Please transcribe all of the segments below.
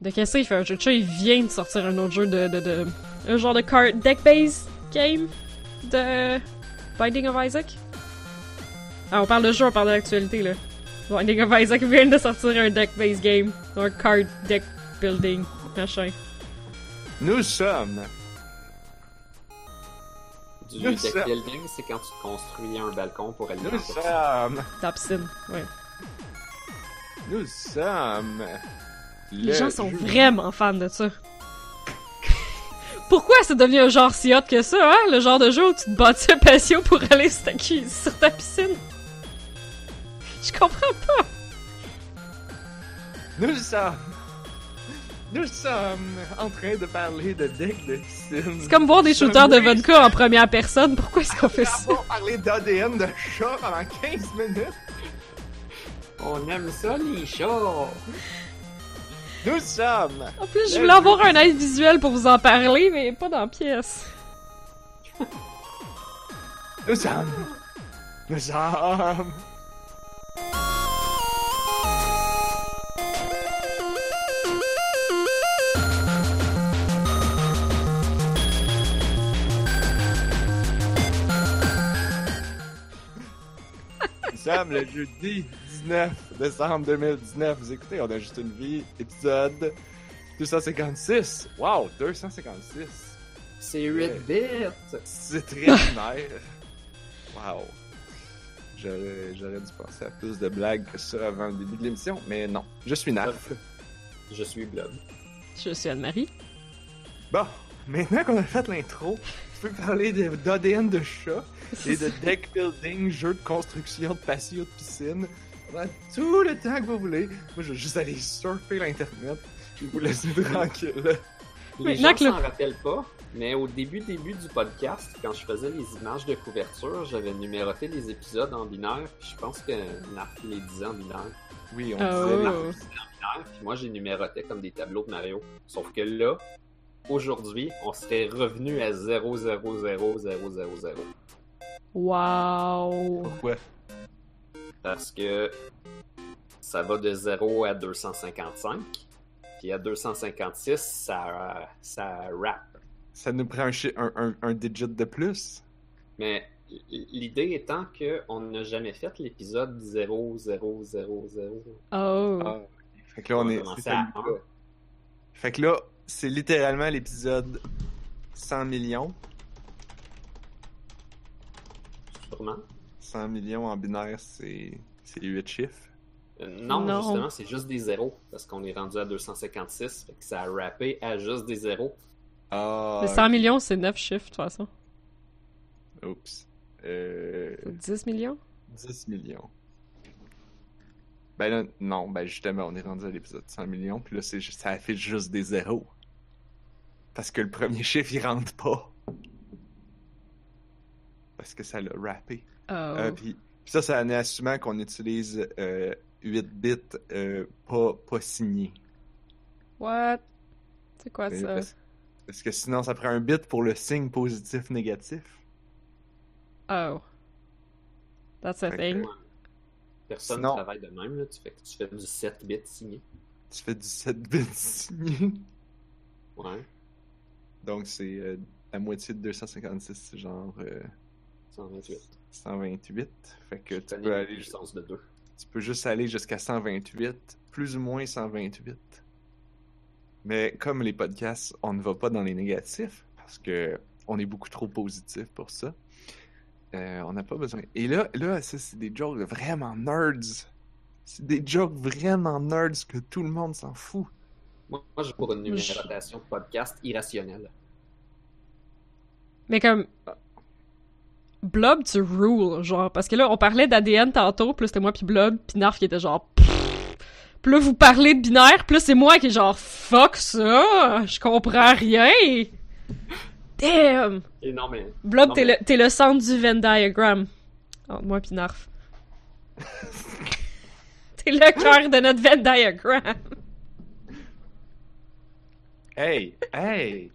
De qu'est-ce qu'il fait un jeu de chat? Il vient de sortir un autre jeu de. de, de un genre de card deck-based game de Binding of Isaac. Ah, on parle de jeu, on parle de l'actualité là. Binding of Isaac vient de sortir un deck-based game. Un card deck building, machin. Nous sommes. Du Nous deck sommes- building, c'est quand tu construis un balcon pour aller Nous sommes. Topsin, ouais. Nous sommes. Les le gens sont jeu- vraiment fans de ça. Pourquoi c'est devenu un genre si hot que ça, hein? Le genre de jeu où tu te bâtis un patio pour aller sur ta, cu- sur ta piscine. Je comprends pas. Nous sommes. Nous sommes en train de parler de deck de piscine. C'est comme voir des shooters de vodka en première personne. Pourquoi est-ce qu'on fait ça? On parler d'ADN de chat pendant 15 minutes. On aime ça, les chats! Nous sommes. En plus, je voulais avoir un aide visuel pour vous en parler, mais pas dans la pièce. Nous sommes. Nous sommes. Nous sommes le jeudi 19 décembre 2019. Vous écoutez, on a juste une vie, épisode 256. Wow, 256. C'est 8 bits! C'est très binaire. Wow. J'aurais j'aurais dû penser à plus de blagues que ça avant le début de l'émission, mais non. Je suis naf. Je suis blob. Je suis Anne-Marie. Bon, maintenant qu'on a fait l'intro, je peux parler de- d'ADN de chat et de deck building, jeu de construction, de patio, de piscine. Pendant tout le temps que vous voulez, moi je vais juste aller surfer l'internet et vous laisser tranquille. Les Maintenant gens que le- s'en rappellent pas, mais au début début du podcast, quand je faisais les images de couverture, j'avais numéroté les épisodes en binaire, puis je pense que Narc les disait en binaire. Oui, on Ah, disait ouais. Narc. Narc les disait en binaire, puis moi j'ai numéroté comme des tableaux de Mario. Sauf que là, aujourd'hui, on serait revenu à 0 0 0 0 0 0. Wow. Pourquoi? Parce que ça va de 0 à 255, puis à 256, ça, ça rappe. Ça nous prend un, chi- un, un, un digit de plus? Mais l'idée étant qu'on n'a jamais fait l'épisode 0, 0, 0, 0. Oh. Ah, Fait que là, on, On a est. commencé c'est celui-là. à un. Fait que là, c'est littéralement l'épisode 100 millions. Sûrement. 100 millions en binaire, c'est 8 chiffres. Euh, non, Non. justement, c'est juste des zéros. Parce qu'on est rendu à 256. Fait que ça a rappé à juste des zéros. Ah. Mais 100 millions, c'est 9 chiffres, de toute façon. Oups. Euh, 10 millions? 10 millions. Ben là, non, ben justement, on est rendu à l'épisode 100 millions, puis là, c'est ju- ça affiche juste des zéros. Parce que le premier chiffre, il rentre pas. Parce que ça l'a rappé. Oh. Euh, puis puis ça, ça en est assumant qu'on utilise euh, 8 bits euh, pas, pas signés. What? C'est quoi Mais ça? Parce, parce que sinon, ça prend un bit pour le signe positif-négatif. Oh. That's a Fait que- thing. Personne ne Sinon- travaille de même. Là. Tu, fais, tu fais du 7 bits signé. Tu fais du 7 bits signés. Ouais. Donc, c'est euh, la moitié de 256, c'est genre euh, 128. 128. Fait que Je tu connais peux, la aller, ju- puissance de 2. tu peux juste aller jusqu'à 128, plus ou moins 128. Mais comme les podcasts, on ne va pas dans les négatifs, parce que on est beaucoup trop positif pour ça. Euh, on n'a pas besoin. Et là, là ça, c'est des jokes vraiment nerds. C'est des jokes vraiment nerds que tout le monde s'en fout. Moi, moi, j'ai pour une Je- numérotation de podcast irrationnelle. Mais comme. Blob, tu rule, genre. Parce que là, on parlait d'ADN tantôt, plus c'était moi puis Blob, puis Narf qui était genre. Pfff. Puis là, vous parlez de binaire, plus c'est moi qui est genre fuck ça, je comprends rien. Damn! Et non, mais. Blob, Non, t'es mais- le, t'es le centre du Venn diagram. Entre moi puis Narf. t'es le cœur de notre Venn diagram. Hey, hey!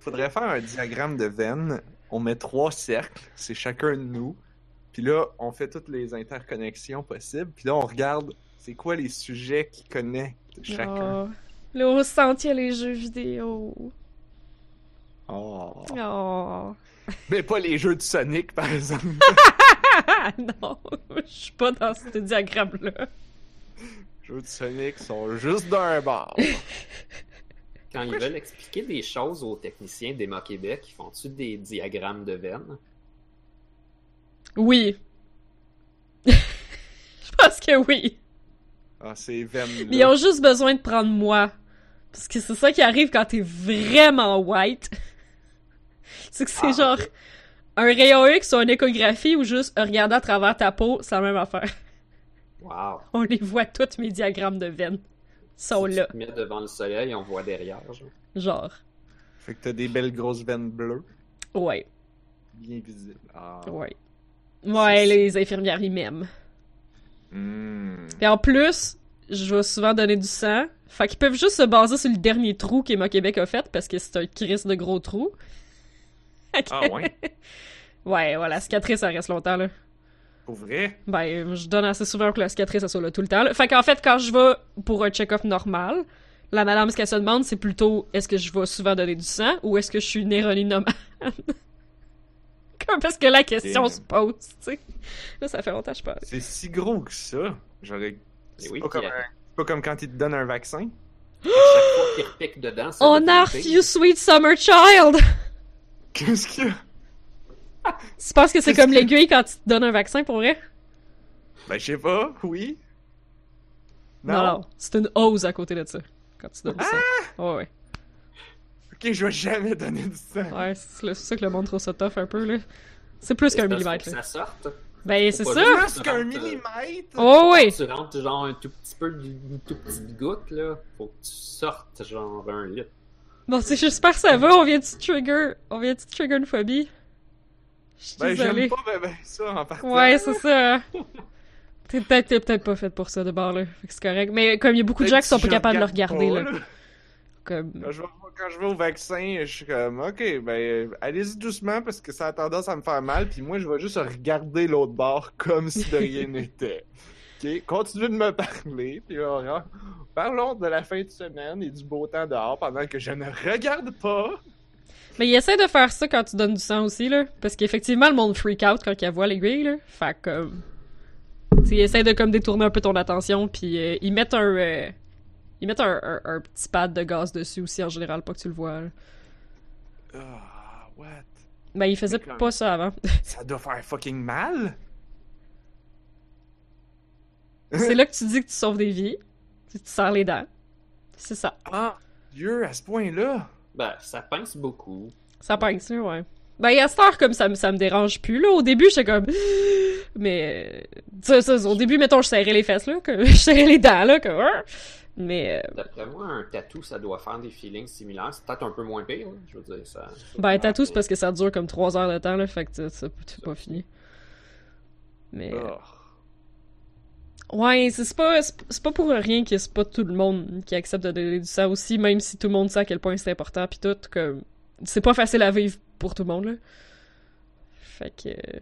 Faudrait faire un diagramme de veine. On met trois cercles, c'est chacun de nous. Puis là, on fait toutes les interconnexions possibles. Puis là, on regarde c'est quoi les sujets qui connectent Oh. chacun. Là, au centre, il y a les jeux vidéo. Oh. Oh. Mais pas les jeux de Sonic, par exemple. Ah, non, je suis pas dans ce diagramme-là. les jeux de Sonic sont juste d'un bord. Quand ils veulent expliquer des choses aux techniciens d'Emma Québec, ils font-tu des diagrammes de veines? Oui. je pense que oui. Ah, ces veines Mais ils ont juste besoin de prendre moi. Parce que c'est ça qui arrive quand t'es vraiment white. c'est que c'est Ah, genre un rayon X ou une échographie ou juste regarder à travers ta peau, c'est la même affaire. Wow! On les voit tous mes diagrammes de veines. Sont Si là, Tu te mets devant le soleil, on voit derrière. genre. genre. Fait que t'as des belles grosses veines bleues, Ouais, bien visibles. Ah. ouais. Ouais, les infirmières, ils m'aiment. Hmm. Puis en plus, je vais souvent donner du sang. Fait qu'ils peuvent juste se baser sur le dernier trou qu'Emma Québec a fait parce que c'est un crise de gros trou. Fait que- Ah ouais? Ouais, ouais, la cicatrice, ça reste longtemps, là. Pour vrai? Ben, je donne assez souvent pour que la cicatrice, ça soit là tout le temps. là. Fait qu'en fait, quand je vais pour un check-up normal, la madame, ce qu'elle se demande, c'est plutôt est-ce que je vais souvent donner du sang ou est-ce que je suis une héroïnomane? Comme parce que la question Damn. se pose, tu sais. Là, ça fait longtemps, que je parle. C'est si gros que ça. J'aurais. Mais C'est oui, pas, comme puis euh, un- c'est pas comme quand ils te donnent un vaccin. Chaque fois qu'ils repiquent dedans, ça On va are péter. few sweet summer child! Qu'est-ce qu'il y a? Tu penses que c'est Qu'est-ce comme que- l'aiguille quand tu te donnes un vaccin pour vrai? Ben, je sais pas, oui. Non, non. C'est une hose à côté de ça. Quand tu donnes ça. Ah! Ouais, ouais. Ok, je vais jamais donner du sang. Ouais, c'est le- c'est ça que le monde trouve ça tough un peu, là. C'est plus qu'un Parce qu'il faut millimètre, que là. Ça sorte. Ben, c'est pas ça! juste- Plus qu'un millimètre! Oh oui! Tu rentres genre un tout petit peu, une toute petite goutte, là. Faut que tu sortes genre un litre. Bon, c'est j'espère que ça va, on vient de trigger. On vient de trigger une phobie. Je suis Ben, j'aime désolée. pas ben, ben, ça en partant. Ouais, c'est ça. hein. T'es peut-être t'es peut-être pas faite pour ça de bord, là. Fait que c'est correct. Mais comme il y a beaucoup de gens qui sont pas Ben, Je capables de le regarde regarder, pas, là. Comme... Quand je, vais, quand je vais au vaccin, je suis comme, ok, ben, euh, allez-y doucement parce que ça a tendance à me faire mal, puis moi, je vais juste regarder l'autre bord comme si de rien n'était. Ok, continuez de me parler, puis on verra. parlons de la fin de semaine et du beau temps dehors pendant que je ne regarde pas. Mais il essaie de faire ça quand tu donnes du sang aussi, là. Parce qu'effectivement, le monde freak out quand il voit l'aiguille, là. Fait que, comme. tu sais, il essaie de comme détourner un peu ton attention, puis euh, ils mettent un. euh, ils mettent un, un- un petit pad de gaz dessus aussi, en général, pas que tu le vois, là. Ah, what? Mais ils faisaient Mais quand- pas ça avant. Ça doit faire fucking mal? C'est là que tu dis que tu sauves des vies. Tu te serres les dents. C'est ça. Ah, Dieu, à ce point-là? Ben, ça pince beaucoup. Ça pingue, ça, ouais. Ben, à cette heure, comme ça, me- ça me dérange plus, là. Au début, j'étais comme. Mais. euh, tu sais, ça, au début, mettons, je serrais les fesses, là. Que... Je serrais les dents, là. Comme... hein. Mais. euh, D'après moi, un tatou, ça doit faire des feelings similaires. C'est peut-être un peu moins pire, là. Je veux dire, ça. Ben, tatou, c'est parce que ça dure comme 3 heures de temps, là, fait que tu- ça peut- c'est pas fini. Mais. euh, Ah. Ouais, c'est c'est pas, c'est c'est pas pour rien que c'est pas tout le monde qui accepte de donner du sang aussi, même si tout le monde sait à quel point c'est important, pis tout, comme. C'est pas facile à vivre pour tout le monde, là. Fait que. euh,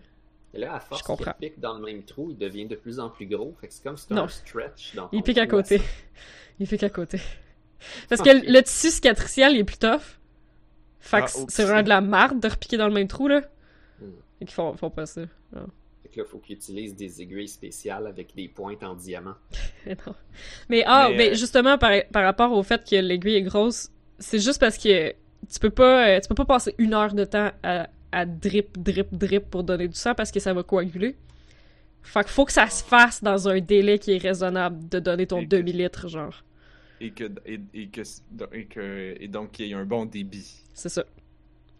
Et là, à force Je comprends. qu'il pique dans le même trou, il devient de plus en plus gros. Fait que c'est comme si Non. c'était un stretch dans Il ton pique à trou côté. Il pique à côté. Parce que Ok. le tissu cicatriciel, il est plus tough. Fait Ah, que c'est- oups. c'est vraiment de la marde de repiquer dans le même trou, là. Hmm. Et qu'ils font, font pas ça. Non. Fait que là, faut qu'il utilise des aiguilles spéciales avec des pointes en diamant. Mais non. Mais ah, Mais, ben, euh, justement par, par rapport au fait que l'aiguille est grosse, c'est juste parce que tu peux pas euh, tu peux pas passer une heure de temps à, à drip drip drip pour donner du sang parce que ça va coaguler. Fait qu'il faut que ça se fasse dans un délai qui est raisonnable de donner ton Et- demi-litre genre. Et que, et, et que, et que, et donc qu'il y ait un bon débit. C'est ça.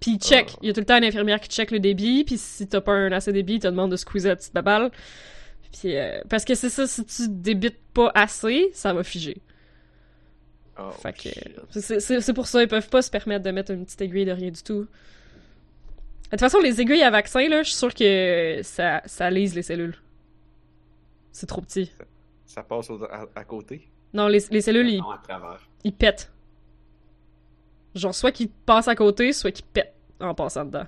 Puis il check, Ah. il y a tout le temps une infirmière qui check le débit, puis si t'as pas un assez débit, il te demande de squeezer la petite baballe. Puis euh, parce que c'est ça si tu débites pas assez, ça va figer. Oh, Fait que shit. c'est- c'est c'est pour ça, ils peuvent pas se permettre de mettre une petite aiguille de rien du tout. De toute façon, les aiguilles à vaccin, là, je suis sûre que ça, ça lise les cellules. C'est trop petit. Ça passe au- à, à côté. Non, les, les cellules, ils, Non, à travers. ils pètent. Genre, soit qu'ils passent à côté, soit qu'ils pètent en passant dedans.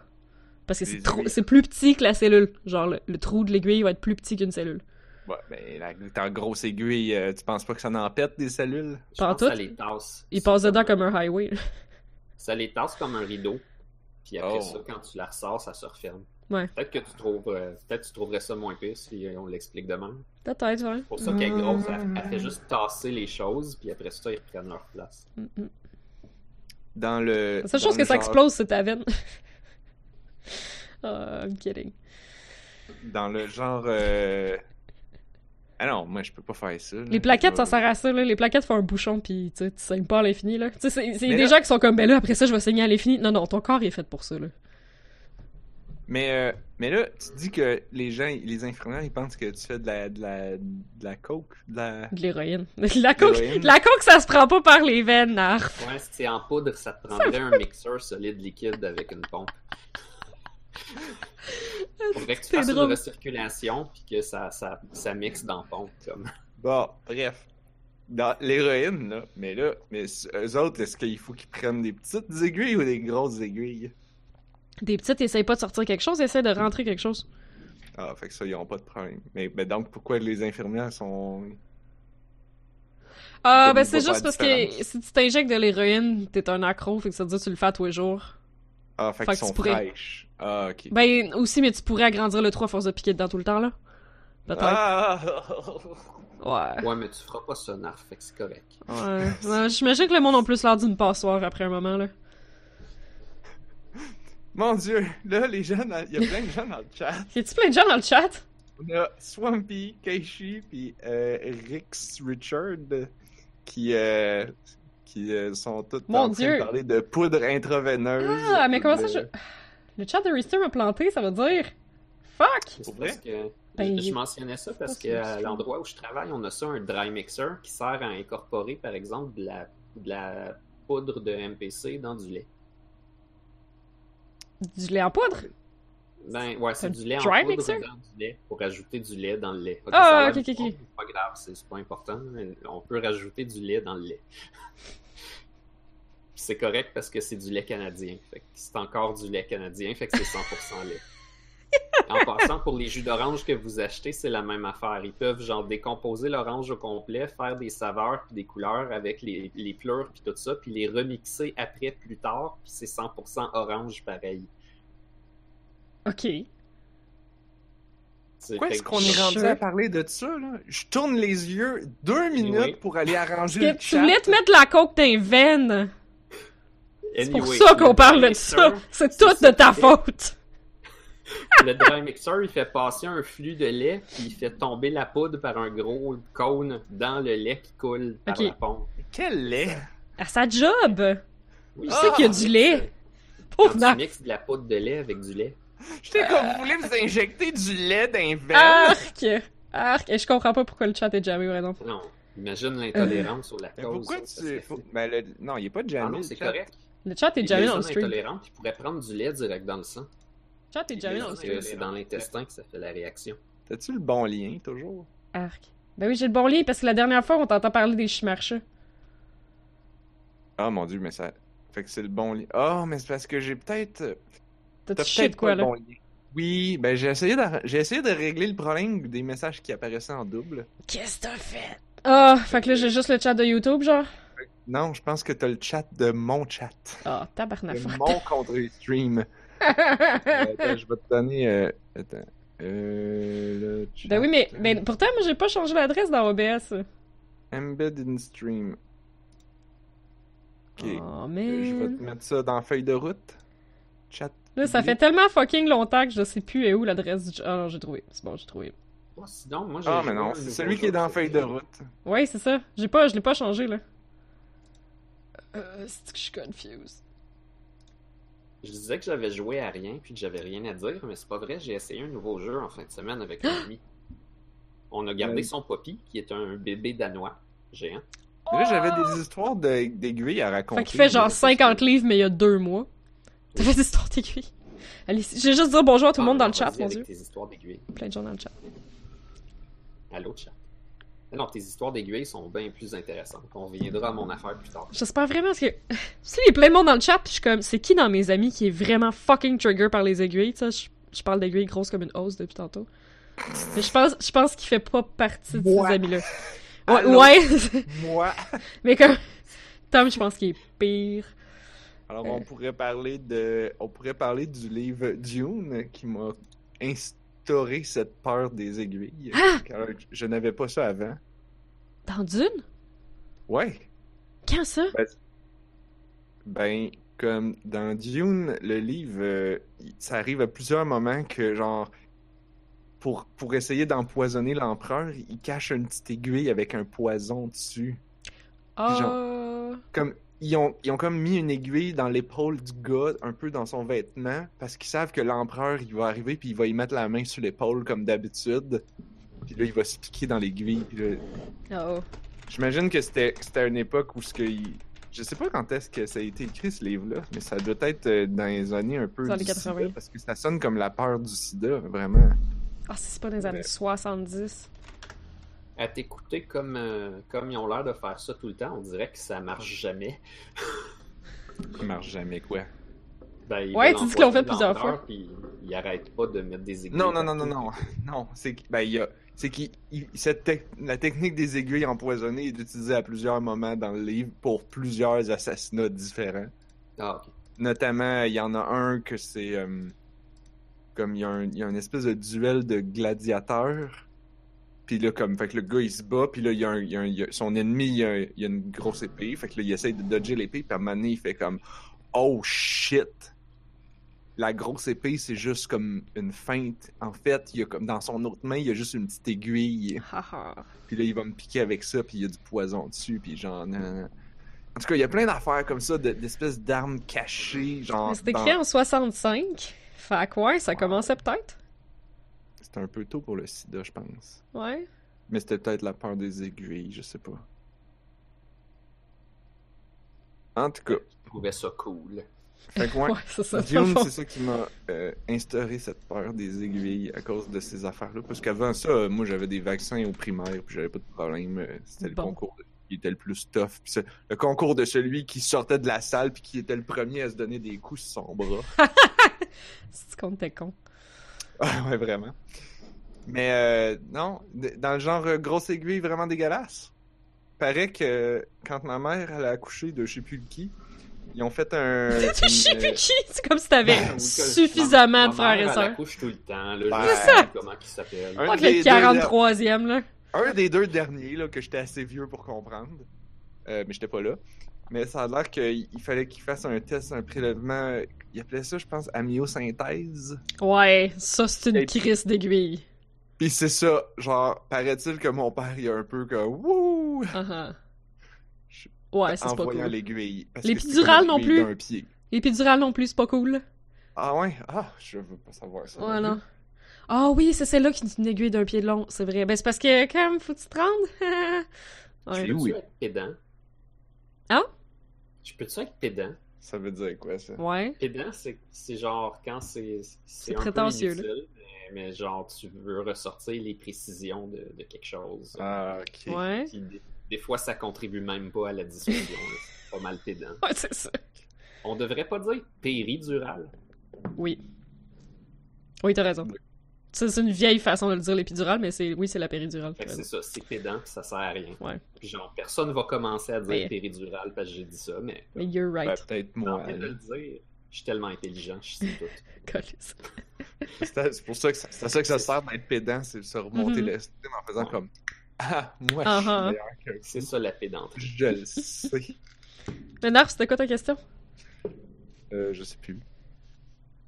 Parce que c'est Les trop- aiguilles. c'est plus petit que la cellule. Genre, le, le trou de l'aiguille va être plus petit qu'une cellule. Ouais, ben, la- ta grosse aiguille, euh, tu penses pas que ça n'en pète des cellules? Je Pas en pense que ça tout. les tasse. Il Ça- passe dedans comme un highway. là. Ça les tasse comme un rideau. Puis après Oh. ça, quand tu la ressors, ça se referme. Ouais. Peut-être que tu trouves, euh, peut-être que tu trouverais ça moins pire si euh, on l'explique de même. Peut-être, ouais. C'est pour ça qu'elle est grosse, elle, Mmh. elle fait juste tasser les choses, puis après ça, ils reprennent leur place. Mm, mm. Dans le. La seule dans chose le que ça genre- explose, c'est ta veine. oh, I'm kidding. Dans le genre. euh, Ah non, moi, je peux pas faire ça. là. Les plaquettes, Je ça vais- sert à ça, là. Les plaquettes font un bouchon, puis tu sais, tu saignes pas à l'infini, là. Tu sais, c'est c'est Mais des là- gens qui sont comme, ben là, après ça, je vais saigner à l'infini. Non, non, ton corps est fait pour ça, là. Mais, euh, mais là, tu dis que les gens, les infirmières, ils pensent que tu fais de la, de la, de la coke, de la. De l'héroïne. De la coke. l'héroïne. de La coke, ça se prend pas par les veines, Narf. Ouais, si c'est en poudre, ça te prendrait un mixeur solide liquide avec une pompe. Faudrait que tu Ah, C'est fasses une drôle. recirculation, puis que ça, ça, ça mixe dans la pompe. Comme. Bon, bref. Dans l'héroïne, là. Mais là, mais s- eux autres, est-ce qu'il faut qu'ils prennent des petites aiguilles ou des grosses aiguilles? Des petites, essayent pas de sortir quelque chose, essayent de rentrer quelque chose. Ah, fait que ça, ils ont pas de problème. Mais, mais donc, pourquoi les infirmières sont. Ah, Comme ben il c'est va juste faire parce la que différence. si tu t'injectes de l'héroïne, t'es un accro, fait que ça veut dire que tu le fais à tous les jours. Ah, Fait fait, qu'ils que tu sont pourrais- fraîches. Ah, ok. Ben aussi, mais tu pourrais agrandir le trou à force de piquer dedans tout le temps, là. Peut-être. Ah! Ouais. Ouais, mais tu feras pas ça, Narf, fait que c'est correct. Ouais. Ouais, J'imagine que le monde a plus l'air d'une passoire après un moment, là. Mon dieu, là, les gens, dans- il y a plein de gens dans le chat. Y a-tu plein de gens dans le chat? On a Swampy, Keishi, puis euh, Rix Richard qui, euh, qui euh, sont tous Mon en train dieu. de parler de poudre intraveineuse. Ah, mais comment ça, de- je. Le chat de Rister m'a planté, ça veut dire. Fuck! C'est Pour parce que Ben, je, je mentionnais ça parce c'est pas qu'à si- l'endroit où je travaille, on a ça, un dry mixer qui sert à incorporer, par exemple, de la, de la poudre de MPC dans du lait. Du lait en poudre? Ben ouais, Un c'est du lait en dry poudre mixer? dans du lait pour ajouter du lait dans le lait. Ok, Ah, ça a l'air ok, ok, bizarre, ok. mais C'est pas grave, c'est c'est pas important. mais On peut rajouter du lait dans le lait. Puis c'est correct parce que c'est du lait canadien. Fait que c'est encore du lait canadien, fait que c'est 100% lait. En passant, pour les jus d'orange que vous achetez, c'est la même affaire. Ils peuvent genre décomposer l'orange au complet, faire des saveurs puis des couleurs avec les, les pleurs puis tout ça, puis les remixer après plus tard, puis c'est 100% orange pareil. Ok. C'est- Pourquoi fait est-ce que- qu'on est rendu Sure. à parler de ça, là? Je tourne les yeux deux minutes Oui. pour aller arranger Que le tu chat. voulais te mettre de la coke dans les veines! C'est pour Anyway, ça qu'on le parle de dry ça! mixer- C'est c'est tout ça de ta qui fait. faute! Le dry mixer, il fait passer un flux de lait, puis il fait tomber la poudre par un gros cône dans le lait qui coule par Ok. la pompe. Quel lait! À sa job! Oui, Je sais qu'il y a du lait. Pauvre Quand Narf. tu mixes de la poudre de lait avec du lait. J'étais comme, Ah. vous voulez vous injecter du lait d'un verre? Arc! Arc! Et je comprends pas pourquoi le chat est jamais, par exemple. Non, imagine l'intolérance sur la Mais cause. pourquoi ça, tu... ça- faut- Ben, le- Non, il est pas de Ah jamais. non, c'est correct. Le chat est Les jamais gens dans le stream. Le intolérants, ils pourraient prendre du lait direct dans le sang. chat est jamais dans le Parce stream. que c'est dans l'intestin que ça fait la réaction. T'as-tu le bon lien, toujours? Arc. Ben oui, j'ai le bon lien parce que la dernière fois, on t'entend parler des chimarchas. Ah, mon Dieu, mais ça... Fait que c'est le bon lien. Ah, mais c'est parce que j'ai peut-être... T'as T'as touché de peut-être quoi, pas là? le bon lien. Oui, ben j'ai essayé, d'ar- j'ai essayé de régler le problème des messages qui apparaissaient en double. Qu'est-ce que t'as fait? Ah, fait que là, j'ai juste le chat de YouTube, genre. Non, je pense que t'as le chat de mon chat. Ah, tabarnak. De fuck. mon contre-stream. Euh, attends, je vais te donner. euh, attends. Euh, le chat. Ben oui, mais, mais pourtant, moi, j'ai pas changé l'adresse dans OBS. Embed in stream. Ok. Oh, Euh, Je vais te man. mettre ça dans feuille de route. Chat. Là, ça fait tellement fucking longtemps que je sais plus est où l'adresse du chat. Ah non, j'ai trouvé. C'est bon, j'ai trouvé. Oh, sinon, moi, j'ai Ah, mais joué non, un c'est nouveau celui jeu qui est dans aujourd'hui. feuille de route. Ouais, c'est ça. J'ai pas, je l'ai pas changé, là. Euh, c'est que je suis confuse. Je disais que j'avais joué à rien puis que j'avais rien à dire, mais c'est pas vrai, j'ai essayé un nouveau jeu en fin de semaine avec Ah! un ami. On a gardé Ouais. son poppy, qui est un bébé danois géant. Mais là, j'avais des histoires de- d'aiguilles à raconter. Fait qu'il fait genre mais- 50 livres, mais il y a deux mois. T'as fait des histoires d'aiguilles. Allez, je vais juste dire bonjour Ah, à tout le monde dans le chat, mon dieu. Tes histoires d'aiguilles. Plein de gens dans le chat. Allô, chat. Mais Non, tes histoires d'aiguilles sont bien plus intéressantes. On reviendra à mon affaire plus tard. J'espère vraiment parce que. Tu sais, il y a plein de monde dans le chat, puis je suis comme, c'est qui dans mes amis qui est vraiment fucking trigger par les aiguilles, tu sais? Je, je parle d'aiguilles grosses comme une hausse depuis tantôt. Mais je pense, je pense qu'il fait pas partie de Ouais. ces amis-là. Ouais, Allô? ouais. Moi! mais comme Tom, je pense qu'il est pire. Alors, Euh. on pourrait parler de, on pourrait parler du livre Dune qui m'a instauré cette peur des aiguilles. Ah! car je n'avais pas ça avant. Dans Dune? Ouais. Quand ça? Ben, comme dans Dune, le livre, euh, il- ça arrive à plusieurs moments que, genre, pour, pour essayer d'empoisonner l'empereur, il cache une petite aiguille avec un poison dessus. Ah. Comme, ils ont, ils ont comme mis une aiguille dans l'épaule du gars, un peu dans son vêtement, parce qu'ils savent que l'empereur, il va arriver, puis il va y mettre la main sur l'épaule, comme d'habitude. Puis là, il va se piquer dans l'aiguille. puis là, Oh. J'imagine que c'était c'était à une époque où ce que il- je sais pas quand est-ce que ça a été écrit ce livre-là, mais ça doit être euh, dans les années un peu Dans les du 80. sida, parce que ça sonne comme la peur du sida, vraiment. Ah, si c'est pas dans les années Ouais. 70. À t'écouter comme, euh, comme ils ont l'air de faire ça tout le temps, on dirait que ça marche jamais. Ça marche jamais quoi. Ben, ils Ouais, veulent tu dis qu'ils l'ont fait empoisonner plusieurs l'empereur, Puis ils arrêtent pas de mettre des aiguilles. Non non non non partout. non non, c'est qu'- ben il y a c'est qu'il il- cette tec- la technique des aiguilles empoisonnées est utilisée à plusieurs moments dans le livre pour plusieurs assassinats différents. Ah, ok. Notamment, il y en a un que c'est euh, comme il y, a un, il y a une espèce de duel de gladiateurs. Puis là, comme, fait que le gars il se bat, puis là, il y a un- il y a un- il y a- son ennemi, il y, a, un- il y a une grosse épée. Fait que là, il essaye de dodger l'épée, puis à un moment donné, il fait comme Oh shit! La grosse épée, c'est juste comme une feinte. En fait, il y a comme dans son autre main, il y a juste une petite aiguille. Haha. Puis là, il va me piquer avec ça, puis il y a du poison dessus, puis genre. nan, nan, nan. En tout cas, il y a plein d'affaires comme ça, de- d'espèces d'armes cachées, genre. Mais c'est Ah, dans- écrit en 65. Fait que ouais, ça Wow. commençait peut-être. C'était un peu tôt pour le sida, je pense. Ouais. Mais c'était peut-être la peur des aiguilles, je sais pas. En tout cas, Je trouvais ça cool. fait que ouais, Ouais, c'est ça. dans le Dune, fond. c'est ça qui m'a euh, instauré cette peur des aiguilles à cause de ces affaires-là. Parce qu'avant ça, euh, moi, j'avais des vaccins au primaire, puis j'avais pas de problème. euh, C'était le Bon. concours de- qui était le plus tough. Puis c'est le concours de celui qui sortait de la salle, puis qui était le premier à se donner des coups sur son bras. C'est con, t'es con. Ah ouais, vraiment. Mais euh, non, d- dans le genre euh, grosse aiguille vraiment dégueulasse. Paraît que euh, quand ma mère elle a accouché de je sais plus qui, ils ont fait un. Je sais une- plus qui! C'est comme si t'avais Ben oui, que- suffisamment de Ma mère, frères et Elle sœurs. accouche tout le temps. Là, Ben, je sais plus comment il s'appelle. Je un crois que des le deux, 43e, là. un des deux derniers là, que j'étais assez vieux pour comprendre, euh, mais j'étais pas là. Mais ça a l'air qu'il il fallait qu'il fasse un test, un prélèvement. euh, Il appelait ça, je pense, amyosynthèse. Ouais, ça, c'est une Et- crise d'aiguille. Puis c'est ça, genre, paraît-il que mon père, il a un peu comme wouh Uh-huh. Je- Ouais, ça, en c'est pas voyant cool. l'aiguille. Parce que c'est L'épidurale comme non l'aiguille plus. d'un pied. L'épidural non plus, c'est pas cool. Ah ouais? Ah, je veux pas savoir ça. Ouais, non non. Ah oui, c'est celle-là qui est une aiguille d'un pied de long, c'est vrai. Ben, c'est parce que, quand même, faut que tu te rendes. Je ouais. Oui, oui. peux-tu être pédant? Hein? Je peux-tu être pédant? plus. Ça veut dire quoi, ça? Ouais. Pédant, c'est c'est genre quand c'est c'est un prétentieux, peu inutile, mais, mais genre tu veux ressortir les précisions de, de quelque chose. Ah, ok. Ouais. Puis des, des fois, ça contribue même pas à la discussion. là. c'est pas mal pédant. Ouais, c'est ça. On devrait pas dire péridural. Oui. Oui, t'as raison. Ça, C'est une vieille façon de le dire, l'épidural, mais c'est oui, c'est la péridurale. Fait que t'as Ben, c'est raison. ça, c'est pédant, puis ça sert à rien. Ouais. Puis genre, personne va commencer à dire Mais- péridural parce que j'ai dit ça, mais Mais you're Ben, right. peut-être j'ai moi. envie de le dire. Je suis tellement intelligent, je sais tout. Colisse. C'est c'est pour ça que ça, c'est à ça que ça sert d'être pédant, c'est de se remonter Mhm. l'estime en faisant Ouais. comme Ah, moi, je Uh-huh. suis meilleur que C'est ça la pédanterie. Je le sais. Mais Narf, c'était quoi ta question? Euh, je sais plus.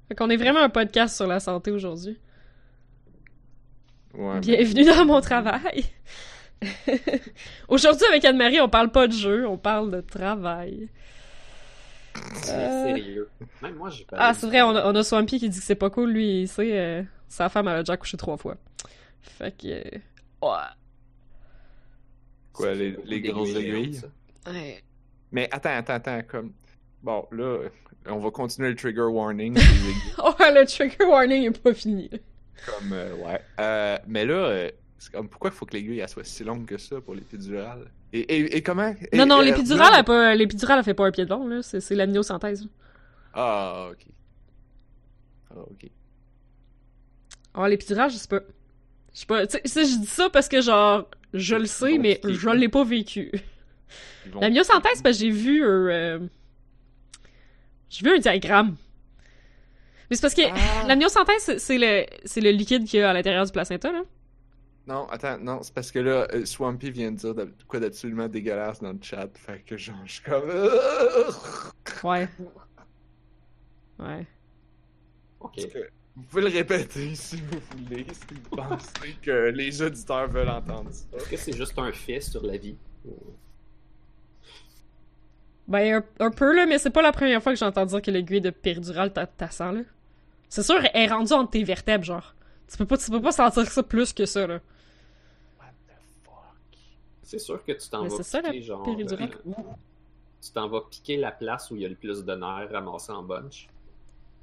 Fait qu'on est vraiment un podcast sur la santé aujourd'hui. Ouais, ben. Bienvenue dans mon travail! aujourd'hui, avec Anne-Marie, on parle pas de jeu, on parle de travail. Euh, Sérieux. Même moi, j'ai pas. Ah, c'est vrai, on a, on a Swampy qui dit que c'est pas cool, lui, il sait, euh, sa femme, elle a déjà couché trois fois. Fait que... euh, ouais. Quoi, les- les grosses aiguilles? ça. Ouais. Mais attends, attends, attends, comme. Bon, là, euh, on va continuer le trigger warning. les aiguilles, Oh, le trigger warning est pas fini. comme, euh, ouais. Euh, mais là, euh, c'est comme, pourquoi il faut que l'aiguille elle soit si longue que ça pour l'épidurale et, et, et comment et- Non, non, et- l'épidurale, euh, elle, pas- l'épidurale, elle fait pas un pied de long, là. C'est, c'est l'amniosynthèse. Ah, ok. Ah, ok. Alors, l'épidurale, Ah, je sais pas. Je sais pas, tu sais, si je dis ça parce que genre, je le sais, Donc, mais c'est- je l'ai pas vécu. Ils vont- La myosynthèse, c'est parce que j'ai vu un. euh, J'ai vu un diagramme. Mais c'est parce que Ah! la myosynthèse, c'est- c'est le, c'est le liquide qu'il y a à l'intérieur du placenta, là. Non, attends, non, c'est parce que là, euh, Swampy vient de dire de de quoi d'absolument dégueulasse dans le chat. Fait que genre, je suis comme. Ouais. Ouais. Ok. Parce que Vous pouvez le répéter si vous voulez, si vous pensez que les auditeurs veulent entendre ça. Est-ce que c'est juste un fait sur la vie? Ben, un, un peu, là, mais c'est pas la première fois que j'entends dire que l'aiguille de péridurale t'a- t'assent, là. C'est sûr, elle est rendue entre tes vertèbres, genre. Tu peux pas, tu peux pas sentir ça plus que ça, là. What the fuck? C'est sûr que tu t'en Mais vas c'est ça, la piquer, genre. péridurale. euh, tu t'en vas piquer la place où il y a le plus de nerfs ramassés en bunch.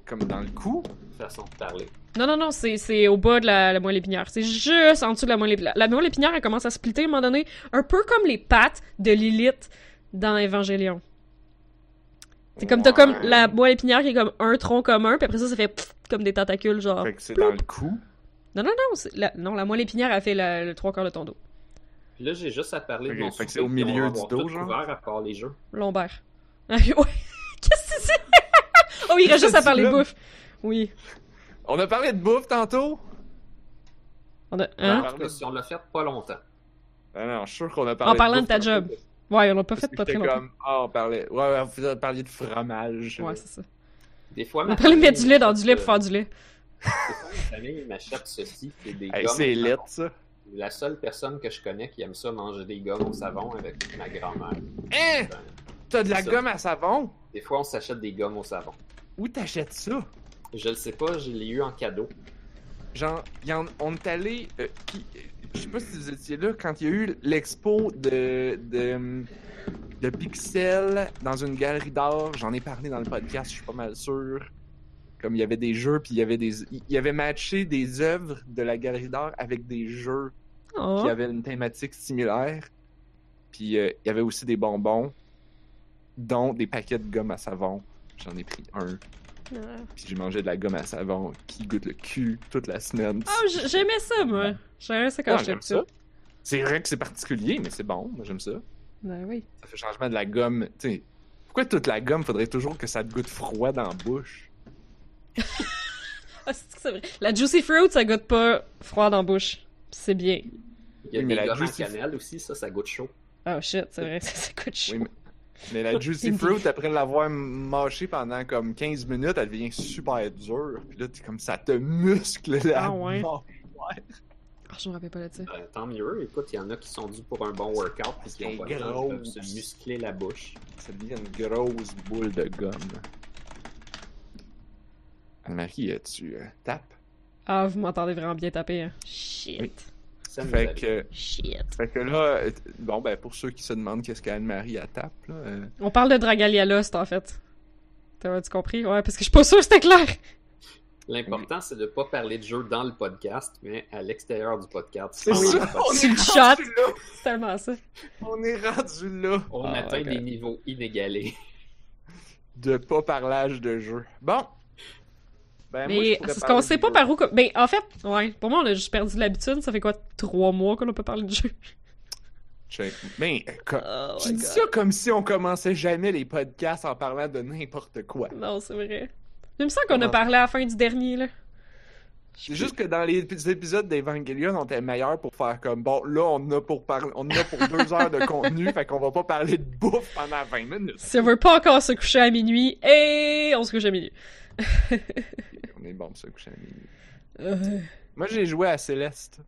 Comme dans le cou? Façon de parler. Non, non, non, c'est c'est au bas de la, la moelle épinière. C'est juste en dessous de la moelle épinière. La moelle épinière, elle commence à splitter à un moment donné, un peu comme les pattes de Lilith dans Evangelion. C'est comme, t'as comme la moelle épinière qui est comme un tronc commun, puis après ça, ça fait pfft comme des tentacules, genre. Fait que c'est dans le cou. Non, non, non, c'est- la, non, la moelle épinière, elle fait la- le trois quarts de ton dos. Puis là, j'ai juste à parler Ok, de mon fait que c'est souper, au puis on va milieu avoir du dos, tout genre? couvert à part les jeux. Lombaire. Ah, ouais. Qu'est-ce que c'est? oh, il reste juste à Tu parler l'as- bouffe. Oui. On a parlé de bouffe tantôt? On a- En hein? tout cas, si on l'a fait pas longtemps. Ah non, je suis sûr qu'on a parlé En parlant de bouffe ta tantôt. job. Ouais, on l'a pas Parce fait que pas très j'étais longtemps. Comme, euh, ah, on parlait. Ouais, ouais, vous avez parlé de fromage. Ouais, c'est ça. Des fois, On ma a parlé de mettre du famille lait dans du lait pour m'achète, faire du lait. euh, des fois, ma famille m'achète ceci, c'est des Hey, gommes. c'est lit, ça. La seule personne que je connais qui aime ça manger des gommes au savon avec ma grand-mère. Hein? T'as de la Ça. gomme à savon? Des fois, on s'achète des gommes au savon. Où t'achètes ça? Je le sais pas, je l'ai eu en cadeau. Genre, y en- on est allé. euh, qui- euh, je sais pas si vous étiez là quand il y a eu l'expo de, de, de Pixel dans une galerie d'art. J'en ai parlé dans le podcast, je suis pas mal sûr. Comme il y avait des jeux, puis il y avait des. Il y avait matché des œuvres de la galerie d'art avec des jeux Oh. qui avaient une thématique similaire. Puis euh, il y avait aussi des bonbons, dont des paquets de gomme à savon. J'en ai pris un. Puis j'ai mangé de la gomme à savon qui goûte le cul toute la semaine. Oh, j- j'aimais ça, moi. J'aimais ça quand Ouais, j'étais j'aime petite. ça. C'est vrai que c'est particulier, mais c'est bon. Moi, j'aime ça. Ben oui. Ça fait changement de la gomme. Tu sais, pourquoi toute la gomme, faudrait toujours que ça te goûte froid dans la bouche? Ah, c'est que c'est vrai. La Juicy Fruit, ça goûte pas froid dans la bouche. C'est bien. Il y a Oui, mais des la gommes en juicy- cannelle aussi, ça, ça goûte chaud. Oh shit, c'est vrai, ça, ça coûte cher. Oui, mais, mais la Juicy Fruit, après l'avoir mâchée pendant comme 15 minutes, elle devient super dure. Puis là, t'es comme ça te muscle la Ah ouais. mâche. Ah, je me rappelle pas de ça. Euh, tant mieux, écoute, il y en a qui sont dus pour un bon workout parce qu'ils Des ont pas le temps, ils peuvent se grosses. muscler la bouche. Ça devient une grosse boule de gomme. Anne-Marie, euh, tu euh, tapes? Ah, vous m'entendez vraiment bien taper, hein. Shit. Oui. Ça nous Fait avait- que, Shit. fait que là, euh, t- bon, ben, pour ceux qui se demandent qu'est-ce qu'Anne-Marie, elle tape, là, euh, On parle de Dragalia Lost, en fait. T'as-tu compris? Ouais, parce que je suis pas sûre que c'était clair. L'important, c'est de pas parler de jeu dans le podcast, mais à l'extérieur du podcast. C'est On ça, parle. on Sur le est chat. rendu Ah, là. C'est tellement ça. On est rendu là. On Ah, atteint ok. des niveaux inégalés. De pas parlage de jeu. Bon. Ben, moi, je Mais pourrais c'est ce parler qu'on sait du pas jeu. par où. comme- Ben, en fait, ouais. Pour moi, on a juste perdu l'habitude. Ça fait quoi, trois mois qu'on a pas parlé de jeu? Check. Mais, euh, co- Oh tu dis ça comme si on commençait jamais les podcasts en parlant de n'importe quoi. Non, c'est vrai. J'aime ça qu'on a Ouais. parlé à la fin du dernier, là. C'est juste que dans les ép- épisodes d'Evangelion, on était meilleur pour faire comme bon, là, on a pour, par- on a pour deux heures de contenu, fait qu'on va pas parler de bouffe pendant 20 minutes. Si on veut pas encore se coucher à minuit, et on se couche à minuit. On est bon pour se coucher à minuit. Euh, Moi, j'ai joué à Céleste.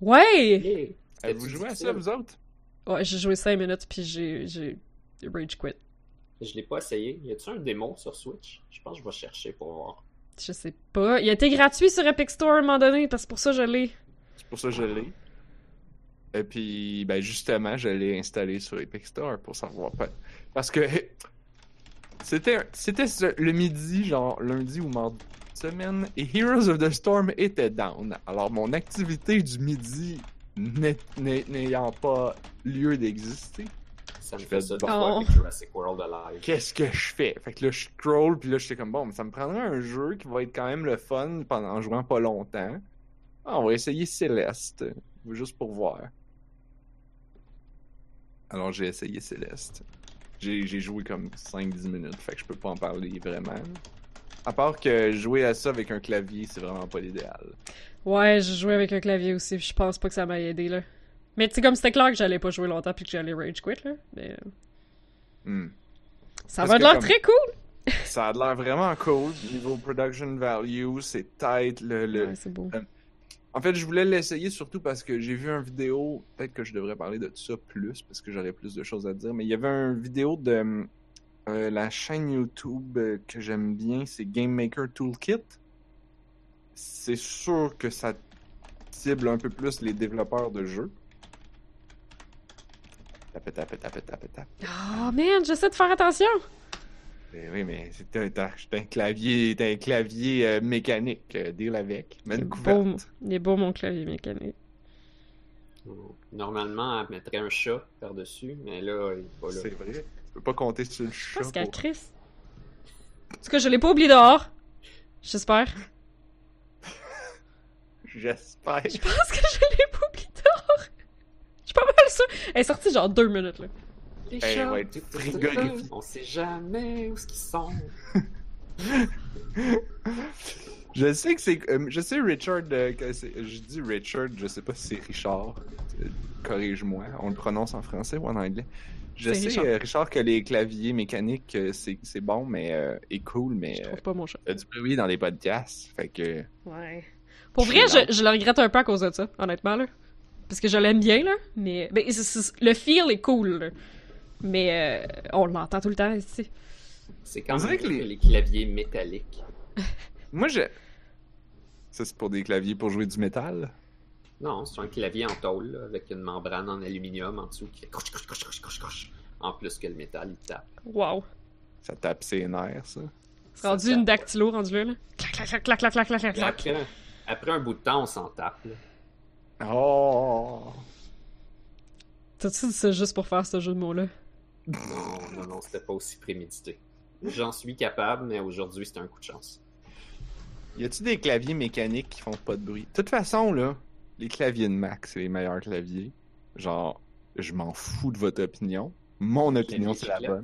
Ouais! Hey, c'était vous difficile. jouez à ça, vous autres Ouais, j'ai joué 5 minutes puis j'ai, j'ai rage quit. Je l'ai pas essayé. Y a-tu un démo sur Switch? Je pense que je vais chercher pour voir. Je sais pas. Il a été gratuit sur Epic Store à un moment donné, parce que pour ça je l'ai. C'est pour ça que je l'ai. Et puis, ben justement, je l'ai installé sur Epic Store pour savoir pas. Parce que c'était un- c'était ce- le midi, genre lundi ou mardi de semaine, et Heroes of the Storm était down. Alors mon activité du midi n'est- n'est- n'ayant pas lieu d'exister, Ça me Je fait vais ça de bon. voir avec Jurassic World Alive. qu'est-ce que je fais Fait que là, je scroll, puis là, j'étais comme bon, mais ça me prendrait un jeu qui va être quand même le fun pendant en jouant pas longtemps. Ah, on va essayer Céleste, euh, juste pour voir. Alors, j'ai essayé Céleste. J'ai j'ai joué comme 5-10 minutes, fait que je peux pas en parler vraiment. À part que jouer à ça avec un clavier, c'est vraiment pas l'idéal. Ouais, j'ai joué avec un clavier aussi, puis je pense pas que ça m'a aidé, là. Mais c'est comme c'était clair que j'allais pas jouer longtemps puis que j'allais rage quit, là. Mais euh, Hmm. ça Parce va que de l'air comme- très cool! Ça a l'air vraiment cool. Niveau production value, c'est tight. Le, le- Ouais, c'est beau. En fait, je voulais l'essayer surtout parce que j'ai vu un vidéo. Peut-être que je devrais parler de ça plus parce que j'aurais plus de choses à dire. Mais il y avait un vidéo de hum, euh, la chaîne YouTube euh, que j'aime bien. C'est Game Maker Toolkit. C'est sûr que ça cible un peu plus les développeurs de jeux. Tape, tape, tape, tape, tape. Oh man, j'essaie de faire attention! Eh oui, mais c'est un, t'as- c'est un clavier, c'est un clavier euh, mécanique, euh, deal avec. Mets Il est une beau, couverte. il est beau mon clavier mécanique. Mm. Normalement, elle mettrait un chat par-dessus, mais là, il est pas là. C'est vrai. Tu peux pas compter sur le chat. Parce qu'à pour- Chris. En tout cas, je l'ai pas oublié dehors. J'espère. J'espère. Je pense que je l'ai pas oublié dehors. Je suis pas mal sûre. Elle est sortie genre deux minutes, là. Les Eh, chats, ouais, tout, tout, frigorifique. tout, On sait jamais où ce qu'ils sont. Je sais que c'est. euh, je sais Richard. euh, que c'est- je dis Richard, je sais pas si c'est Richard. Euh, Corrige-moi. On le prononce en français ou en anglais. Je C'est sais, Richard. Richard. Richard, que les claviers mécaniques, euh, c'est c'est bon mais euh, et cool, mais Je euh, trouve pas mon chat. t'as du bruit dans les podcasts. Fait que. Ouais. Pour Je vrai, suis je, je le regrette un peu à cause de ça, honnêtement, là. Parce que je l'aime bien, là. Mais. ben, c'est- c'est- le feel est cool, là. Mais euh, on l'entend tout le temps ici. C'est quand On dirait même mieux que que les... les- claviers métalliques. Moi, je. Ça, c'est pour des claviers pour jouer du métal. Non, c'est un clavier en tôle, là, avec une membrane en aluminium en dessous qui fait couche, couche, couche, couche, couche, couche. En plus que le métal, il tape. Wow. Ça tape ses nerfs, ça. C'est rendu Ça une tape. dactylo, rendu là, là. Clac, clac, clac, clac, clac, clac, clac, clac, Puis clac. Après, après un bout de temps, on s'en tape. là. Oh! T'as-tu dit ça juste pour faire ce jeu de mots-là? Non, non, non, c'était pas aussi prémédité. J'en suis capable, mais aujourd'hui, c'était un coup de chance. Y a-tu des claviers mécaniques qui font pas de bruit? De toute façon, là, les claviers de Mac, c'est les meilleurs claviers. Genre, je m'en fous de votre opinion. Mon opinion, c'est la bonne.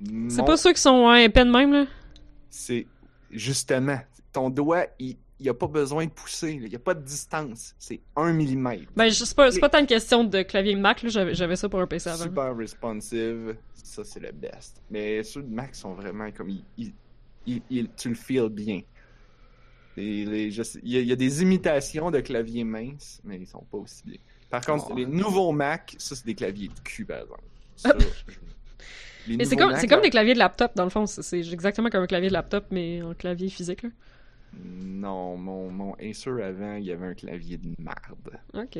bicyclette. C'est Mon- pas ceux qui sont à épais de même, là? C'est justement, ton doigt, il n'y a pas besoin de pousser. Il n'y a pas de distance. C'est 1 mm. Ben, je- c'est pas, c'est pas tant une question de clavier Mac, là. J'avais j'avais ça pour un PC avant. Super responsive, ça c'est le best. Mais ceux de Mac sont vraiment comme. ils- ils- ils- ils- tu le feels bien. Et les- je sais- Il y, a- il y a des imitations de claviers minces, mais ils sont pas aussi bien. Par contre, Oh. les nouveaux Mac, ça c'est des claviers de cul par exemple. Ça, je- les Mais c'est nouveaux comme, Mac, c'est comme là- des claviers de laptop, dans le fond. C'est- C'est exactement comme un clavier de laptop, mais en clavier physique, là. euh, Non, mon, mon Acer avant, il y avait un clavier de marde. Ok.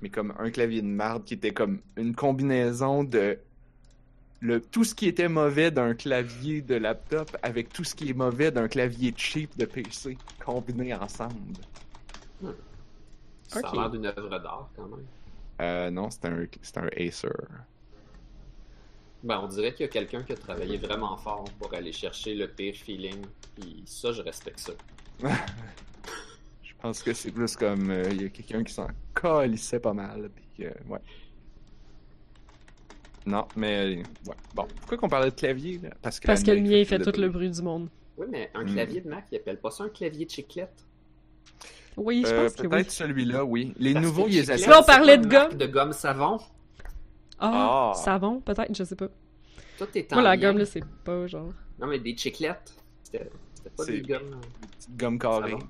mais comme un clavier de marde qui était comme une combinaison de le, tout ce qui était mauvais d'un clavier de laptop avec tout ce qui est mauvais d'un clavier cheap de PC combiné ensemble. Ça Ok. a l'air d'une œuvre d'art, quand même. Euh, non, c'était un, c'était un Acer. Ben, on dirait qu'il y a quelqu'un qui a travaillé vraiment fort pour aller chercher le pire feeling. Puis ça, je respecte ça. Je pense que c'est plus comme euh, il y a quelqu'un qui s'en colissait pas mal. Puis, euh, ouais. Non, mais ouais. bon. Pourquoi qu'on parlait de clavier là? Parce que, Parce que la le mien fait fait tout de le bruit. bruit du monde. Oui, mais un Hmm. clavier de Mac, il appelle pas ça un clavier de chiclette. Oui, je Euh, pense que oui. Peut-être celui-là, oui. Les Parce nouveaux, que ils les chiclette, achètent- Là, on c'est parlait pas de une marque gomme. De gomme savon. Ah, Ah. savon, peut-être, je sais pas. Tout est en Moi, la lien. gomme, là, c'est pas genre. Non, mais des chiclettes. C'était c'était pas C'est- des gommes. hein. petite gomme carrée. Ça va.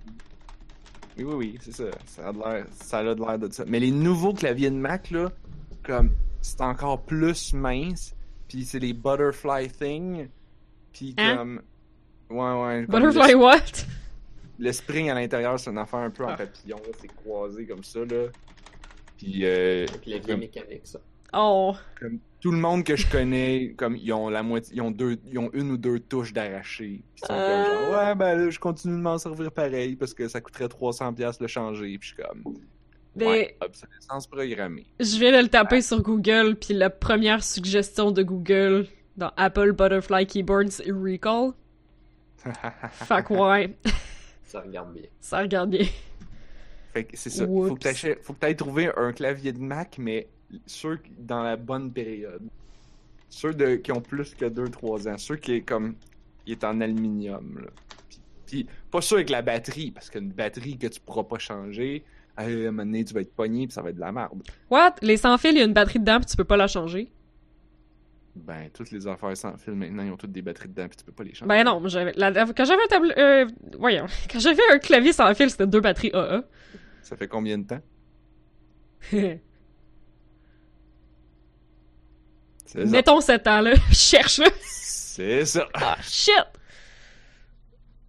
Oui, oui, oui, c'est ça. Ça a de l'air, ça a de l'air de ça. Mais les nouveaux claviers de Mac, là, comme, c'est encore plus mince. Puis c'est les butterfly thing. Puis Hein? comme, ouais, ouais. comme Butterfly Le, what? le spring à l'intérieur, c'est une affaire un peu en Ah. papillon, c'est croisé comme ça, là. Puis euh, Un clavier comme- mécanique, ça. Oh. tout le monde que je connais, comme ils ont la moitié, ils ont deux, ils ont une ou deux touches d'arraché. Puis Ils sont Euh. comme genre, ouais, ben là, je continue de m'en servir pareil parce que ça coûterait 300 pièces le changer. Puis je suis comme, Mais- ouais, obsolescence programmée. Ben, Je viens de le taper sur Google, puis la première suggestion de Google dans Apple Butterfly Keyboard, c'est Recall. Fuck, ouais. Ça regarde bien. Ça regarde bien. Fait que c'est ça. Faut Whoops. que t'achè- faut que t'ailles trouver un clavier de Mac, mais ceux qui- dans la bonne période. Ceux de, qui ont plus que 2-3 ans. Ceux qui est comme. Il est en aluminium, là. Puis, puis pas sûr avec la batterie, parce qu'une batterie que tu pourras pas changer, à un moment donné, tu vas être pogné, puis ça va être de la merde. What? Les sans fils, il y a une batterie dedans, puis tu peux pas la changer. Ben, toutes les affaires sans fil maintenant, ils ont toutes des batteries dedans, puis tu peux pas les changer. Ben non, j'avais, la- la- quand j'avais un table, euh, voyons, quand j'avais un clavier sans fil, c'était deux batteries AA. Ça fait combien de temps? C'est ça. Mettons 7 ans, là. Je cherche, là. C'est ça. Ah, shit!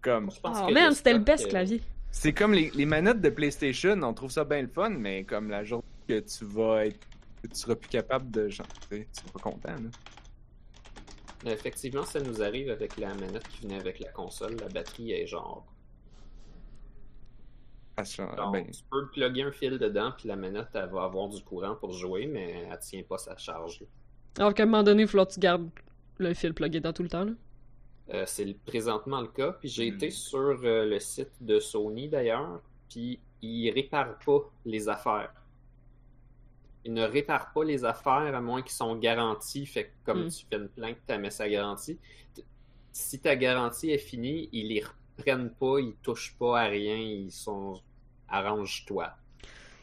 Comme. Je pense Oh que man, le c'était le stock, best euh, clavier. C'est comme les, les manettes de PlayStation, on trouve ça bien le fun, mais comme la journée que tu vas être. que tu seras plus capable de. Genre, tu sais, tu seras pas content, là. ben, Effectivement, ça nous arrive avec la manette qui venait avec la console. La batterie est genre. Parce que, genre, genre, ben, Tu peux plugger un fil dedans, puis la manette, elle va avoir du courant pour jouer, mais elle tient pas sa charge. Alors qu'à un moment donné, il va falloir que tu gardes le fil plugué dans tout le temps, là. Euh, c'est le- présentement le cas. Puis j'ai Hmm. été sur euh, le site de Sony d'ailleurs, puis ils réparent pas les affaires. Ils ne réparent pas les affaires à moins qu'ils sont garantis. Fait que comme Hmm. tu fais une plainte, tu mets sa garantie. T- Si ta garantie est finie, ils les reprennent pas, ils touchent pas à rien, ils sont arrange-toi.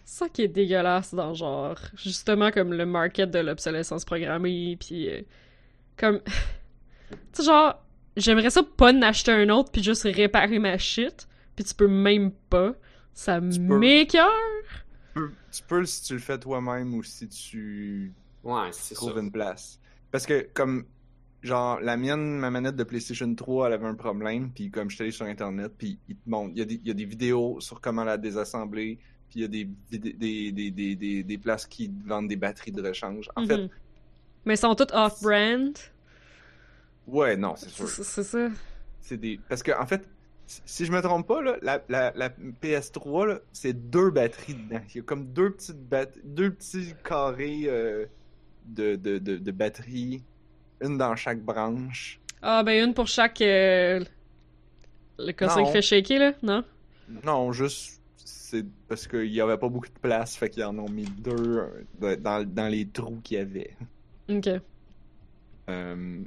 C'est ça qui est dégueulasse dans genre justement comme le market de l'obsolescence programmée puis euh, comme tu sais genre j'aimerais ça pas n'acheter un autre puis juste réparer ma shit puis tu peux même pas ça peux. m'écœure tu, peux, tu peux si tu le fais toi-même ou si tu Ouais, c'est trouves ça. une place. Parce que, comme. Genre, la mienne, ma manette de PlayStation 3, elle avait un problème, puis comme je suis allé sur Internet, puis il te montre. Il y, a des- il y a des vidéos sur comment la désassembler, puis il y a des, vid- des, des, des, des, des places qui vendent des batteries de rechange. En fait, Mhm. mais ils sont toutes off brand ouais, non, c'est sûr. c'est c'est ça C'est des... Parce que, en fait, si- si je me trompe pas, là, la, la, la PS3, là, c'est deux batteries dedans. Il y a comme deux petites bat- deux petits carrés euh, de, de, de, de batteries, une dans chaque branche. ah ben une pour chaque euh, le cassin Non. qui fait shaker là non Non, juste, c'est parce qu'il y avait pas beaucoup de place, fait qu'ils en ont mis deux euh, de- dans, dans les trous qu'il y avait. ok Euh,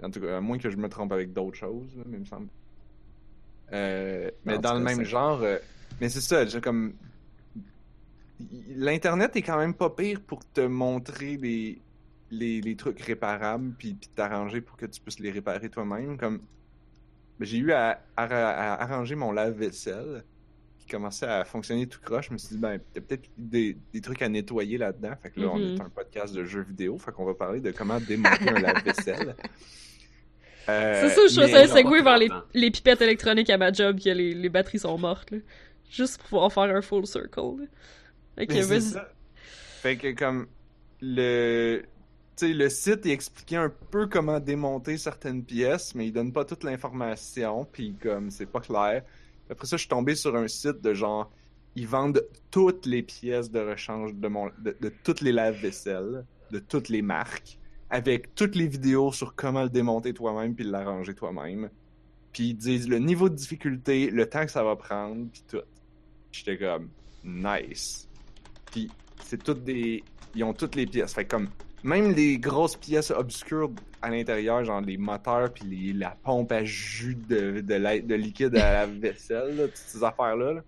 en tout cas, à moins que je me trompe avec d'autres choses, là, mais il me semble. Euh, mais Non, dans tu le fais même ça. genre. euh, mais c'est ça, j'ai comme. L'Internet est quand même pas pire pour te montrer les, les, les trucs réparables puis, puis t'arranger pour que tu puisses les réparer toi-même. Comme ben, j'ai eu à, à- à arranger mon lave-vaisselle qui commençait à fonctionner tout croche. Je me suis dit, ben, t'as peut-être des, des trucs à nettoyer là-dedans. Fait que là, on Mhm. est un podcast de jeux vidéo. Fait qu'on va parler de comment démonter un lave-vaisselle. C'est Euh, ça, je mais- faisais un ils ont segway pas vers de les, temps. les pipettes électroniques à ma job, que les, les batteries sont mortes, là. Juste pour pouvoir faire un full circle, là. Ok, Mais c'est vas-y. ça. Fait que comme le tu sais, le site il expliquait un peu comment démonter certaines pièces, mais il donne pas toute l'information, puis comme c'est pas clair. Après ça, je suis tombé sur un site de genre ils vendent toutes les pièces de rechange de mon de, de toutes les lave-vaisselles, de toutes les marques, avec toutes les vidéos sur comment le démonter toi-même puis l'arranger toi-même. Puis ils disent le niveau de difficulté, le temps que ça va prendre, puis tout. J'étais comme nice. Puis c'est toutes des. Ils ont toutes les pièces. Fait que comme. Même les grosses pièces obscures à l'intérieur, genre les moteurs puis les- la pompe à jus de, de, la- de liquide à la vaisselle, là, toutes ces affaires-là. là.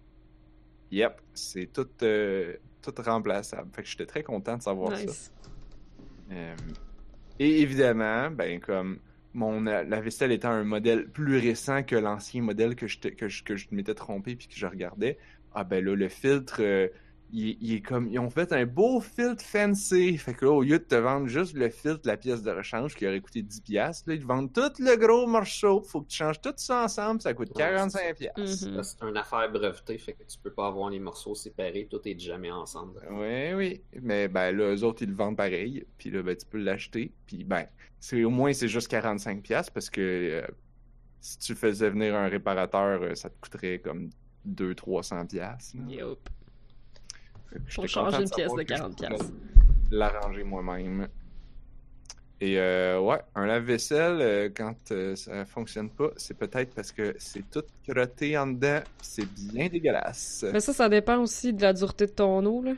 Yep, c'est tout, euh, tout remplaçable. Fait que j'étais très content de savoir ça. Nice. Euh, et évidemment, ben comme mon euh, la vaisselle étant un modèle plus récent que l'ancien modèle que je, te- que je, que je m'étais trompé puis que je regardais, ah ben là le filtre euh, il, il est comme ils ont fait un beau filtre fancy. Fait que là au lieu de te vendre juste le filtre, la pièce de rechange qui aurait coûté 10 pièces, là ils te vendent tout le gros morceau, faut que tu changes tout ça ensemble, ça coûte Ouais, 45 pièces. Mhm. C'est une affaire brevetée, fait que tu peux pas avoir les morceaux séparés, tout est jamais ensemble. Oui, oui. Mais ben là, eux autres, ils le vendent pareil. Puis là, ben, tu peux l'acheter. Puis ben, c'est, au moins, c'est juste 45$ piastres parce que euh, si tu faisais venir un réparateur, euh, ça te coûterait comme 200-300$. piastres, là. Yup. Fait que Pour j'étais changer content de une pièce savoir de que je 40 pouvais piastres. L'arranger moi-même. Et euh, ouais, un lave-vaisselle, euh, quand euh, ça fonctionne pas, c'est peut-être parce que c'est tout crotté en dedans, pis c'est bien dégueulasse. Mais ça, ça dépend aussi de la dureté de ton eau, là.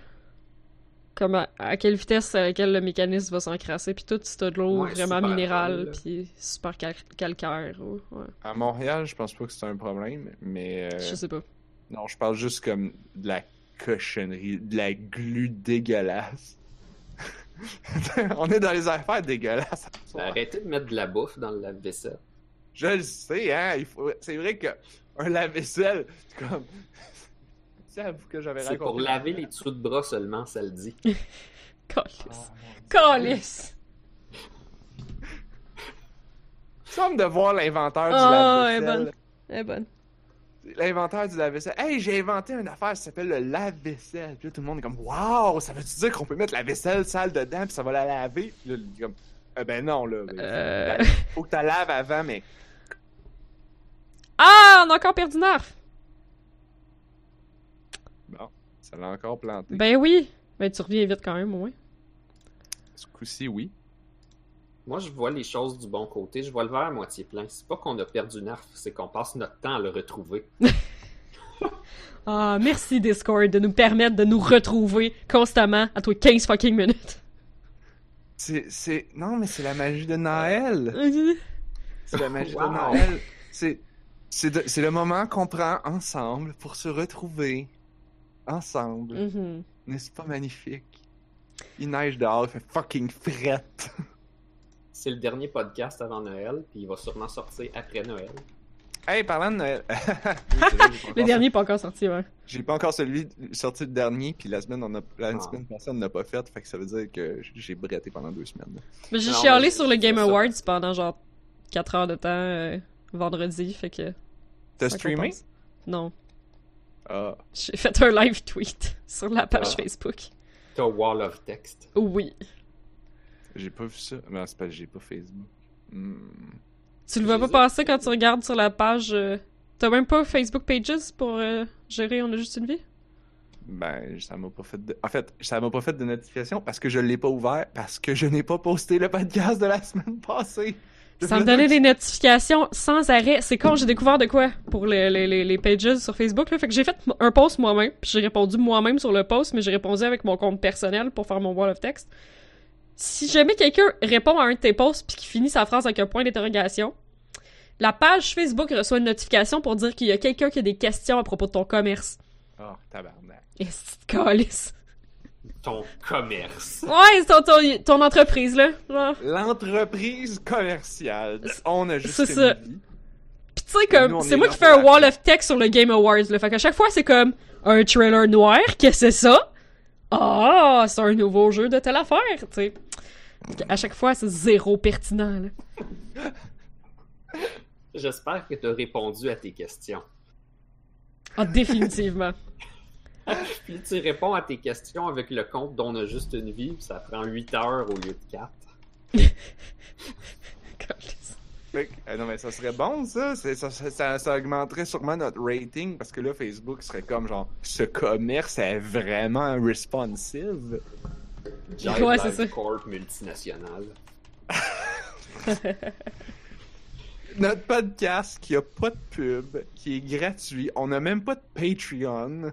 Comme à, à quelle vitesse à laquelle le mécanisme va s'encrasser, puis tout, si t'as de l'eau Ouais, vraiment super molle, minérale, là. puis super cal- calcaire, ou- ouais. À Montréal, je pense pas que c'est un problème, mais euh, Je sais pas. non, je parle juste comme de la cochonnerie, de la glu dégueulasse. On est dans les affaires dégueulasses. ce soir. Arrêtez de mettre de la bouffe dans le lave-vaisselle. Je le sais, hein. il faut- C'est vrai que un lave-vaisselle, c'est comme. C'est à vous que j'avais C'est raconté. pour laver les dessous de bras seulement, ça le dit. Ah, Calice. mon Dieu. Calice! Il semble de voir l'inventeur du Ah, elle est lave-vaisselle. Eh bonne. L'inventeur du lave-vaisselle. Hey, j'ai inventé une affaire qui s'appelle le lave-vaisselle. Puis là, tout le monde est comme Waouh, ça veut-tu dire qu'on peut mettre la vaisselle sale dedans puis ça va la laver? Puis là, il est comme Eh ben non, là. ben, Euh. Faut que tu laves avant, mais. Ah, on a encore perdu Narf! Bon, ça l'a encore planté. Ben oui! Ben tu reviens vite quand même, au moins. Ce coup-ci, oui. Moi, je vois les choses du bon côté. Je vois le verre à moitié plein. C'est pas qu'on a perdu Narf, c'est qu'on passe notre temps à le retrouver. Ah, merci Discord de nous permettre de nous retrouver constamment à toi 15 fucking minutes. C'est. c'est- Non, mais c'est la magie de Noël. Mm-hmm. C'est la magie Wow. de Noël. C'est. C'est de- c'est le moment qu'on prend ensemble pour se retrouver. Ensemble. Mhm. N'est-ce pas magnifique? Il neige dehors, il fait fucking frette. C'est le dernier podcast avant Noël, puis il va sûrement sortir après Noël. Hey, parlant de Noël. Oui, c'est vrai, j'ai pas Le encore- dernier est pas encore sorti, ouais. J'ai pas encore celui sorti le dernier, puis la semaine, on a... la Ah. semaine passée, on n'a pas fait. Fait que ça veut dire que j'ai bretté pendant deux semaines. Mais j'ai Non, chialé mais sur le c'est Game ça. Awards pendant genre 4 heures de temps euh, vendredi, fait que. T'as ça streamé? compense. Non. Ah. J'ai fait un live tweet sur la page Ah. Facebook. T'as Wall of Text. Oui. J'ai pas vu ça. Mais c'est parce que j'ai pas Facebook. Hmm. Tu le vois Je pas les ai- passer quand tu regardes sur la page. euh, T'as même pas Facebook Pages pour euh, gérer On a juste une vie? Ben, ça m'a pas fait de... En fait, ça m'a pas fait de notification parce que je l'ai pas ouvert, parce que je n'ai pas posté le podcast de la semaine passée. Ça me donnait des notifications sans arrêt. C'est quand j'ai découvert de quoi pour les, les, les, les pages sur Facebook. Là. Fait que j'ai fait un post moi-même, puis j'ai répondu moi-même sur le post, mais j'ai répondu avec mon compte personnel pour faire mon wall of text. Si jamais quelqu'un répond à un de tes posts puis qui finit sa phrase avec un point d'interrogation, la page Facebook reçoit une notification pour dire qu'il y a quelqu'un qui a des questions à propos de ton commerce. Oh, tabarnak. Et c'est calice. Ton commerce. Ouais, c'est ton, ton, ton entreprise, là. Genre. L'entreprise commerciale. On a juste C'est une ça. vie. Pis tu sais, Nous, comme, on est c'est moi là qui fais pour un la- wall of text sur le Game Awards, là. Fait qu'à chaque fois, c'est comme, un trailer noir, qu'est-ce que c'est ça? Ah, c'est un nouveau jeu de telle affaire, tu sais. À chaque fois, c'est zéro pertinent, là. J'espère que t'as répondu à tes questions. Ah, définitivement. Puis tu réponds à tes questions avec le compte dont on a juste une vie, puis ça prend 8 heures au lieu de 4. Câlisse. Fait que- euh, non, mais ça serait bon, ça. C'est- Ça, ça, ça- ça augmenterait sûrement notre rating parce que là, Facebook serait comme genre, ce commerce est vraiment responsive. Jive Ouais, c'est Live ça. Corp multinationale. Notre podcast qui a pas de pub, qui est gratuit, on n'a même pas de Patreon.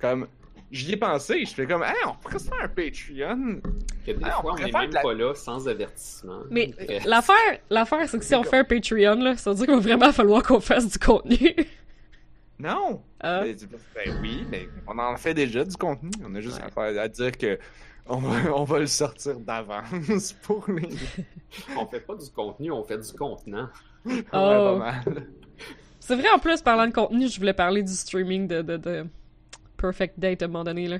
Comme, j'y ai pensé, je fais comme, hey, on pourrait se faire un Patreon. Que des Ah, on fois, on n'est préfère même de la- pas là sans avertissement. Mais Euh, l'affaire, l'affaire, c'est que si on fait un Patreon, là, ça veut dire qu'il va vraiment falloir qu'on fasse du contenu. Non! Ah. Ben, tu- ben oui, mais on en fait déjà du contenu. On a juste Ouais. à, faire- à dire que on va, on va le sortir d'avance pour les. On fait pas du contenu, on fait du contenant. Ouais, pas Oh. mal. C'est vrai, en plus, parlant de contenu, je voulais parler du streaming de, de, de Perfect Date à un moment donné, là.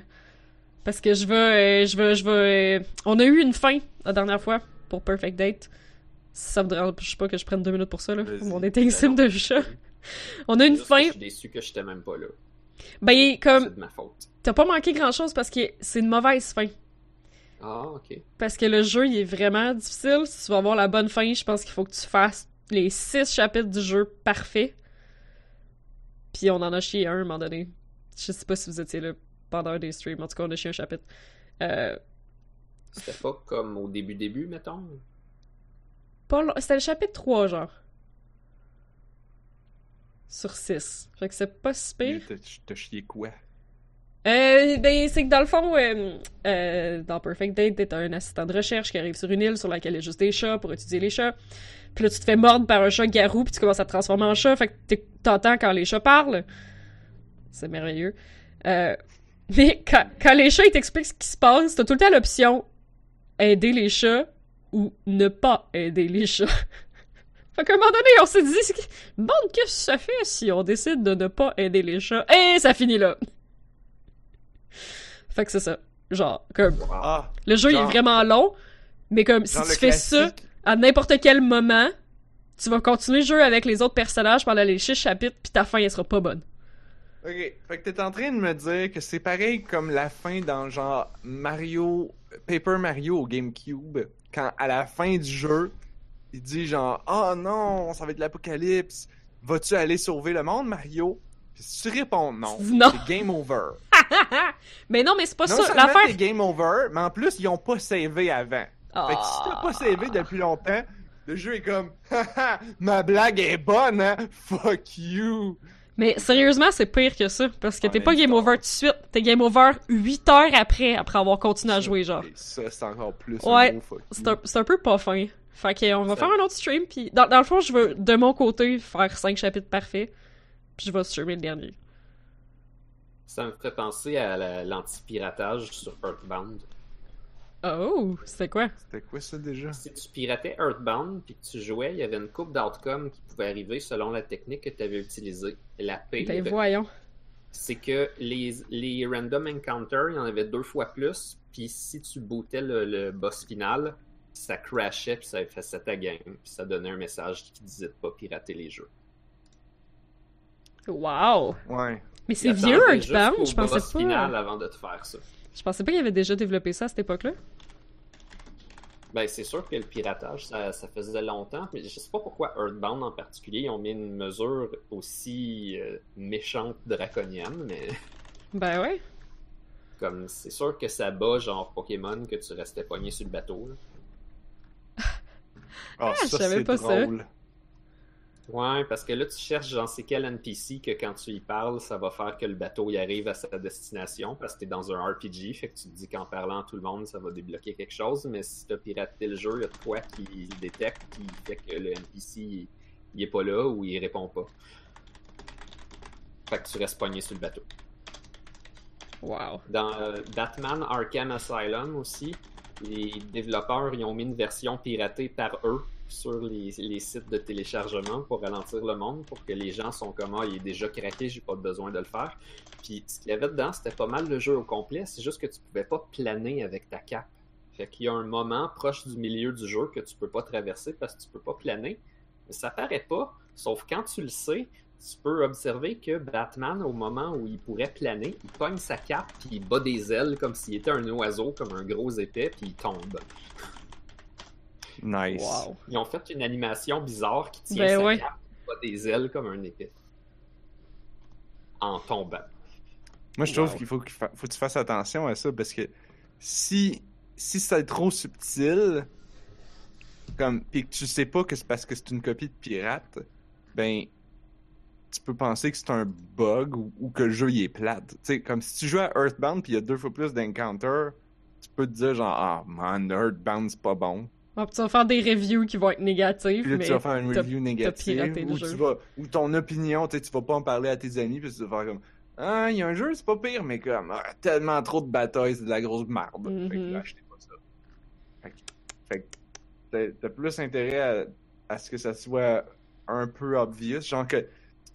Parce que je veux, euh, je veux, je veux... euh, On a eu une fin la dernière fois pour Perfect Date. Ça me dérange pas que je prenne deux minutes pour ça, là. Vas-y. Mon dating sim de chat. On a une Ben Juste que fin. Je suis déçu que j'étais même pas là. Ben, C'est comme, de ma faute. t'as pas manqué grand chose parce que c'est une mauvaise fin. Ah, ok. Parce que le jeu, il est vraiment difficile. Si tu vas avoir la bonne fin, je pense qu'il faut que tu fasses les six chapitres du jeu parfait. Puis on en a chié un à un moment donné. Je sais pas si vous étiez là pendant un des streams. En tout cas, on a chié un chapitre. Euh, C'était pas comme au début-début, mettons. pas long- C'était le chapitre 3, genre. Sur 6. Fait que c'est pas si pire. Il t'a- T'as chié quoi? Euh, ben, c'est que dans le fond, euh, euh, dans Perfect Date, t'es un assistant de recherche qui arrive sur une île sur laquelle il y a juste des chats pour étudier les chats. Puis là, tu te fais mordre par un chat garou, puis tu commences à te transformer en chat. Fait que t'éc- t'entends quand les chats parlent. C'est merveilleux. Euh, mais quand, quand les chats, ils t'expliquent ce qui se passe, t'as tout le temps l'option aider les chats ou ne pas aider les chats. fait qu'à un moment donné, on s'est dit, c'est qui- Bon, qu'est-ce que ça fait si on décide de ne pas aider les chats? Et ça finit là! Fait que c'est ça. Genre, comme, Ah! le jeu il est Genre- vraiment long, mais comme, si Dans tu le fais ça classique. à n'importe quel moment, tu vas continuer le jeu avec les autres personnages pendant les six chapitres, puis ta fin, elle sera pas bonne. Ok, fait que t'es en train de me dire que c'est pareil comme la fin dans genre Mario, Paper Mario au GameCube, quand à la fin du jeu, il dit genre Oh non, ça va être l'apocalypse, vas-tu aller sauver le monde, Mario? Puis si tu réponds non, Tu dis non. c'est game over. mais non, mais c'est pas non ça. seulement L'affaire. c'est game over, mais en plus, ils ont pas savé avant. Fait que si t'as pas Ah. savé depuis longtemps, le jeu est comme Haha, ma blague est bonne, hein? Fuck you! Mais sérieusement, c'est pire que ça, parce que Ouais, t'es Ah, mais pas game tard. over tout de suite, t'es game over 8 heures après, après avoir continué à Ça, jouer, genre. Et ça, c'est encore plus Ouais, un gros fuck C'est you. un, c'est un peu pas fin. Fait que on va Ça- faire un autre stream, puis dans, dans le fond, je veux, de mon côté, faire 5 chapitres parfaits, puis je vais streamer le dernier. Ça me fait penser à la- l'anti-piratage sur Earthbound. Oh, c'est quoi? C'était quoi ça déjà? Si tu piratais Earthbound puis que tu jouais, il y avait une coupe d'outcomes qui pouvait arriver selon la technique que tu avais utilisée. La P, Ben voyons. c'est que les, les random encounters, il y en avait deux fois plus. Puis si tu bootais le, le boss final, ça crashait puis ça effaçait ta game. Puis ça donnait un message qui disait de pas pirater les jeux. Wow! Ouais. Mais c'est Attendez vieux juste au Earthbound, je pensais boss final pas. avant de te faire ça. Je pensais pas qu'il avait déjà développé ça à cette époque-là. Ben, c'est sûr que le piratage, ça, ça faisait longtemps, mais je sais pas pourquoi Earthbound en particulier, ils ont mis une mesure aussi euh, méchante draconienne, mais Ben ouais. comme c'est sûr que ça bat genre Pokémon que tu restais pogné sur le bateau. là. Ah, je ça, savais c'est pas ça. drôle. Ouais, parce que là tu cherches genre c'est quel NPC que quand tu y parles, ça va faire que le bateau y arrive à sa destination parce que t'es dans un RPG, fait que tu te dis qu'en parlant à tout le monde, ça va débloquer quelque chose, mais si t'as piraté le jeu, il y a de quoi qui détecte, qui fait que le NPC il- il est pas là ou il répond pas. Fait que tu restes pogné sur le bateau. Wow. Dans euh, Batman Arkham Asylum aussi, les développeurs ils ont mis une version piratée par eux sur les, les sites de téléchargement pour ralentir le monde, pour que les gens sont comme ah, il est déjà craqué, j'ai pas besoin de le faire. Puis ce qu'il y avait dedans, c'était pas mal le jeu au complet, c'est juste que tu pouvais pas planer avec ta cape. Fait qu'il y a un moment proche du milieu du jeu que tu peux pas traverser parce que tu peux pas planer. Mais ça paraît pas, sauf quand tu le sais, tu peux observer que Batman, au moment où il pourrait planer, il pogne sa cape, puis il bat des ailes comme s'il était un oiseau, comme un gros épais, puis il tombe. Nice. Wow. Ils ont fait une animation bizarre qui tient Ben sa ouais. cape, il bat des ailes comme un épais. En tombant. Moi, je trouve Wow. qu'il faut, qu'il fa- faut que tu fasses attention à ça parce que si, si c'est trop subtil, comme, pis que tu sais pas que c'est parce que c'est une copie de pirate, ben, tu peux penser que c'est un bug ou, ou que le jeu il est plate. Tu sais, comme si tu joues à Earthbound pis il y a deux fois plus d'encounters, tu peux te dire genre, ah man, Earthbound c'est pas bon. Bon, puis tu vas faire des reviews qui vont être négatives, Puis là, mais... tu vas faire une t'as- review piraté négative le ou, jeu. tu vas, ou ton opinion, tu sais, tu vas pas en parler à tes amis, puis tu vas faire comme Ah, il y a un jeu, c'est pas pire, mais comme ah, tellement trop de batailles, c'est de la grosse marde. Fait que Mhm. là, achetez pas ça. Fait que- Fait que t'as- t'as plus intérêt à, à ce que ça soit un peu obvious, genre que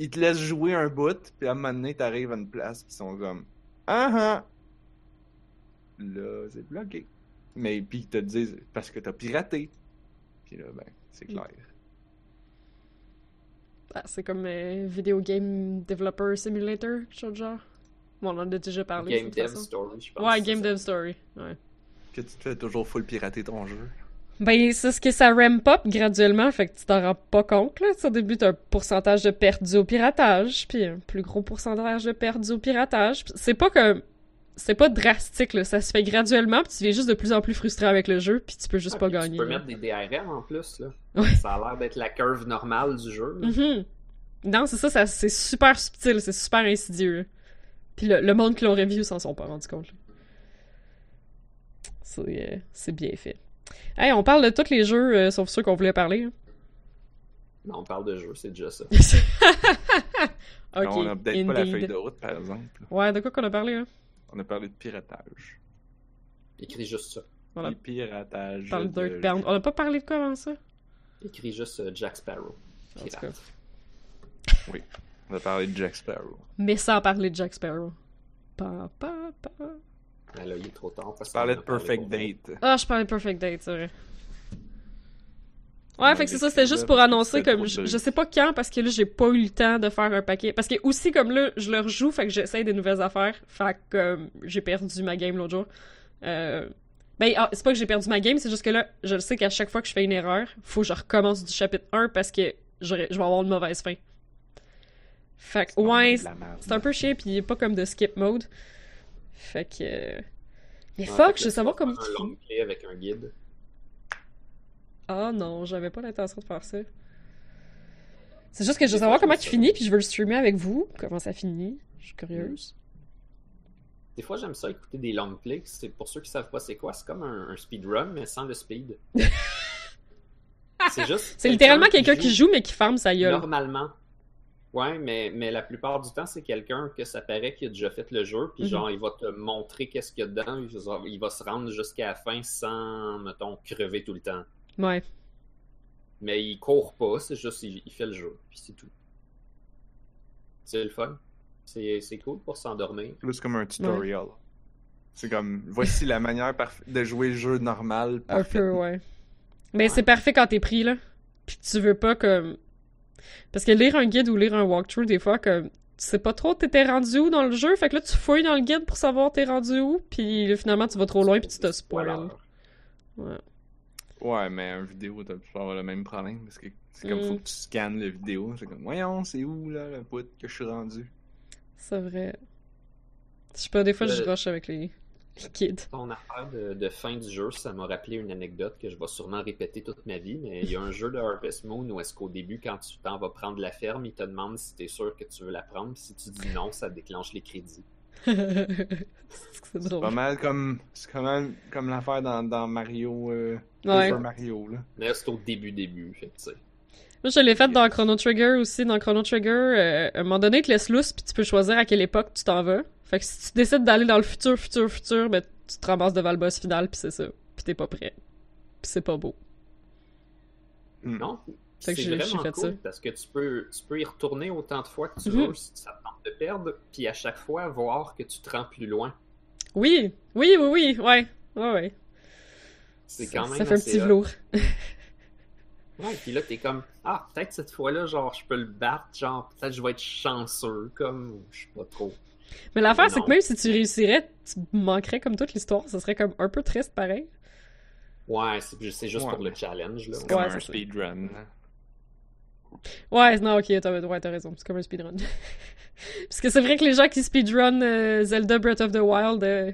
ils te laissent jouer un bout, puis à un moment donné, t'arrives à une place, puis ils sont comme Ah ah Là, c'est bloqué. Mais puis ils te disent parce que t'as piraté. Puis là, ben, c'est Mm. clair. Ah, c'est comme euh, Video Game Developer Simulator, quelque chose de genre. Bon, on en a déjà parlé, Game de toute Dev façon. Story, je pense. Ouais, que Game c'est Dev Story, ouais. Que tu te fais toujours full pirater ton jeu. Ben, c'est ce que ça ramp up graduellement, fait que tu t'en rends pas compte, là. Tu sais, Au début, t'as un pourcentage de perte dû au piratage, puis un plus gros pourcentage de perte dû au piratage. Puis C'est pas que c'est pas drastique, là. Ça se fait graduellement, puis tu es juste de plus en plus frustré avec le jeu, puis tu peux juste Ah, pas puis gagner. Tu peux là. mettre des DRM en plus, là. Ouais. Ça a l'air d'être la curve normale du jeu. là. Mhm. Non, c'est ça, ça- c'est super subtil, c'est super insidieux. là. Puis le, le monde qui l'ont review s'en sont pas rendu compte. là. C'est euh, c'est bien fait. Hey, on parle de tous les jeux, euh, sauf ceux qu'on voulait parler. hein. Non, on parle de jeu, c'est déjà ça. ok, on n'a peut-être pas la indeed. feuille de route, par exemple. Ouais, de quoi qu'on a parlé, hein? On a parlé de piratage. Écris juste ça. Voilà. Et piratage. On parle de- d'Earthbound. On a pas parlé de quoi avant ça? Écris juste euh, Jack Sparrow. En tout Pirate. cas. On a parlé de Jack Sparrow. Mais sans parler de Jack Sparrow. Pa, pa, pa. Ah là, il est trop tard. Parce On parlait de qu'on en a parlé Perfect pour vrai. Date. Ah, je parlais de Perfect Date, c'est vrai. On Ouais, a fait que c'est laissé ça, c'était là, juste parce pour que annoncer c'était comme trop je, dur. je sais pas quand parce que là j'ai pas eu le temps de faire un paquet parce que aussi comme là je le rejoue fait que j'essaye des nouvelles affaires fait que euh, j'ai perdu ma game l'autre jour. Euh, ben ah, c'est pas que j'ai perdu ma game, c'est juste que là je le sais qu'à chaque fois que je fais une erreur, faut que je recommence du chapitre 1 parce que j'aurais- je vais avoir une mauvaise fin. Fait que ouais, de la merde. c'est un peu chiant puis il est pas comme de skip mode. Fait que euh, mais Ouais, fait fuck, que je veux là, tu savoir vas comment faire tu Un long play avec un guide. Ah non, j'avais pas l'intention de faire ça. C'est juste que je veux Des fois, savoir je comment fais tu ça. finis, puis je veux le streamer avec vous. Comment ça finit? Je suis curieuse. Des fois, j'aime ça écouter des long plays. C'est pour ceux qui savent pas c'est quoi, c'est comme un, un speedrun, mais sans le speed. c'est juste. C'est littéralement quelqu'un qui joue, mais qui ferme sa gueule. Normalement. Ouais, mais, mais la plupart du temps, c'est quelqu'un que ça paraît qu'il a déjà fait le jeu, puis Mhm. genre, il va te montrer qu'est-ce qu'il y a dedans, il va, il va se rendre jusqu'à la fin sans, mettons, crever tout le temps. Ouais. Mais il court pas, c'est juste, il, il fait le jeu, puis c'est tout. C'est le fun. C'est c'est cool pour s'endormir. plus comme un tutorial. C'est comme, voici la manière parfa- de jouer le jeu normal. Un Parfait. peu, ouais. Mais c'est parfait quand t'es pris, là. Puis tu veux pas, comme... Parce que lire un guide ou lire un walkthrough, des fois, comme... Tu sais pas trop t'étais rendu où dans le jeu, fait que là, tu fouilles dans le guide pour savoir t'es rendu où, puis là, finalement, tu vas trop loin, puis tu te spoil. Voilà. Ouais. Ouais, mais un vidéo, t'as pu avoir le même problème. Parce que c'est comme, Mm. faut que tu scannes la vidéo. C'est comme, voyons, c'est où là, la pote que je suis rendu? C'est vrai. Je sais pas, des fois, je Euh. rush avec les... les guides. Ton affaire de, de fin du jeu, ça m'a rappelé une anecdote que je vais sûrement répéter toute ma vie, mais il y a un jeu de Harvest Moon où est-ce qu'au début, quand tu t'en vas prendre la ferme, il te demande si t'es sûr que tu veux la prendre, puis si tu dis non, ça déclenche les crédits. c'est Pas drôle. mal comme, c'est quand même comme l'affaire dans, dans Mario, euh, Ouais. Paper Mario, là. Mais là, c'est au début, début, fait que tu sais. Moi, je l'ai fait dans Chrono Trigger aussi. Dans Chrono Trigger, euh, à un moment donné, tu laisses loose puis tu peux choisir à quelle époque tu t'en vas. Fait que si tu décides d'aller dans le futur, futur, futur, ben tu te ramasses devant le boss final puis c'est ça. Puis t'es pas prêt. Puis c'est pas beau. Hmm. Non? Fait C'est que j'ai- j'ai vraiment fait cool ça. parce que tu peux, tu peux y retourner autant de fois que tu Mhm. veux si ça te tente de perdre, puis à chaque fois voir que tu te rends plus loin. Oui, oui, oui, oui, ouais. Ouais, ouais. C'est Ça, quand même ça fait un assez petit hot. velours. Ouais, puis là, t'es comme, ah, peut-être cette fois-là, genre, je peux le battre, genre, peut-être je vais être chanceux, comme, ou je sais pas trop. Mais l'affaire, c'est Non. que même si tu réussirais, tu manquerais comme toute l'histoire. Ça serait comme un peu triste pareil. Ouais, c'est ju- c'est juste Ouais. pour le challenge, là. C'est comme Ouais, un c'est ça. speedrun. hein. Ouais, non, ok, t'as ouais, t'as raison. C'est comme un speedrun. Parce que c'est vrai que les gens qui speedrun euh, Zelda Breath of the Wild euh,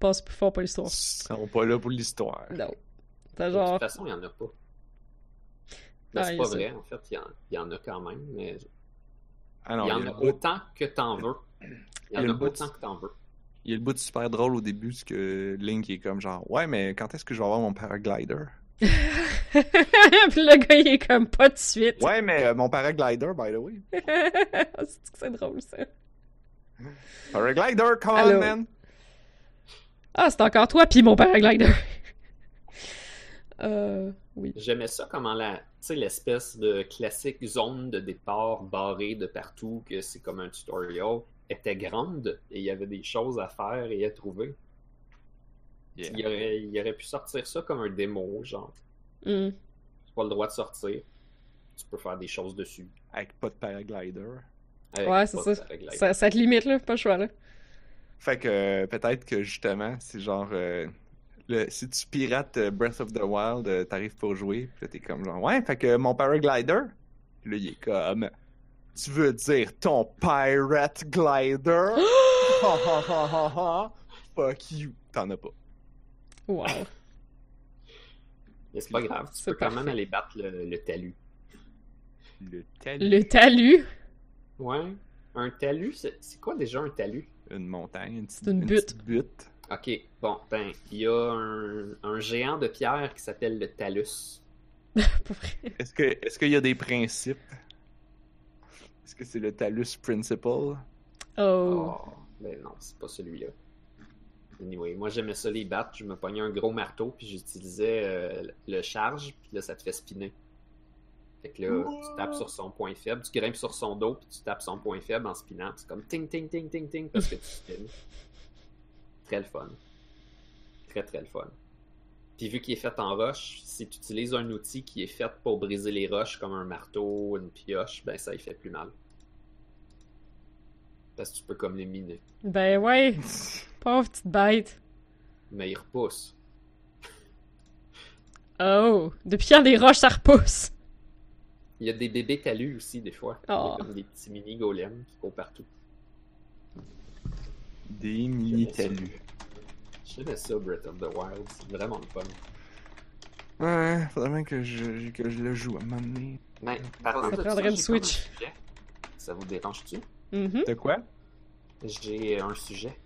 passent plus fort pas l'histoire. Ils sont pas là pour l'histoire. Non. T'as De toute genre. façon, il y en a pas. Ben, Ah, c'est il y pas a ça. vrai, en fait, il y en- il y, en a quand même, mais Ah il non, y il en y, a a le bout- autant que t'en veux. Il y Il y a en le a bout- autant que t'en veux. il y a le bout de super drôle au début, c'est que Link est comme genre, ouais, mais quand est-ce que je vais avoir mon paraglider? Puis le gars, il est comme pas de suite. Ouais, mais euh, mon paraglider, by the way. Ah, c'est que c'est drôle ça. Paraglider, come Allô? on, man! Ah, c'est encore toi, puis mon paraglider. euh. Oui. J'aimais ça comment la, tu sais, l'espèce de classique zone de départ barrée de partout, que c'est comme un tutorial, était grande et il y avait des choses à faire et à trouver. Yeah. Il, aurait, il aurait pu sortir ça comme un démo, genre, Hmm. tu pas le droit de sortir, tu peux faire des choses dessus. Avec pas de paraglider. Avec Ouais, c'est pas de ça. paraglider. Ça, ça te limite, là, pas le choix, là. Fait que euh, peut-être que justement, c'est genre. euh, le- si tu pirates euh, Breath of the Wild, euh, t'arrives pour jouer, pis là t'es comme genre, ouais, fait que euh, mon paraglider. Pis là il est comme. Tu veux dire ton pirate glider? Ha, ha, ha, ha, ha. fuck you, t'en as pas. Wow. Mais c'est pas grave, tu C'est peux quand même parfait. aller battre le, le talus. Le talus. Le talus. Ouais. Un talus, c'est c'est quoi déjà un talus? Une montagne, une petite, C'est une butte. petite butte. Ok, bon, ben, il y a un, un géant de pierre qui s'appelle le talus. Pour vrai. Est-ce que est-ce qu'il y a des principes Est-ce que c'est le talus principle Oh. Oh, ben non, c'est pas celui-là. Anyway, moi j'aimais ça les battre, je me pognais un gros marteau, puis j'utilisais euh, le charge, puis là ça te fait spinner. Fait que là, tu tapes sur son point faible, tu grimpes sur son dos, puis tu tapes son point faible en spinant. C'est comme ting ting ting ting ting parce que tu spins. Très le fun. Très très le fun. Puis vu qu'il est fait en roche, si tu utilises un outil qui est fait pour briser les roches comme un marteau, une pioche, ben ça il fait plus mal. Parce que tu peux comme les miner. Ben ouais. Pauvre petite bête. Mais il repousse. Oh. Depuis quand les roches, ça repousse. Il y a des bébés talus aussi, des fois. Il y a Oh. Comme des petits mini golems qui courent partout. Des mini talus. J'aimais ça, Breath of the Wild. C'est vraiment le fun. Ouais, faudrait bien que je que je le joue à un moment donné. Mais, parlant Ça de prendrait une j'ai comme Switch. un sujet. Ça vous dérange-tu? Mhm. De quoi J'ai un sujet.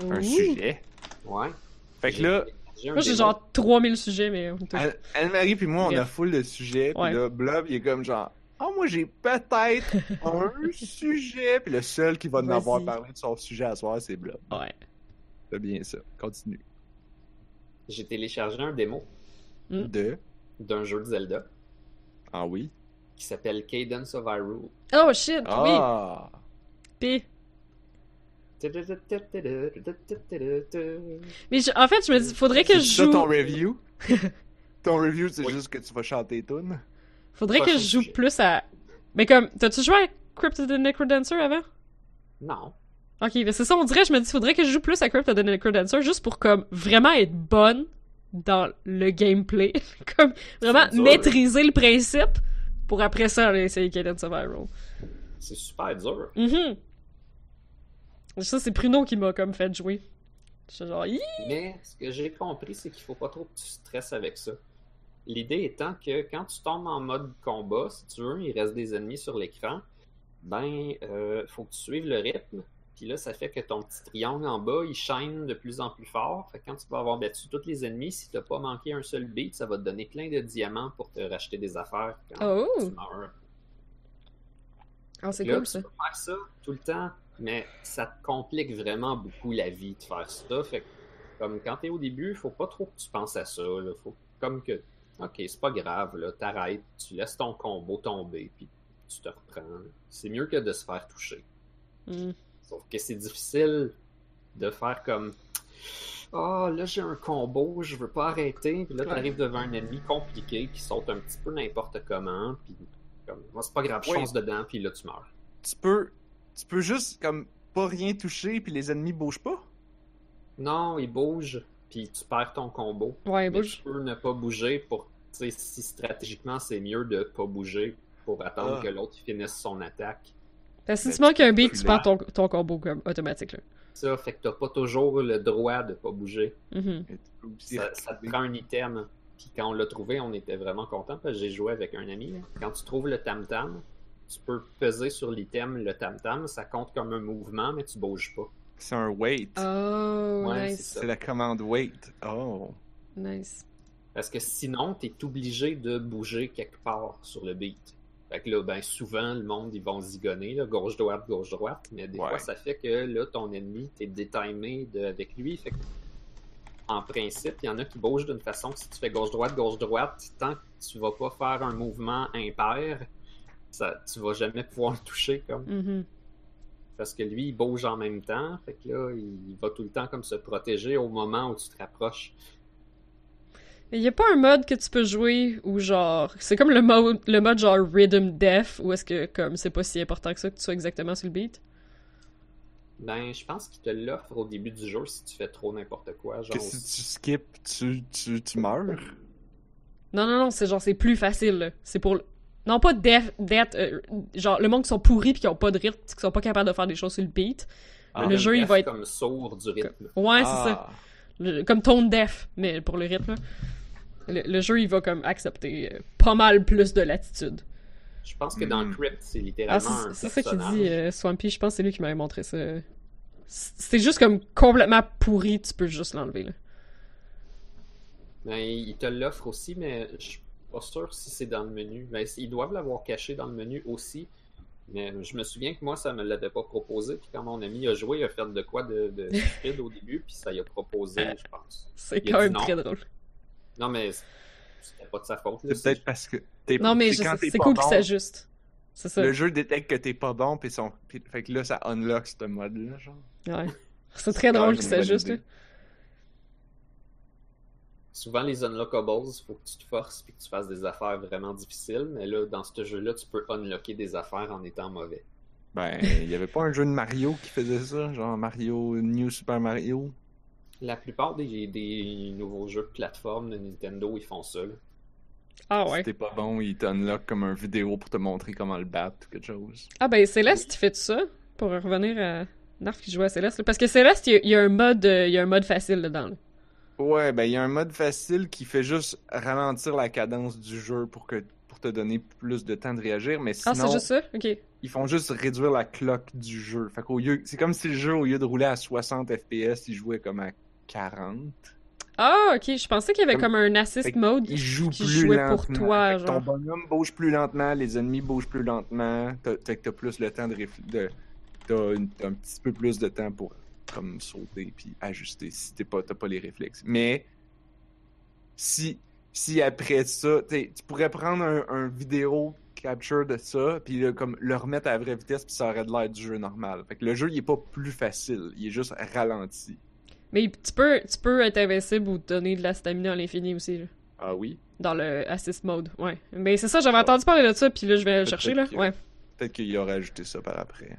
Un Ouh. sujet. Ouais. Fait que là, J'ai un Moi, j'ai débat. Ah. genre 3000 sujets, mais on touche. Anne- Anne-Marie puis moi, on a Bref. full de sujets. Puis Ouais. là, Blob, il est comme genre, ah, moi, j'ai peut-être un sujet. Puis le seul qui va nous avoir Vas-y. parlé de son sujet à soir, c'est Blob. Ouais. C'est bien ça. Continue. J'ai téléchargé un démo Mm. De. d'un jeu de Zelda Ah oui. qui s'appelle Cadence of Hyrule. Oh shit, Ah. oui. Pis- Mais je- en fait, je me dis, faudrait que C'est je ça joue. ton review? ton review, c'est Oui. juste que tu vas chanter Toon. Faudrait que Prochain je joue sujet. plus à. Mais comme, t'as-tu joué à Crypt of the Necrodancer avant? Non. Ok, mais c'est ça, on dirait, je me dis, faudrait que je joue plus à Crypt of the Necrodancer juste pour comme vraiment être bonne dans le gameplay. comme vraiment C'est dur. maîtriser le principe pour après ça aller essayer Cadence of Hyrule. C'est super dur. Mhm. Ça, c'est Pruno qui m'a comme fait jouer. J'étais genre, Hi! Mais ce que j'ai compris, c'est qu'il faut pas trop que tu stresses avec ça. L'idée étant que quand tu tombes en mode combat, si tu veux, il reste des ennemis sur l'écran, ben, euh, faut que tu suives le rythme. Puis là, ça fait que ton petit triangle en bas, il chaîne de plus en plus fort. Fait que quand tu vas avoir battu tous les ennemis, si t'as pas manqué un seul beat, ça va te donner plein de diamants pour te racheter des affaires quand tu Oh! meurs. Ah, c'est Là, cool tu ça. peux faire ça tout le temps, mais ça te complique vraiment beaucoup la vie de faire ça. Fait que, comme quand t'es au début, faut pas trop que tu penses à ça. Là. Faut comme que, ok, c'est pas grave, là, t'arrêtes, tu laisses ton combo tomber, puis tu te reprends. C'est mieux que de se faire toucher. Mm. Sauf que c'est difficile de faire comme Ah, là j'ai un combo, je veux pas arrêter. Puis là, t'arrives devant un ennemi compliqué qui saute un petit peu n'importe comment. Puis comme, moi, c'est pas grave, je Oui. fonce dedans, puis là, tu meurs. Tu peux. Tu peux juste, comme, pas rien toucher, puis les ennemis bougent pas? Non, il bouge, puis tu perds ton combo. Ouais, Mais bouge. Tu peux ne pas bouger pour. tu sais, Si stratégiquement, c'est mieux de pas bouger pour attendre Ah. que l'autre finisse son attaque. Parce que si Mais tu manques un beat, tu tu perds ton, ton combo comme automatique là. Ça fait que t'as pas toujours le droit de pas bouger. Mhm. Et tu peux aussi Ça, ça te reculer. prend un item. Puis quand on l'a trouvé, on était vraiment content parce que j'ai joué avec un ami. là. Quand tu trouves le tam-tam, tu peux peser sur l'item le tam-tam. Ça compte comme un mouvement, mais tu bouges pas. C'est un wait. Oh, Ouais, nice. C'est la commande wait. Oh. Nice. Parce que sinon, t'es obligé de bouger quelque part sur le beat. Fait que là, ben, souvent, le monde, ils vont zigonner, là, gauche-droite, gauche-droite. Mais des Ouais. fois, ça fait que là, ton ennemi, t'es détimé de- avec lui. Fait que, en principe, il y en a qui bougent d'une façon que si tu fais gauche-droite, gauche-droite, tant que tu vas pas faire un mouvement impair, ça, tu vas jamais pouvoir le toucher, comme. Mhm. Parce que lui, il bouge en même temps. Fait que là, il va tout le temps comme se protéger au moment où tu te rapproches. Mais y a pas un mode que tu peux jouer où genre. C'est comme le mode, le mode genre Rhythm Death où est-ce que comme c'est pas si important que ça que tu sois exactement sur le beat? Ben, je pense qu'il te l'offre au début du jeu si tu fais trop n'importe quoi. Genre, Que si tu skips, tu, tu, tu meurs. Non, non, non, c'est genre c'est plus facile là. C'est pour. le- Non, pas death, death euh, genre le monde qui sont pourris pis qui ont pas de rythme, qui sont pas capables de faire des choses sur le beat. Ah. le jeu, il va être. comme sourd du rythme. Ouais, c'est ça. Ah. Le- comme tone deaf, mais pour le rythme. là. Le, le jeu, il va comme accepter euh, pas mal plus de latitude. Je pense que dans Mm. Crypt, c'est Ah, littéralement c'est un c'est ça qu'il personnage. dit, euh, Swampy, je pense que c'est lui qui m'avait montré ça. C- C'est juste comme complètement pourri, tu peux juste l'enlever, là. Ben, il te l'offre aussi, mais je suis pas sûr si c'est dans le menu. Ben, ils doivent l'avoir caché dans le menu aussi. Mais je me souviens que moi, ça me l'avait pas proposé. Puis quand mon ami a joué, il a fait de quoi de, de stupide au début, puis ça y a proposé, Euh. je pense. C'est Il a quand dit même non. très drôle. Non, mais c'était pas de sa faute. là. C'est peut-être parce que t'es Non, mais c'est je quand sais, t'es c'est pas cool bon, qu'il s'ajuste. C'est ça. Le jeu détecte que t'es pas bon, puis son... puis- fait que là, ça unlock ce mode-là, genre. Ouais. C'est très Ah, drôle j'ai qu'il une bonne s'ajuste, là. idée. Souvent, les unlockables, il faut que tu te forces puis que tu fasses des affaires vraiment difficiles. Mais là, dans ce jeu-là, tu peux unlocker des affaires en étant mauvais. Ben, il y avait pas un jeu de Mario qui faisait ça, genre Mario, New Super Mario. La plupart des, des nouveaux jeux de plateforme de Nintendo, ils font ça. là. Ah Si ouais. t'es pas bon, il t'unlock comme un vidéo pour te montrer comment le battre ou quelque chose. Ah ben Céleste, il fait de ça pour revenir à Narf qui jouait à Céleste. là. Parce que Céleste, il y a- il y, a un mode, euh, il y a un mode facile dedans. là. Ouais, ben il y a un mode facile qui fait juste ralentir la cadence du jeu pour que pour te donner plus de temps de réagir, mais Ah, sinon c'est juste ça? Ok. ils font juste réduire la cloque du jeu. Fait qu'au lieu, c'est comme si le jeu au lieu de rouler à 60 FPS, il jouait comme à 40. Ah, ok. Je pensais qu'il y avait Comme- comme un assist Fait que mode. Il joue qui plus jouait lentement. pour toi, Fait que Ton genre. bonhomme bouge plus lentement, les ennemis bougent plus lentement. T'as- Fait que t'as plus le temps de réfléchir. T'as une- t'as un petit peu plus de temps pour comme sauter puis ajuster si t'es pas t'as pas les réflexes. Mais si si après ça, t'sais, tu pourrais prendre un, un vidéo capture de ça puis le, comme le remettre à la vraie vitesse puis ça aurait de l'air du jeu normal. Fait que le jeu il est pas plus facile, il est juste ralenti. Mais tu peux, tu peux être invincible ou te donner de la stamina à l'infini aussi. là, Ah oui. Dans le assist mode. Ouais. Mais c'est ça, j'avais entendu parler de ça, puis là, je vais le chercher, là. que- Ouais. Peut-être qu'il aurait ajouté ça par après.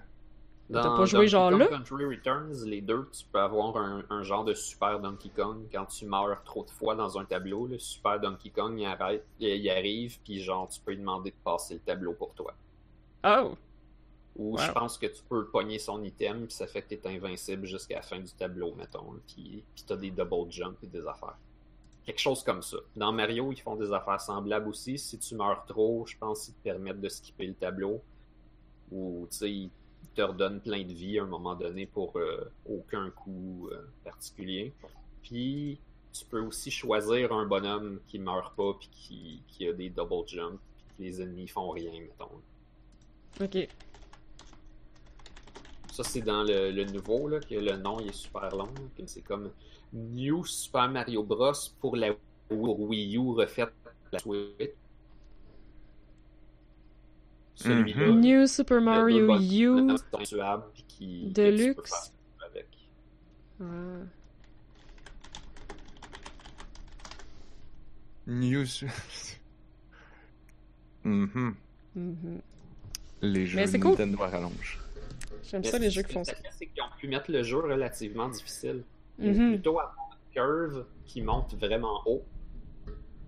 T'as Dans pas joué Donkey genre Kong là? Country Returns, les deux, tu peux avoir un, un genre de super Donkey Kong quand tu meurs trop de fois dans un tableau. Le super Donkey Kong, il, arrête- il arrive, puis genre, tu peux lui demander de passer le tableau pour toi. Oh. Ou Wow. je pense que tu peux pogner son item, puis ça fait que t'es invincible jusqu'à la fin du tableau, mettons. là, Puis, puis t'as des double jumps et des affaires. Quelque chose comme ça. Dans Mario, ils font des affaires semblables aussi. Si tu meurs trop, je pense qu'ils te permettent de skipper le tableau. Ou, tu sais, ils te redonnent plein de vie à un moment donné pour euh, aucun coup euh, particulier. Puis, tu peux aussi choisir un bonhomme qui meurt pas, puis qui, qui a des double jumps, puis que les ennemis font rien, mettons. Ok. Ça, c'est dans le, le nouveau, là, que le nom il est super long. là, que c'est comme New Super Mario Bros. pour la pour Wii U refaite à la Switch. Celui-là, Hmm. il y a New Super deux Mario bonnes U. composantes intuables, puis qui- que tu peux Deluxe. faire avec. Ah. News. Mhm. Mhm. Les jeux Mais c'est cool. Nintendo à rallonge. J'aime Mais ça, les jeux ce qui font ça. que ça fait, C'est qu'ils ont pu mettre le jeu relativement difficile. Ils ont Mhm. Plutôt à une curve qui monte vraiment haut.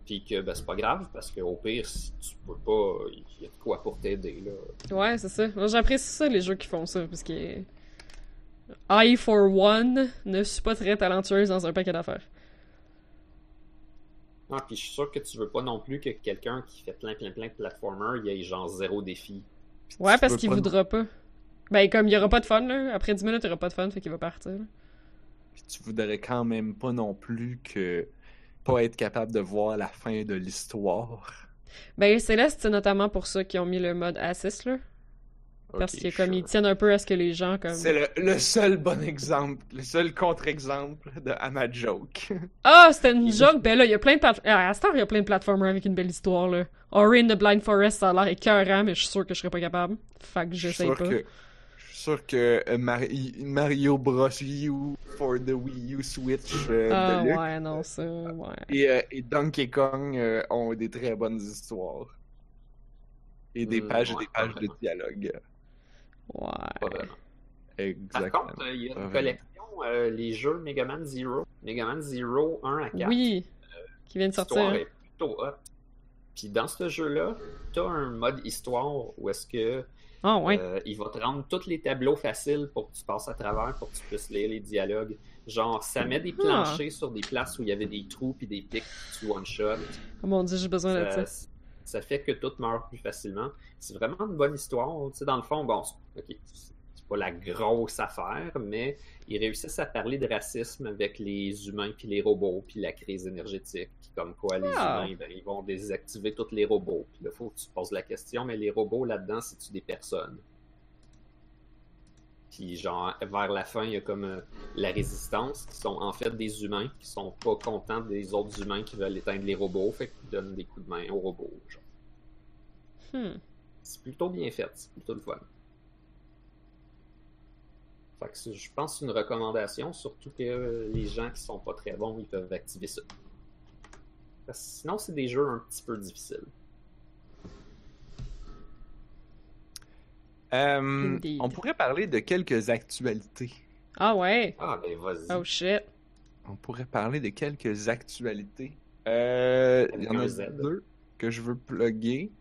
Puis que ben, c'est pas grave, parce qu'au pire, si tu peux pas, il y a de quoi pour t'aider. là. Ouais, c'est ça. Moi, J'apprécie ça, les jeux qui font ça, parce que... I, for one, ne suis pas très talentueuse dans un paquet d'affaires. Non, Ah, puis je suis sûr que tu veux pas non plus que quelqu'un qui fait plein, plein, plein de platformers, il ait genre zéro défi. Ouais, Tu parce peux qu'il pas- voudra pas. Ben, comme il y aura pas de fun, là. Après 10 minutes, il y aura pas de fun, fait qu'il va partir. là. Puis tu voudrais quand même pas non plus que pas être capable de voir la fin de l'histoire. Ben, Céleste, c'est notamment pour ça qu'ils ont mis le mode assist, là. Parce Ok, que, comme, ils sure. tiennent un peu à ce que les gens, comme... C'est le, le seul bon exemple, le seul contre-exemple de à ma joke. Ah, c'était une joke! Ben là, il y a plein de plateformes... À Star, il y a plein de plateformers avec une belle histoire, là. Ori in the Blind Forest, ça a l'air écœurant, mais je suis sûr que je serais pas capable. Fait que Je suis j'essaye sûr pas. que je suis sûr que euh, Mari- Mario Bros U for the Wii U Switch euh, Ah, Deluxe ouais, non, ça, ouais. et, euh, et Donkey Kong euh, ont des très bonnes histoires. Et des Hmm, pages ouais, et des pages de vraiment. dialogue. Ouais. Pas vraiment. Par Exactement. contre, euh, il y a Pas une vraiment. collection, euh, les jeux Mega Man Zero, Mega Man Zero 1 à 4. Oui, qui vient de L'histoire sortir. hein. est plutôt hot. Puis dans ce jeu-là, t'as un mode histoire où est-ce que Ah ouais. euh, il va te rendre tous les tableaux faciles pour que tu passes à travers, pour que tu puisses lire les dialogues. Genre, ça met Ah. des planchers sur des places où il y avait des trous puis des pics puis tu one-shot. Oh mon dieu, j'ai besoin de Ça, ça. ça fait que tout meurt plus facilement. C'est vraiment une bonne histoire. Tu sais, dans le fond, bon, c'est ok, c'est- c'est pas la grosse affaire, mais ils réussissent à parler de racisme avec les humains puis les robots puis la crise énergétique. puis Comme quoi, les Ah. humains, ben, ils vont désactiver tous les robots. Puis là, faut que tu te poses la question, mais les robots là-dedans, c'est-tu des personnes? Puis genre, vers la fin, il y a comme euh, la résistance, qui sont en fait des humains, qui sont pas contents des autres humains qui veulent éteindre les robots, fait qu'ils donnent des coups de main aux robots. genre. Hmm. C'est plutôt bien fait, c'est plutôt le fun. Fait que c'est- je pense que c'est une recommandation, surtout que euh, les gens qui sont pas très bons, ils peuvent activer ça. Parce que sinon, c'est des jeux un petit peu difficiles. Euh, Indeed. on pourrait parler de quelques actualités. Ah ouais. Ah ben vas-y. Oh shit. On pourrait parler de quelques actualités. Euh, Il y en Un a Z. deux que je veux plugger.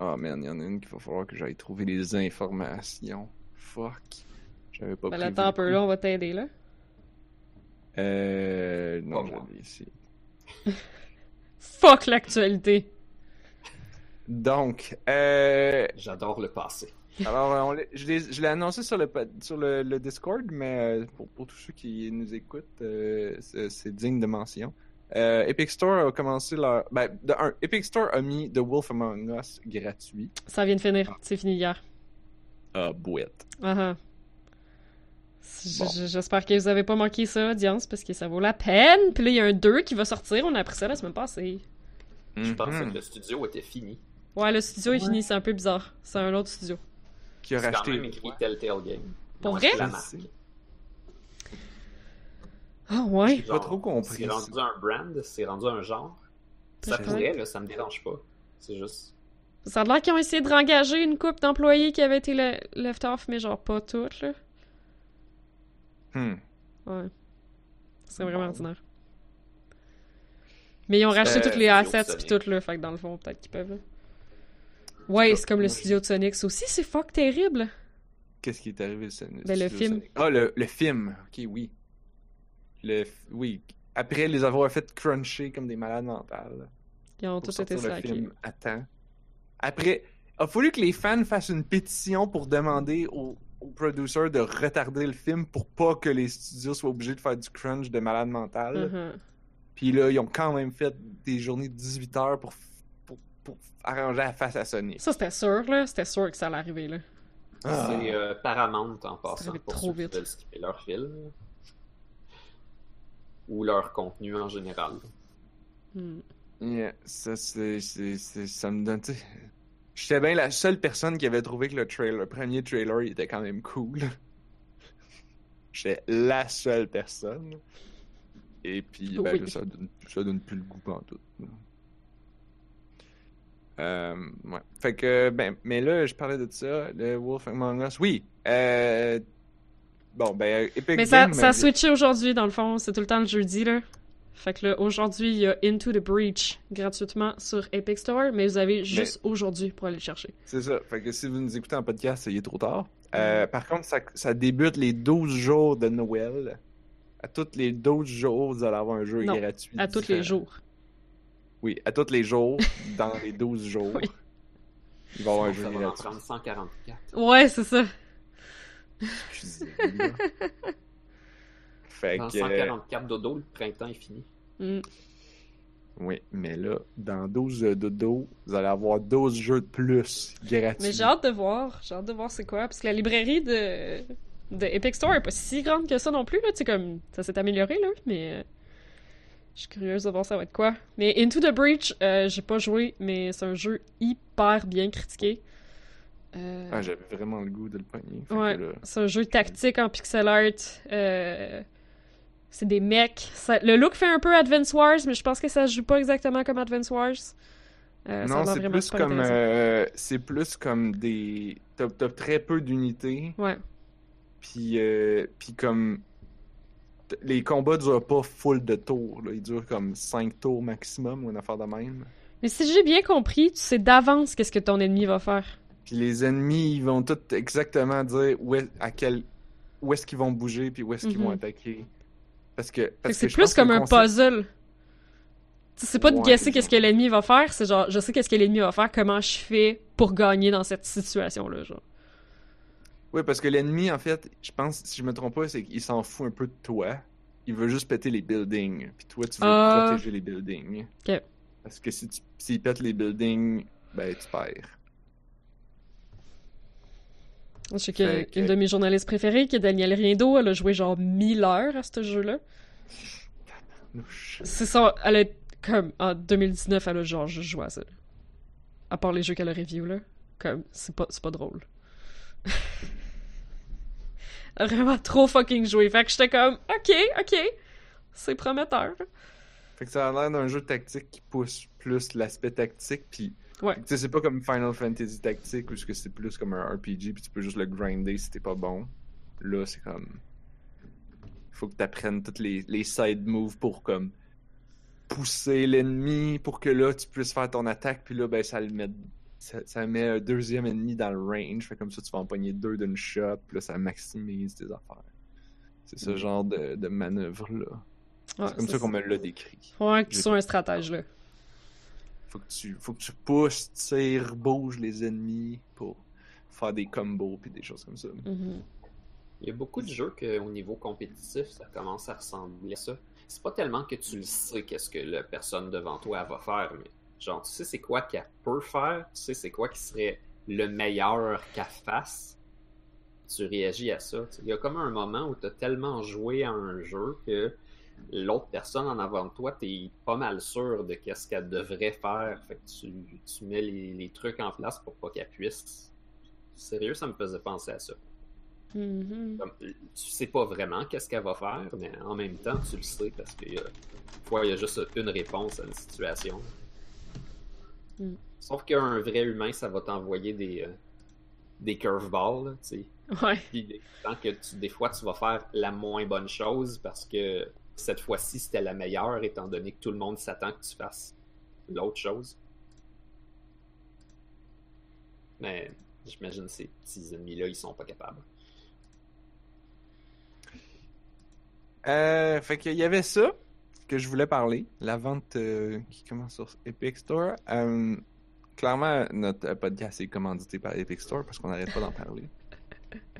Ah man, il y en a une qu'il va falloir que j'aille trouver les informations. Fuck. J'avais pas Ben prévu attends un le peu coup. là, on va t'aider là. Euh, non, Pas je moi. l'ai ici. Fuck l'actualité. Donc, euh, J'adore le passé. Alors, euh, on l'a- je l'ai je l'ai annoncé sur le, pod- sur le, le Discord, mais euh, pour, pour tous ceux qui nous écoutent, euh, c'est c'est digne de mention. Euh, Epic Store a commencé leur. Ben, de un, Epic Store a mis The Wolf Among Us gratuit. Ça vient de finir. C'est fini hier. Ah, bouette. Ah ah. J- Bon. j- J'espère que vous avez pas manqué ça, audience, parce que ça vaut la peine. Puis là, il y a un 2 qui va sortir. On a appris ça la semaine passée. Je Mhm. pensais que le studio était fini. Ouais, le studio est fini. C'est un peu bizarre. C'est un autre studio. Qui a C'est quand racheté. même écrit Telltale Game. Pour Ouais, vrai? c'est la Je marque. sais. Ah ouais. J'ai pas trop compris. C'est rendu un brand, c'est rendu un genre. Ça Ouais. pourrait, là, ça me dérange pas. C'est juste. Ça a l'air qu'ils ont essayé de rengager une coupe d'employés qui avaient été le- left off, mais genre pas toutes, là. Hmm. Ouais. C'est vraiment Bon. ordinaire. Mais ils ont racheté Euh, tous les studio assets pis Sonic. tout, là. Fait que dans le fond, peut-être qu'ils peuvent, là. Ouais, c'est comme le moi, je- studio de Sonic. Ça aussi, c'est fuck terrible. Qu'est-ce qui est arrivé, ce Ben, le film. Ah, le, le film. Ok, oui. Le, f- oui. Après les avoir fait cruncher comme des malades mentales. Ils ont pour tous été sortir le slackés. film à temps. Après, a fallu que les fans fassent une pétition pour demander aux, aux producers de retarder le film pour pas que les studios soient obligés de faire du crunch de malade mental. Mhm. Puis là, ils ont quand même fait des journées de 18 heures pour, pour, pour arranger la face à Sony. Ça, c'était sûr, là. C'était sûr que ça allait arriver, là. Ah. C'est euh, Paramount en passant arrivé pour trop ceux qui vite. veulent skipper leur film. Ou leur contenu en général. Hmm. Yeah, ça, c'est, c'est, c'est- ça me donne. t'sais, J'étais bien la seule personne qui avait trouvé que le, trailer, le premier trailer il était quand même cool. J'étais la seule personne. Et puis, ben, Oui. là, ça, donne, ça donne plus le goût en tout. Euh, ouais. Fait que, ben, mais là, je parlais de ça, le Wolf Among Us. Oui! euh, bon, ben, Epic Mais ça, Games ça a avait- switché aujourd'hui, dans le fond. C'est tout le temps le jeudi, là. Fait que là, aujourd'hui, il y a Into the Breach gratuitement sur Epic Store, mais vous avez juste aujourd'hui pour aller le chercher. C'est ça. Fait que si vous nous écoutez en podcast, il est trop tard. Mm. Euh, par contre, ça, ça débute les 12 jours de Noël. À tous les 12 jours, vous allez avoir un jeu Non, gratuit. À tous les différent. jours. Oui, à tous les jours, dans les 12 jours. Oui. Il va y avoir un Sinon, jeu ça va en gratuit. prendre 144. Ouais, c'est ça. Excusez-moi. fait Dans que. euh, 144 dodo, le printemps est fini. Hmm. euh, Oui, mais là, dans 12 dodo, vous allez avoir 12 jeux de plus gratuits. Mais j'ai hâte de voir, j'ai hâte de voir c'est quoi, parce que la librairie de, de Epic Store est pas si grande que ça non plus, là, tu sais, comme, ça s'est amélioré, là, mais euh, je suis curieuse de voir ça va être quoi. Mais Into the Breach, euh, j'ai pas joué, mais c'est un jeu hyper bien critiqué. Euh, Ah, J'avais vraiment le goût de le pogner. Fait que ouais, là, c'est un jeu tactique en pixel art, euh, c'est des mecs. Ça- le look fait un peu Advance Wars, mais je pense que ça se joue pas exactement comme Advance Wars. Euh, ça a non, l'air c'est vraiment plus super comme intéressant. euh, c'est plus comme des t'as t'as très peu d'unités Ouais, puis euh, puis comme t- les combats durent pas full de tours là. ils durent comme 5 tours maximum ou une affaire de même. Mais si j'ai bien compris, tu sais d'avance qu'est-ce que ton ennemi va faire. Puis les ennemis, ils vont tous exactement dire où est, à quel, où est-ce qu'ils vont bouger, puis où est-ce qu'ils Mhm. vont attaquer. Parce que. Fait que parce c'est que je plus pense que comme le un concept- puzzle. Tu sais pas de Ouais, guesser c'est qu'est-ce que l'ennemi va faire, c'est genre, je sais qu'est-ce que l'ennemi va faire, comment je fais pour gagner dans cette situation-là, genre. Oui, parce que l'ennemi, en fait, je pense, si je me trompe pas, c'est qu'il s'en fout un peu de toi. Il veut juste péter les buildings. Puis toi, tu veux Ah. protéger les buildings. Ok. Parce que si tu, s'il pète les buildings, ben tu perds. Je sais Fait qu'une que- de mes journalistes préférées, qui est Danielle Riendo, elle a joué genre 1000 heures à ce jeu-là. Louche. C'est ça, elle est comme en 2019, elle a genre juste joué à ça. À part les jeux qu'elle a review là, comme c'est pas c'est pas drôle. elle a vraiment trop fucking joué. Fait que j'étais comme OK, OK. C'est prometteur. Fait que ça a l'air d'un jeu tactique qui pousse plus l'aspect tactique. Puis, Ouais. tu sais, c'est pas comme Final Fantasy Tactique où est-ce que c'est plus comme un RPG. Puis tu peux juste le grinder si t'es pas bon. Là, c'est comme. Faut que t'apprennes toutes les, les side moves pour comme pousser l'ennemi pour que là tu puisses faire ton attaque. Puis là, ben, ça le met. Ça, ça met un deuxième ennemi dans le range. Fait comme ça, tu vas empoigner deux d'une shot. Puis là, ça maximise tes affaires. C'est ce genre de, de manœuvre-là. Ouais, c'est comme ça qu'on me l'a décrit. Faut vraiment que tu sois un stratège là. Faut que tu, faut que tu pousses, tires, bouges les ennemis pour faire des combos puis des choses comme ça. Mhm. Il y a beaucoup de jeux qu'au niveau compétitif, ça commence à ressembler à ça. C'est pas tellement que tu le sais qu'est-ce que la personne devant toi elle va faire, mais genre tu sais c'est quoi qu'elle peut faire, tu sais c'est quoi qui serait le meilleur qu'elle fasse. Tu réagis à ça. tu sais. Il y a comme un moment où tu as tellement joué à un jeu que l'autre personne en avant de toi, t'es pas mal sûr de qu'est-ce qu'elle devrait faire. Fait que tu, tu mets les, les trucs en place pour pas qu'elle puisse. Sérieux, ça me faisait penser à ça Mhm. comme, tu sais pas vraiment qu'est-ce qu'elle va faire, mais en même temps, tu le sais parce qu'il y a, des fois, il y a juste une réponse à une situation. Mm. Sauf qu'un vrai humain, ça va t'envoyer des, euh, des curveballs, là, tu sais. Mm-hmm. Ouais. Puis, tant que tu- des fois, tu vas faire la moins bonne chose parce que cette fois-ci, c'était la meilleure étant donné que tout le monde s'attend que tu fasses l'autre chose. Mais j'imagine ces petits ennemis-là, ils sont pas capables. Euh, fait qu'il y avait ça que je voulais parler, la vente euh, qui commence sur Epic Store. Euh, clairement, notre euh, podcast est commandité par Epic Store parce qu'on n'arrête pas d'en parler.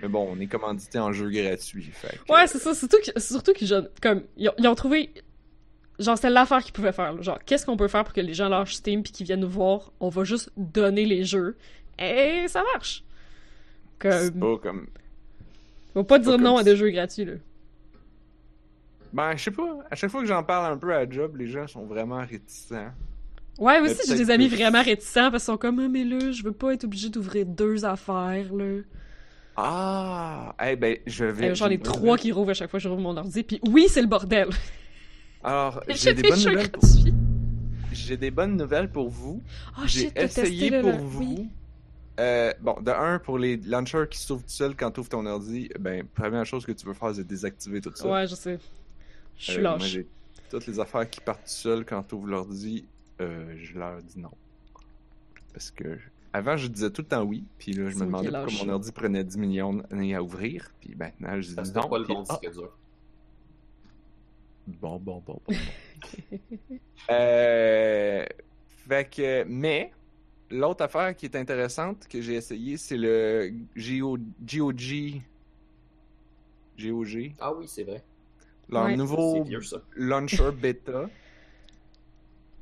Mais bon, on est commandité en jeu gratuit. Fait que- Ouais, c'est ça. Surtout que, surtout que genre, comme, ils ont, ils ont trouvé. Genre, c'est l'affaire qu'ils pouvaient faire. là. Genre, qu'est-ce qu'on peut faire pour que les gens lâchent Steam puis qu'ils viennent nous voir On va juste donner les jeux. Et ça marche. c'est Comme. pas comme Faut pas pas dire comme non à si- des jeux gratuits, là. Ben, je sais pas. À chaque fois que j'en parle un peu à la job, les gens sont vraiment réticents. Ouais, Mais aussi, j'ai des peut-être amis que- vraiment réticents parce qu'ils sont comme, Ah, mais là, je veux pas être obligé d'ouvrir deux affaires, là. Ah! Eh ben, je vais. Euh, J'en ai je- trois qui rouvrent à chaque fois que je rouvre mon ordi. Puis oui, c'est le bordel. Alors, j'ai J'ai des, des, bonnes jeux nouvelles pour... gratuits. j'ai des bonnes nouvelles pour vous. Oh j'ai shit, t'as testé, essayé là, pour là. vous. Oui. Euh, bon, de un, pour les launchers qui s'ouvrent tout seuls quand tu ouvres ton ordi, ben, première chose que tu veux faire, c'est désactiver tout ça. Ouais, je sais. Je suis Euh, moi, lâche. j'ai toutes les affaires qui partent tout seules quand tu ouvres l'ordi, euh, je leur dis non. Parce que avant, je disais tout le temps oui, puis là, je C'est me moi qui demandais lâche. pourquoi mon ordi prenait 10 millions d'années à ouvrir, puis maintenant, je dis Parce que non. pas le puis- bon ah, disque dur. Bon, bon, bon, bon. bon. Euh, fait que, mais, l'autre affaire qui est intéressante que j'ai essayé, c'est le GO, GOG. GOG. Ah oui, c'est vrai. Leur Ouais. C'est nouveau vieux ça. launcher bêta.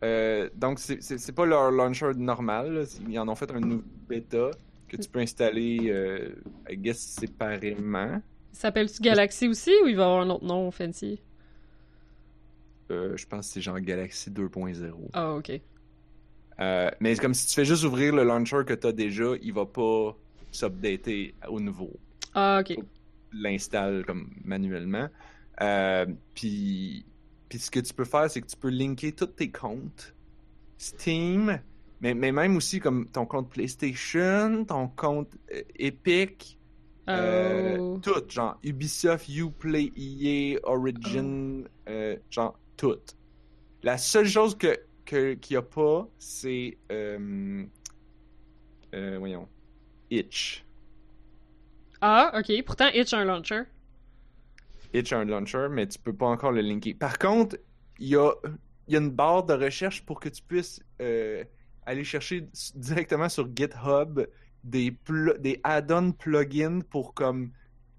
Euh, donc, c'est- c'est c'est pas leur launcher normal. là. Ils en ont fait un nouveau bêta que tu peux installer, euh, I guess, séparément. Il S'appelle-tu Galaxy aussi ou il va avoir un autre nom fancy? Euh, je pense que c'est genre Galaxy 2.0. Ah, ok. Euh, mais c'est comme si tu fais juste ouvrir le launcher que tu as déjà, il va pas s'updater au nouveau. Ah, ok. L'installe comme manuellement. Euh, puis, puis ce que tu peux faire, c'est que tu peux linker tous tes comptes Steam, mais, mais même aussi comme ton compte PlayStation, ton compte euh, Epic, euh, Oh. tout, genre Ubisoft, Uplay, E EA, Origin, euh, genre tout. La seule chose que que- qu'il n'y a pas, c'est. euh, euh, voyons. Itch. Ah, ok. Pourtant, Itch a un launcher. Itch a un launcher, mais tu peux pas encore le linker. Par contre, il y a, il y a une barre de recherche pour que tu puisses euh, aller chercher s- directement sur GitHub des, pl- des add-on plugins pour comme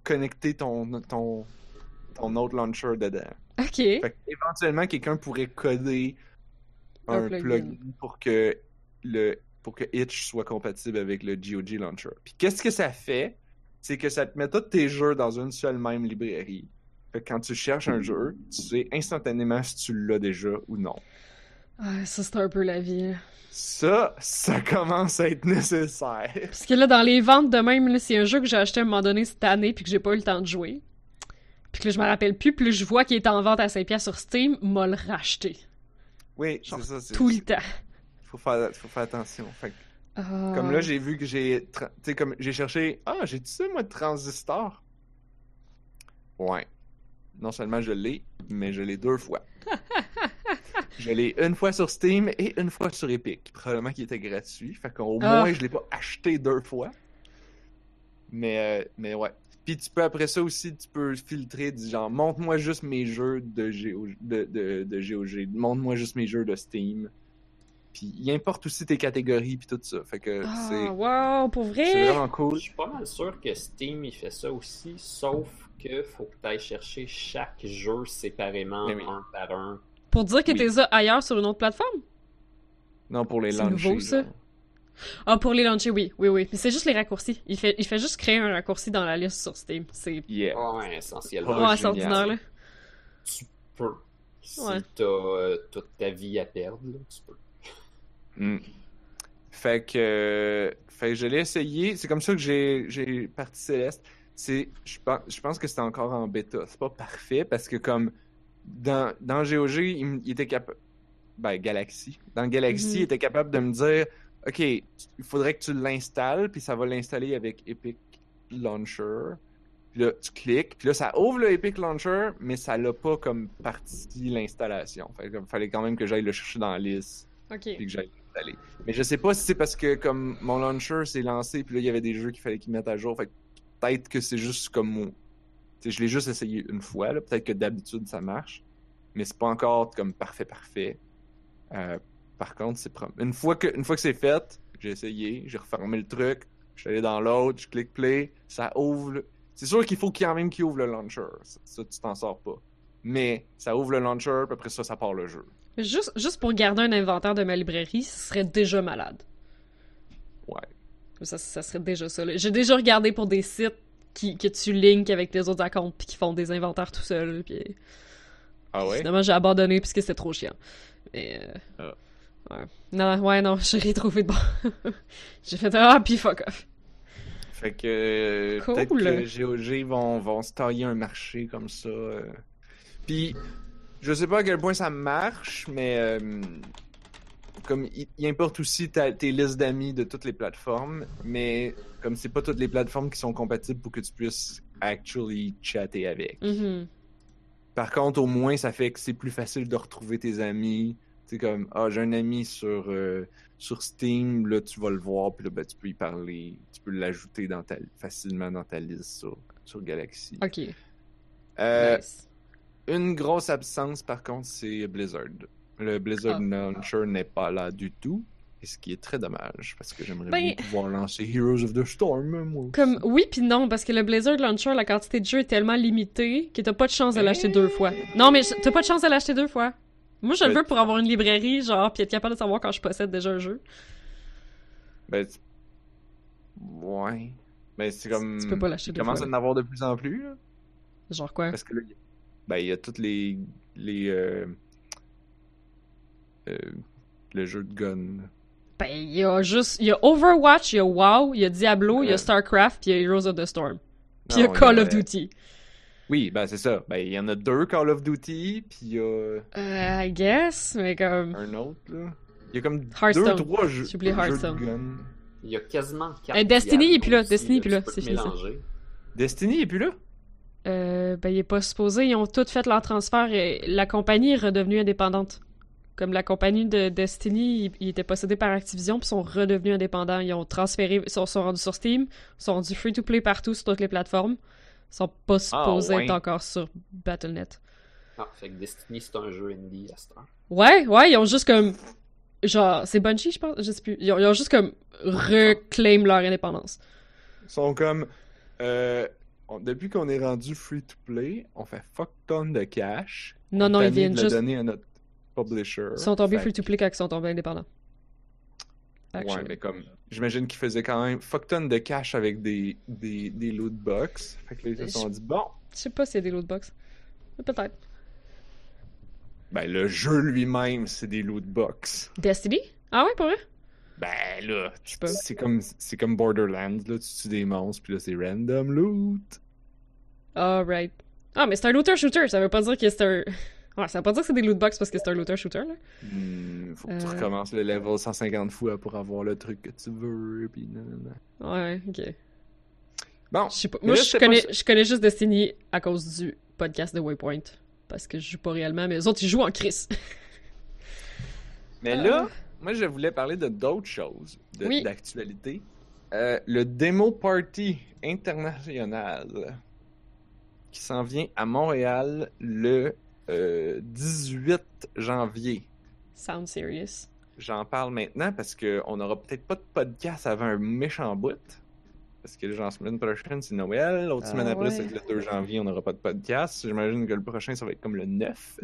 connecter ton, ton, ton autre launcher dedans. Ok. Fait que, éventuellement, quelqu'un pourrait coder Un un, plugin. plugin. pour que le pour que Itch soit compatible avec le GOG Launcher. Puis qu'est-ce que ça fait? C'est que ça te met tous tes jeux dans une seule même librairie. Fait que quand tu cherches un jeu, tu sais instantanément si tu l'as déjà ou non. Ah, ça, c'est un peu la vie. hein. Ça, ça commence à être nécessaire. Parce que là, dans les ventes de même, là, c'est un jeu que j'ai acheté à un moment donné cette année puis que j'ai pas eu le temps de jouer. Puis que là, je me rappelle plus, puis là, je vois qu'il est en vente à 5$ sur Steam, m'a le racheté. Oui, Genre, c'est ça. c'est- Tout le temps. Faut faire, faut faire attention. Fait que Ah. Comme là, j'ai vu que j'ai. tra- Tu sais, comme j'ai cherché. Ah, j'ai-tu ça, moi, de transistor? Ouais. Non seulement je l'ai, mais je l'ai deux fois. je l'ai une fois sur Steam et une fois sur Epic. Probablement qu'il était gratuit. Fait qu'au Ah. moins, je l'ai pas acheté deux fois. Mais, euh, mais ouais. Puis tu peux, après ça aussi, tu peux filtrer, du genre, montre-moi juste mes jeux de, GO de, de, de GOG. Montre-moi juste mes jeux de Steam. Puis il importe aussi tes catégories, puis tout ça. Fait que Ah, c'est. wow, pour C'est vrai? vraiment cool. Je suis pas mal sûr que Steam il fait ça aussi, sauf que faut que tu ailles chercher chaque jeu séparément, Mais oui. un par un. Pour dire que Oui. t'es ça ailleurs sur une autre plateforme? Non, pour les C'est launchers. nouveau, ça? genre. Ah, pour les launcher, oui, oui, oui. Mais c'est juste les raccourcis. Il fait, il fait juste créer un raccourci dans la liste sur Steam. C'est Yeah. Ah Ouais, essentiellement. Oh, pas assez génial. ordinaire, là. Tu peux. Si Ouais. t'as euh, toute ta vie à perdre, là, tu peux. Mm. Fait que, euh, fait que je l'ai essayé. C'est comme ça que j'ai, j'ai parti Céleste. C'est, je pense, je pense que c'était encore en bêta. C'est pas parfait parce que comme dans, dans GOG, il, m- il était capable. Ben, Galaxy. Dans Galaxy, Mhm. il était capable de me dire OK, tu- il faudrait que tu l'installes, puis ça va l'installer avec Epic Launcher. Puis là, tu cliques, puis là, ça ouvre le Epic Launcher, mais ça l'a pas comme partie l'installation. Fait que, fallait quand même que j'aille le chercher dans la liste Ok. puis que j'allais l'installer. Mais je sais pas si c'est parce que comme mon launcher s'est lancé puis là il y avait des jeux qu'il fallait qu'il mette à jour. Fait que peut-être que c'est juste comme mon... tu sais, je l'ai juste essayé une fois là. Peut-être que d'habitude ça marche, mais c'est pas encore comme parfait parfait. Euh, par contre, c'est prom- une fois que une fois que c'est fait, j'ai essayé, j'ai refermé le truc, je suis allé dans l'autre, je clique play, ça ouvre. le- C'est sûr qu'il faut quand même qu'il ouvre le launcher. Ça, ça, tu t'en sors pas. Mais ça ouvre le launcher, puis après ça, ça part le jeu. Juste, juste pour garder un inventaire de ma librairie, ce serait déjà malade. Ouais. Ça, ça serait déjà ça. là. J'ai déjà regardé pour des sites qui, que tu links avec les autres accounts puis qui font des inventaires tout seuls. Puis Ah ouais? Ah. finalement, j'ai abandonné parce que c'était trop chiant. Mais. euh, Ouais. Non, ouais, non, j'ai rien trouvé de bon. j'ai fait Ah, puis fuck off. Fait que euh, Cool. peut-être que GOG vont, vont se tailler un marché comme ça. euh. Puis, je sais pas à quel point ça marche, mais euh, comme il, il importe aussi ta- tes listes d'amis de toutes les plateformes, mais comme c'est pas toutes les plateformes qui sont compatibles pour que tu puisses actually chatter avec. Mhm. Par contre, au moins, ça fait que c'est plus facile de retrouver tes amis. Tu sais, comme, ah, j'ai un ami sur, euh, sur Steam, là, tu vas le voir, puis là, ben, tu peux y parler. Tu peux l'ajouter dans ta, facilement dans ta liste sur, sur Galaxy. Ok. Euh, Nice. Une grosse absence, par contre, c'est Blizzard. Le Blizzard Ah. Launcher n'est pas là du tout, et ce qui est très dommage, parce que j'aimerais Ben- bien pouvoir lancer Heroes of the Storm, moi. Comme oui puis non parce que le Blizzard Launcher la quantité de jeu est tellement limitée que t'as pas de chance de l'acheter deux fois. Non mais je- t'as pas de chance de l'acheter deux fois. Moi je le Ben- veux pour avoir une librairie genre puis être capable de savoir quand je possède déjà un jeu. Ben, tu- ouais. Mais c'est comme. Tu peux pas l'acheter Il deux commence fois. à en avoir de plus en plus, là. Genre quoi Parce que là, il- ben, il y a toutes les. les euh, euh, le jeu de gun. Ben il y a juste il y a Overwatch, il y a WoW, il y a Diablo, il y a Ouais. Starcraft puis il y a Heroes of the Storm. Puis il y a Non, Call of euh, Duty. Oui, ben c'est ça. Ben, il y en a deux Call of Duty, puis il y a Euh, I guess mais comme un autre, là. Il y a comme deux, Hearthstone. trois jeux, J'oublie jeux Hearthstone. de gun. Il y a quasiment quatre. Eh, Destiny, diables et puis là, aussi, Destiny, puis là, tu peux c'est te fini, ça. mélanger. Destiny est plus là? euh, ben il est pas supposé, ils ont tous fait leur transfert et la compagnie est redevenue indépendante. Comme la compagnie de Destiny, ils, ils étaient possédés par Activision, puis sont redevenus indépendants. Ils ont transféré, sont, sont rendus sur Steam, sont rendus free-to-play partout sur toutes les plateformes. Ils sont pas supposés Ah, ouais. être encore sur Battle.net. Ah, fait que Destiny, c'est un jeu indie à cette heure. Ouais, ouais, ils ont juste comme. Genre, c'est Bungie, je pense, je sais plus. Ils ont, ils ont juste comme reclaim leur indépendance. Ils sont comme. euh, on- depuis qu'on est rendu free to play, on fait fuck ton de cash. Non, non, On est ils viennent tanné de le juste. donner à notre publisher. Ils sont tombés Fait- free to play quand ils sont tombés indépendants. Ouais, Actually. mais comme. J'imagine qu'ils faisaient quand même fuck ton de cash avec des, des, des loot box. Fait que là, ils se Je- sont dit, bon, Je sais pas s'il y a des loot box. Mais Peut-être. ben le jeu lui-même, c'est des loot box. Destiny? Ah ouais, pour vrai? Ben là, Je sais pas. c'est comme, c'est comme Borderlands, là, tu tues des monstres, puis là, c'est random loot. Alright. Ah, mais c'est un looter-shooter, ça veut pas dire que c'est un. Ouais, ça veut pas dire que c'est des loot box parce que c'est un looter-shooter, là. Hmm, faut que tu Euh. recommences le level 150 fois pour avoir le truc que tu veux, puis nanana. Ouais, ok. Bon, Je sais pas. Mais Moi, là, je c'est pas connais, ça. je connais juste Destiny à cause du podcast de Waypoint. Parce que je joue pas réellement, mais les autres, ils jouent en crise. mais Ah. là, moi je voulais parler de d'autres choses de- Oui. d'actualité. Euh, le Demo Party international qui s'en vient à Montréal le euh, 18 janvier. Sound serious. J'en parle maintenant parce qu'on n'aura peut-être pas de podcast avant un méchant bout. Parce que genre, semaine prochaine, c'est Noël. L'autre Ah semaine après, ouais. c'est le 2 janvier, on n'aura pas de podcast. J'imagine que le prochain, ça va être comme le 9.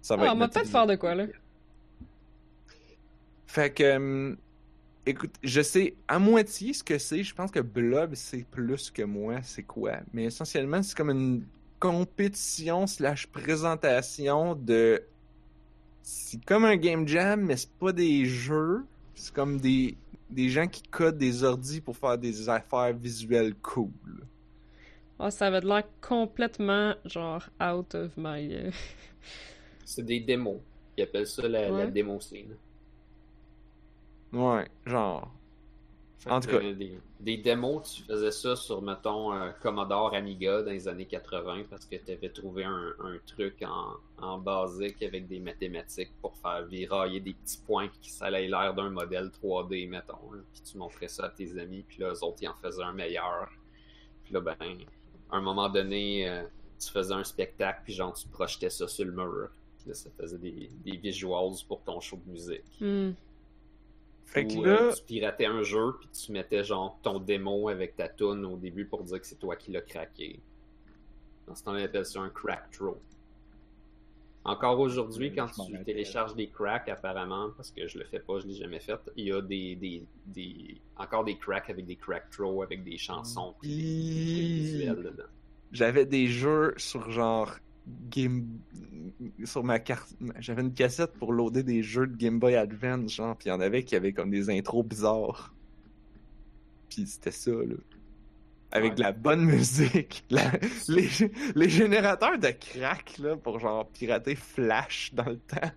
Ça va Ah, être on va notre peut-être faire de quoi, là. Fait que, euh, écoute, je sais à moitié ce que c'est. Je pense que Blob, c'est plus que moi, c'est quoi. Mais essentiellement, c'est comme une compétition slash présentation de... C'est comme un game jam, mais c'est pas des jeux. C'est comme des, des gens qui codent des ordis pour faire des affaires visuelles cool. Ah, ça avait l'air complètement, genre, out of my... euh, C'est des démos. Ils appellent ça la, la Ouais. démo scene. Ouais, genre... Fait En que, tout cas. euh, Des, des démos, tu faisais ça sur, mettons, un Commodore Amiga dans les années 80 parce que tu avais trouvé un, un truc en, en basique avec des mathématiques pour faire virailler des petits points qui ça allait l'air d'un modèle 3D, mettons. là. Puis tu montrais ça à tes amis, puis là, eux autres, ils en faisaient un meilleur. Puis là, ben, à un moment donné, euh, tu faisais un spectacle, puis genre, tu projetais ça sur le mur. Puis là, ça faisait des, des visuals pour ton show de musique. hmm. Fait que Ou, là... euh, tu piratais un jeu puis tu mettais genre ton démo avec ta toune au début pour dire que c'est toi qui l'as craqué. Dans ce temps-là, on appelle ça un crack throw. Encore aujourd'hui, Je quand m'en tu rappelle. télécharges des cracks, apparemment, parce que je le fais pas, je l'ai jamais fait, il y a des, des, des- encore des cracks avec des crack throws, avec des chansons puis des trucs visuels dedans. j'avais des jeux sur genre Game sur ma carte j'avais une cassette pour loader des jeux de Game Boy Advance genre puis il y en avait qui avaient comme des intros bizarres puis c'était ça là avec Ouais. de la bonne musique La- les, les générateurs de crack là pour genre pirater Flash dans le temps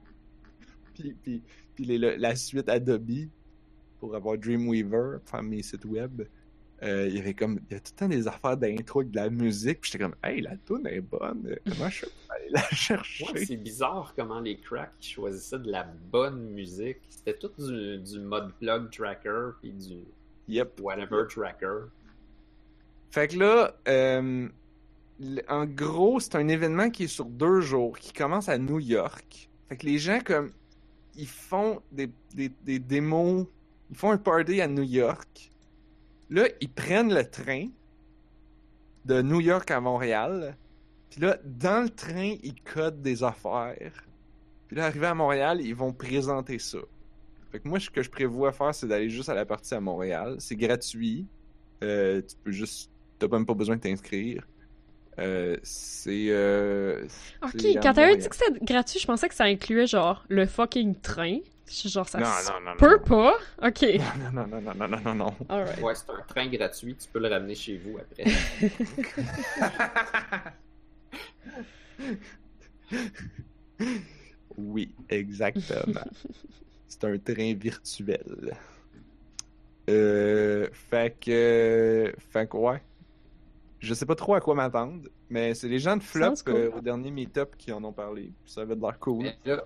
puis puis puis les- le- la suite Adobe pour avoir Dreamweaver pour faire mes sites web euh, il y avait comme il y a tout le temps des affaires d'intro avec de la musique puis j'étais comme hey la tune est bonne euh, comment je suis allé la chercher Ouais, c'est bizarre comment les cracks ils choisissaient de la bonne musique. C'était tout du, du mod plug tracker puis du Yep. whatever tracker. fait que là euh, l- en gros c'est un événement qui est sur deux jours qui commence à New York fait que les gens comme ils font des, des, des démos ils font un party à New York là ils prennent le train de New York à Montréal puis là dans le train ils codent des affaires Puis là, arrivé à Montréal, ils vont présenter ça. Fait que moi, ce que je prévois faire, c'est d'aller juste à la partie à Montréal. C'est gratuit. Euh, tu peux juste. T'as même pas besoin de t'inscrire. Euh, c'est. euh, Ok, c'est à quand t'avais Montréal. dit que c'était gratuit, je pensais que ça incluait, genre, le fucking train. Je suis Genre, ça Non, se non, non, non. peut pas? Ok, Non, non, non, non, non, non, non, non. alright. Ouais, c'est un train gratuit, tu peux le ramener chez vous après. oui, exactement. C'est un train virtuel. Euh, fait que. Fait que, ouais. Je sais pas trop à quoi m'attendre, mais c'est les gens de Flop Sounds cool. euh, au dernier meet-up qui en ont parlé. puis Ça avait de l'air cool. Mais là,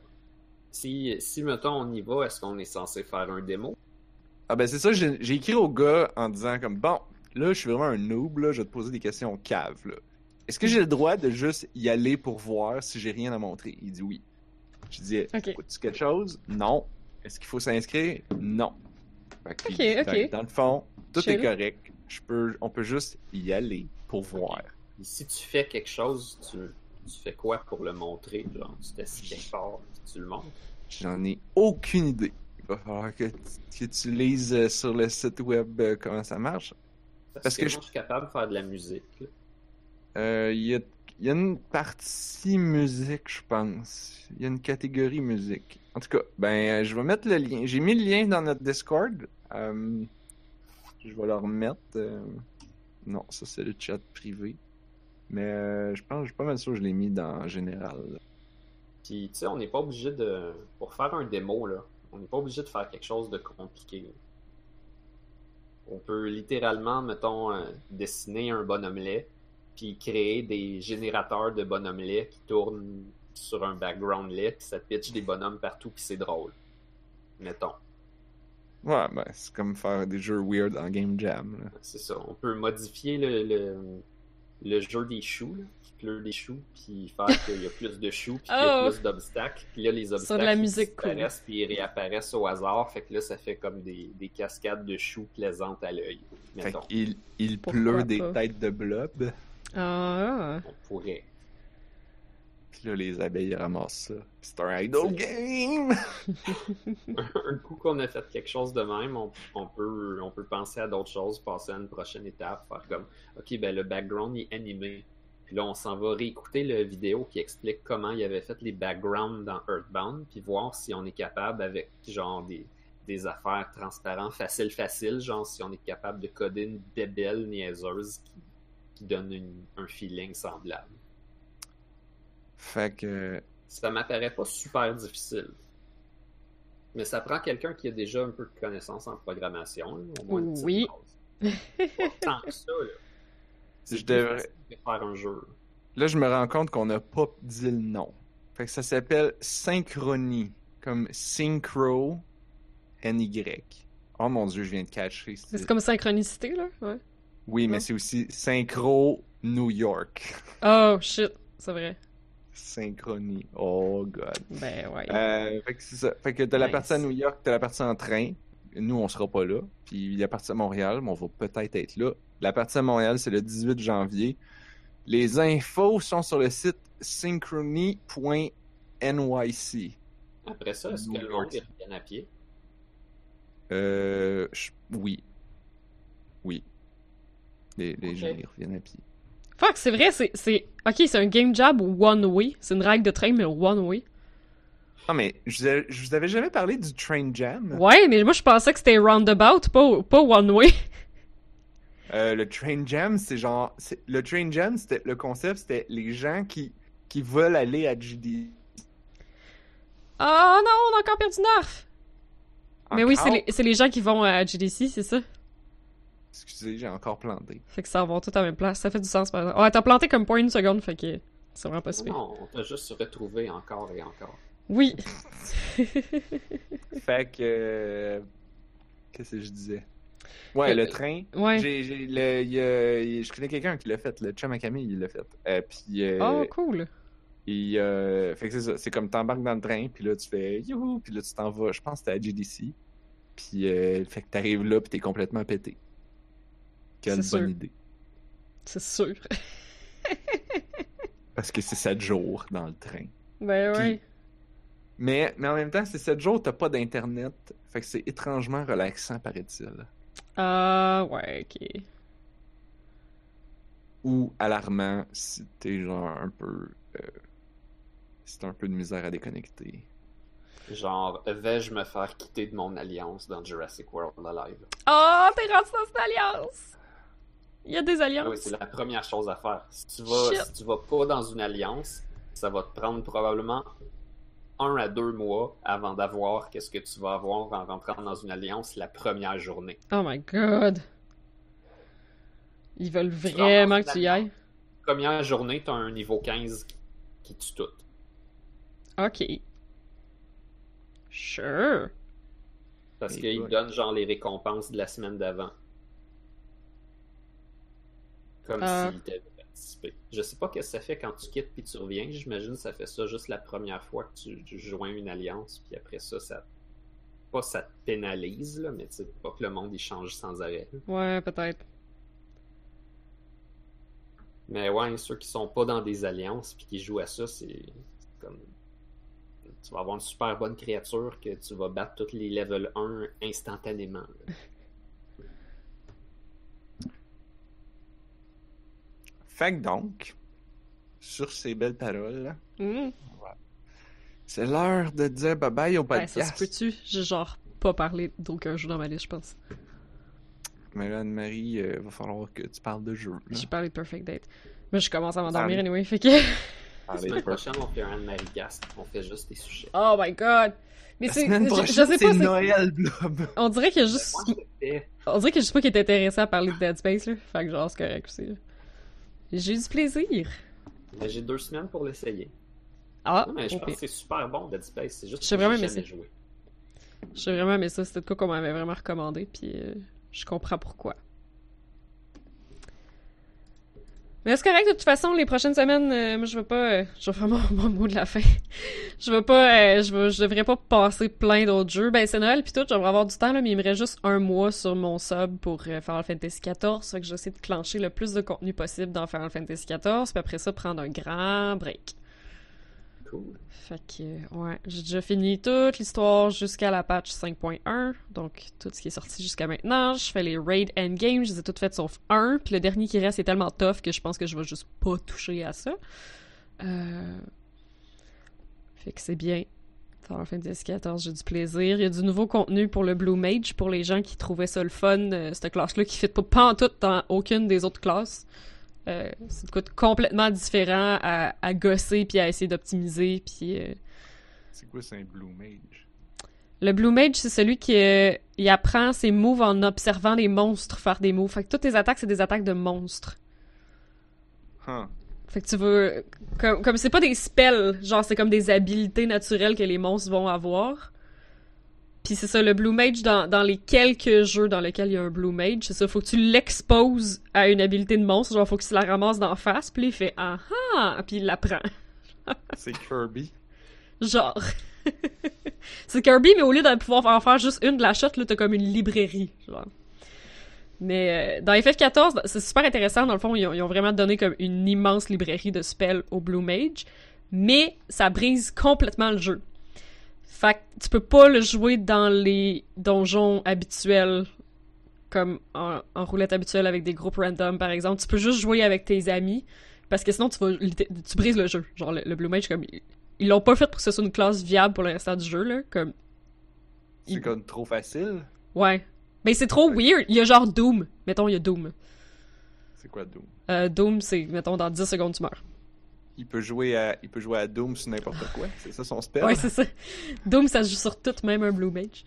Si, si, mettons, on y va, est-ce qu'on est censé faire un démo? Ah ben c'est ça, j'ai j'ai écrit au gars en disant comme bon, là je suis vraiment un noob, là, je vais te poser des questions caves. là. Est-ce que j'ai le droit de juste y aller pour voir si j'ai rien à montrer? Il dit oui. Je dis Ok. Faut-tu quelque chose? Non. Est-ce qu'il faut s'inscrire? Non. Fait Ok, qu'il dit, ok. fait que Dans le fond, tout Chill. est correct. Je peux, on peut juste y aller pour voir. Et si tu fais quelque chose, tu, tu fais quoi pour le montrer? Genre, tu t'assis quelque part, puis tu le montres. J'en ai aucune idée. Il va falloir que, tu- que tu lises euh, sur le site web euh, comment ça marche. Parce, Parce que, que moi, je- je suis capable de faire de la musique. là. Euh, Il y, a, il y a une partie musique, je pense. Il y a une catégorie musique. En tout cas, ben, euh, je vais mettre le lien. J'ai mis le lien dans notre Discord. Euh, je vais le remettre. euh, Non, ça c'est le chat privé. Mais euh, je pense, je suis pas mal sûr que je l'ai mis dans général. Puis, tu sais, on n'est pas obligé de. Pour faire un démo, là, on n'est pas obligé de faire quelque chose de compliqué. là. On peut littéralement, mettons, euh, dessiner un bonhomme lait, puis créer des générateurs de bonhomme lait qui tournent sur un background lait, puis ça pitch des bonhommes partout, puis c'est drôle. Mettons. Ouais, ben, c'est comme faire des jeux weird en Game Jam. là. C'est ça. On peut modifier le, le, le jeu des choux, là, qui pleut des choux, puis faire qu'il y a plus de choux, puis qu'il y a Oh! plus d'obstacles. Puis là, les obstacles de la ils musique cool. disparaissent, puis ils réapparaissent au hasard. Fait que là, ça fait comme des, des cascades de choux plaisantes à l'œil. Fait Mettons, qu'il il Pourquoi pleut des pas? têtes de blob. Ah. on pourrait. Puis là, les abeilles ramassent ça. Puis c'est un idle game! Un coup qu'on a fait quelque chose de même, on, on peut, on peut penser à d'autres choses, passer à une prochaine étape, faire comme, OK, ben le background est animé. Puis là, on s'en va réécouter la vidéo qui explique comment il avait fait les backgrounds dans Earthbound, puis voir si on est capable avec, genre, des, des affaires transparentes, facile, facile, genre, si on est capable de coder une bébelle niaiseuse qui, qui donne une- un feeling semblable. Fait que. Ça m'apparaît pas super difficile. Mais ça prend quelqu'un qui a déjà un peu de connaissance en programmation. là, au moins une petite Oui. base. ah. Pas tant que ça, là. C'est Je plus devrais- facile de faire un jeu. Là, je me rends compte qu'on n'a pas dit le nom. Fait que ça s'appelle Synchronie. Comme Synchro N-Y. Oh mon dieu, je viens de catcher. c'est- C'est comme synchronicité, là? Ouais. Oui, mais Non. c'est aussi Synchro New York. Oh, shit. C'est vrai. Synchronie. Oh god. Ben, ouais. Euh, fait que c'est ça. Fait que t'as la Nice. partie à New York, t'as la partie en train. Nous, on sera pas là. Puis la partie à Montréal, mais on va peut-être être là. La partie à Montréal, c'est le 18 janvier. Les infos sont sur le site synchrony.nyc. Après ça, est-ce que New le York. monde est revient à pied? Euh, je- oui. Oui. Les, les Ok. gens, ils reviennent à pied. Fuck, c'est vrai, c'est. c'est- Ok, c'est un game jab one way. C'est une règle de train, mais one way. Non, mais je vous, avais, je vous avais jamais parlé du Train Jam? Ouais, mais moi, je pensais que c'était roundabout, pas, pas one way. Euh, le train jam, c'est genre, c'est- le train jam, c'était le concept, c'était les gens qui qui veulent aller à GD. Ah non, on a encore perdu Nerf! Mais oui, c'est Encore? les, c'est les gens qui vont à GDC, c'est ça? Excusez, j'ai encore planté. Fait que ça va tout à la même place. Ça fait du sens, par exemple. Ouais, t'as planté comme point une seconde, fait que c'est vraiment pas super. Non, on t'a juste retrouvé encore et encore. Oui! Fait que euh, qu'est-ce que je disais Ouais, Fait- le train. ouais. J'ai, j'ai le, il y a- il- je connais quelqu'un qui l'a fait, le chum à Camille, il l'a fait. Euh, puis euh, Oh, cool! il, euh, fait que c'est ça, c'est comme t'embarques dans le train, puis là tu fais youhou, puis là tu t'en vas. Je pense que t'es à GDC. Puis euh, fait que t'arrives là, puis t'es complètement pété. Quelle C'est bonne sûr. idée. C'est sûr. Parce que c'est 7 jours dans le train. Ben Puis- ouais. Mais, mais en même temps, c'est 7 jours, t'as pas d'internet. Fait que c'est étrangement relaxant, paraît-il. Ah, ouais, ok. Ou alarmant si t'es genre un peu. euh, si t'as un peu de misère à déconnecter. Genre, vais-je me faire quitter de mon alliance dans Jurassic World Alive? Oh, t'es rendu dans cette alliance! Il y a des Ah Oui, alliances. c'est la première chose à faire. Si tu, vas, Shit. si tu vas pas dans une alliance, ça va te prendre probablement un à deux mois avant d'avoir qu'est-ce que tu vas avoir en rentrant dans une alliance la première journée. Oh my god! Ils veulent vraiment que tu y ailles? Première journée, tu as un niveau 15 qui- qui tue tout. Ok. Sure. Parce Et qu'ils quoi? donnent genre les récompenses de la semaine d'avant. Comme Ah. s'ils t'avaient participé. Je sais pas ce que ça fait quand tu quittes puis tu reviens. J'imagine que ça fait ça juste la première fois que tu, tu joins une alliance. Puis après ça, ça. Pas ça te pénalise, là, mais tu sais, pas que le monde il change sans arrêt. Ouais, peut-être. Mais ouais, ceux qui sont pas dans des alliances puis qui jouent à ça, c'est c'est comme. Tu vas avoir une super bonne créature que tu vas battre toutes les level 1 instantanément. là. Fait que donc, sur ces belles paroles, Hmm. c'est l'heure de dire bye bye au Ben, ça se podcast. peut-tu? J'ai genre pas parlé d'aucun jeu dans ma liste, je pense. Mais là, Anne-Marie, euh, va falloir que tu parles de jeu. là. J'ai parlé de Perfect Date. Mais je commence à m'endormir Parlez. anyway, fait que... La Parler de semaine Perfect prochaine, on fait un Anne-Marie Gast. On fait juste des sujets. Oh my god! Mais La c'est... semaine Je, je prochaine, sais pas, c'est c'est- Noël, Blob. On dirait qu'il y a juste... Moi, je fais On dirait que je sais pas qu'il est intéressé à parler de Dead Space, là. Fait que genre, c'est correct aussi, là. J'ai eu du plaisir! Mais j'ai deux semaines pour l'essayer. Ah, Non, mais je au pense pire. que c'est super bon, Dead Space. C'est juste que J'ai vraiment j'ai aimé jamais ça. joué. J'ai vraiment aimé ça, c'était de quoi qu'on m'avait vraiment recommandé, puis euh, je comprends pourquoi. Mais c'est correct, de toute façon, les prochaines semaines, euh, moi je vais pas. euh, je vais faire mon, mon mot de la fin. je vais pas. euh, je, vais- je devrais pas passer plein d'autres jeux. Ben c'est Noël, puis tout, j'aimerais avoir du temps, là, mais il me reste juste un mois sur mon sub pour euh, Final Fantasy XIV, fait que j'essaie de clencher le plus de contenu possible dans Final Fantasy XIV, puis après ça, prendre un grand break. Cool. Fait que, euh, ouais, j'ai déjà fini toute l'histoire jusqu'à la patch 5.1, donc tout ce qui est sorti jusqu'à maintenant. Je fais les raids endgame, je les ai toutes faites sauf un, puis le dernier qui reste est tellement tough que je pense que je vais juste pas toucher à ça. Euh... Fait que c'est bien. Final Fantasy XIV, j'ai du plaisir. Il y a du nouveau contenu pour le Blue Mage, pour les gens qui trouvaient ça le fun, euh, cette classe-là qui fit pas, pas en tout dans aucune des autres classes. Euh, c'est de quoi de complètement différent à, à gosser puis à essayer d'optimiser. Puis euh, C'est quoi, c'est un Blue Mage? le Blue Mage, c'est celui qui euh, il apprend ses moves en observant les monstres faire des moves. Fait que toutes tes attaques, c'est des attaques de monstres. Huh. Fait que tu veux. Comme comme c'est pas des spells, genre c'est comme des habilités naturelles que les monstres vont avoir. Puis c'est ça, le Blue Mage, dans, dans les quelques jeux dans lesquels il y a un Blue Mage, c'est ça, faut que tu l'exposes à une habilité de monstre, genre faut que tu la ramasses d'en face, puis là, il fait Ah ah! Puis il la prend. C'est Kirby. Genre. c'est Kirby, mais au lieu de pouvoir en faire juste une de la shot, là, t'as comme une librairie. Genre. Mais euh, dans FF14, c'est super intéressant. Dans le fond, ils ont, ils ont vraiment donné comme une immense librairie de spells au Blue Mage. Mais ça brise complètement le jeu. Fait que tu peux pas le jouer dans les donjons habituels, comme en, en roulette habituelle avec des groupes random, par exemple. Tu peux juste jouer avec tes amis, parce que sinon tu vas, tu brises le jeu. Genre le, le Blue Mage, comme il- ils l'ont pas fait pour que ce soit une classe viable pour le restant du jeu, là. Comme, C'est Il- comme trop facile. ouais. Mais c'est trop weird. Il y a genre Doom. Mettons, il y a Doom. C'est quoi Doom? Euh, Doom, c'est, mettons, dans 10 secondes, tu meurs. Il peut jouer à, il peut jouer à Doom sur n'importe quoi. C'est ça son spell? hein? Ouais, c'est ça. Doom, ça se joue sur tout, même un Blue Mage.